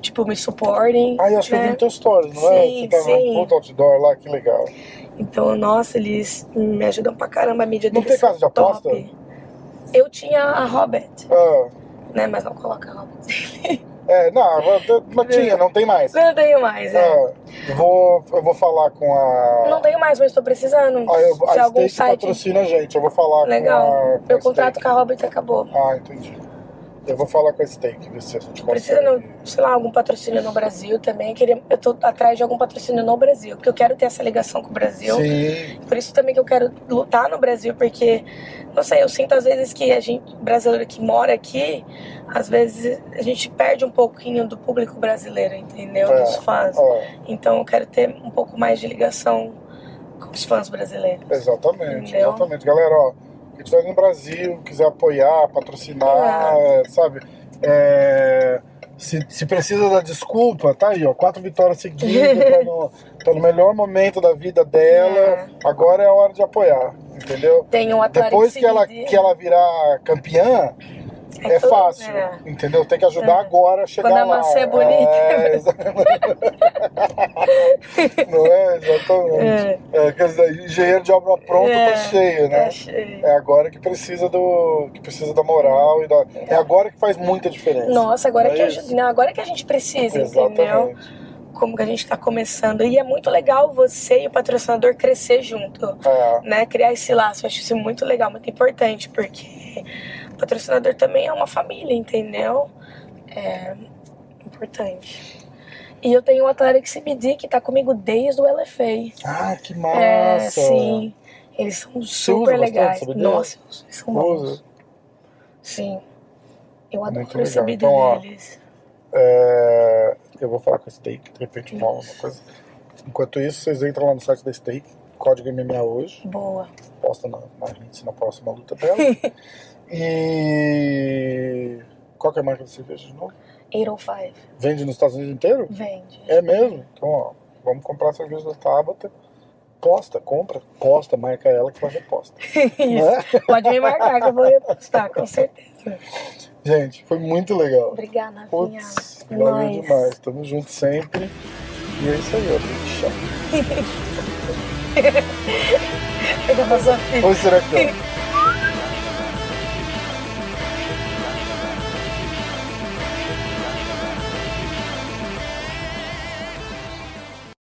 Speaker 2: tipo, me suportem.
Speaker 1: Ah, eu acho que eu vi
Speaker 2: né?
Speaker 1: no teu stories, não é?
Speaker 2: Sim,
Speaker 1: Você tá
Speaker 2: sim.
Speaker 1: no outro outdoor lá, que legal.
Speaker 2: Então, nossa, eles me ajudam pra caramba. A mídia
Speaker 1: Não
Speaker 2: deles
Speaker 1: tem casa de
Speaker 2: é top.
Speaker 1: aposta?
Speaker 2: Eu tinha a Robert,
Speaker 1: Ah,
Speaker 2: né? Mas não coloca a Robert.
Speaker 1: é, não, mas tinha, não tem mais.
Speaker 2: Não tenho mais, é.
Speaker 1: Ah, eu vou, eu vou falar com a.
Speaker 2: Não tenho mais, mas tô precisando.
Speaker 1: Ah, eu-
Speaker 2: Se
Speaker 1: a
Speaker 2: algum
Speaker 1: Steak
Speaker 2: site.
Speaker 1: patrocina a gente, eu vou falar
Speaker 2: Legal.
Speaker 1: com a. com a
Speaker 2: Meu
Speaker 1: Steak.
Speaker 2: contrato com a Robert acabou.
Speaker 1: Ah, entendi. Eu vou falar com a Steak, ver se a gente
Speaker 2: Precisa,
Speaker 1: consegue.
Speaker 2: não, sei lá, algum patrocínio no Brasil também. Eu, queria, eu tô atrás de algum patrocínio no Brasil, porque eu quero ter essa ligação com o Brasil.
Speaker 1: Sim,
Speaker 2: Por isso também que eu quero lutar no Brasil, porque, não sei, eu sinto às vezes que a gente, brasileiro que mora aqui, às vezes a gente perde um pouquinho do público brasileiro, entendeu?
Speaker 1: É.
Speaker 2: Dos fãs.
Speaker 1: é,
Speaker 2: Então eu quero ter um pouco mais de ligação com os fãs brasileiros.
Speaker 1: exatamente,
Speaker 2: Entendeu?
Speaker 1: exatamente. Galera, ó, quem estiver no Brasil, quiser apoiar, patrocinar, é, sabe? É, se, se precisa da desculpa, tá aí, ó. Quatro vitórias seguidas, tá no, tá no melhor momento da vida dela. Agora é a hora de apoiar, entendeu?
Speaker 2: Tem um atleta
Speaker 1: Depois que ela,
Speaker 2: seguida-
Speaker 1: que ela virar campeã, é,
Speaker 2: todo-
Speaker 1: fácil,
Speaker 2: é.
Speaker 1: entendeu? Tem que ajudar
Speaker 2: É.
Speaker 1: agora a chegar
Speaker 2: Quando
Speaker 1: lá.
Speaker 2: a maçã é bonita.
Speaker 1: É, exatamente. Não é? Exatamente. É, quer dizer, engenheiro de obra pronta
Speaker 2: É,
Speaker 1: tá cheio, né?
Speaker 2: Tá cheio.
Speaker 1: É agora que precisa do que precisa da moral e da é agora que faz muita diferença.
Speaker 2: Nossa, agora,
Speaker 1: Não é
Speaker 2: que a,
Speaker 1: isso?
Speaker 2: gente- não, agora que a gente precisa, entendeu?
Speaker 1: Exatamente.
Speaker 2: Como que a gente tá começando. E é muito legal você e o patrocinador crescer junto,
Speaker 1: É,
Speaker 2: né? Criar esse laço. Eu acho isso muito legal, muito importante, porque o patrocinador também é uma família, entendeu? É importante. E eu tenho um atleta que se medir que tá comigo desde o LFA.
Speaker 1: Ah, que
Speaker 2: É,
Speaker 1: massa.
Speaker 2: sim. Eles são super
Speaker 1: usa bastante
Speaker 2: legais.
Speaker 1: CBD?
Speaker 2: Nossa, eles são bons.
Speaker 1: Usa.
Speaker 2: Sim. Eu adoro
Speaker 1: Muito
Speaker 2: o
Speaker 1: legal.
Speaker 2: CBD
Speaker 1: Então, ó,
Speaker 2: deles.
Speaker 1: É, eu vou falar com a Steak, de repente rola uma coisa. Enquanto isso, vocês entram lá no site da Steak, código MMA hoje,
Speaker 2: Boa.
Speaker 1: posta na, na hits na próxima luta dela. e qual que é a marca da cerveja de novo?
Speaker 2: 805.
Speaker 1: Vende nos Estados Unidos inteiro?
Speaker 2: Vende.
Speaker 1: É mesmo? Então, ó, vamos comprar a cerveja da Tabata. Posta, compra, posta, marca ela que vai reposta.
Speaker 2: Isso.
Speaker 1: Né?
Speaker 2: Pode me marcar que eu vou repostar, com certeza.
Speaker 1: Gente, foi muito legal.
Speaker 2: Obrigada, Navinha.
Speaker 1: Putz,
Speaker 2: É
Speaker 1: valeu
Speaker 2: nóis.
Speaker 1: demais. Tamo junto sempre. E é isso aí, ó. gente.
Speaker 2: Fica pra sua filha.
Speaker 1: Oi, será que ó?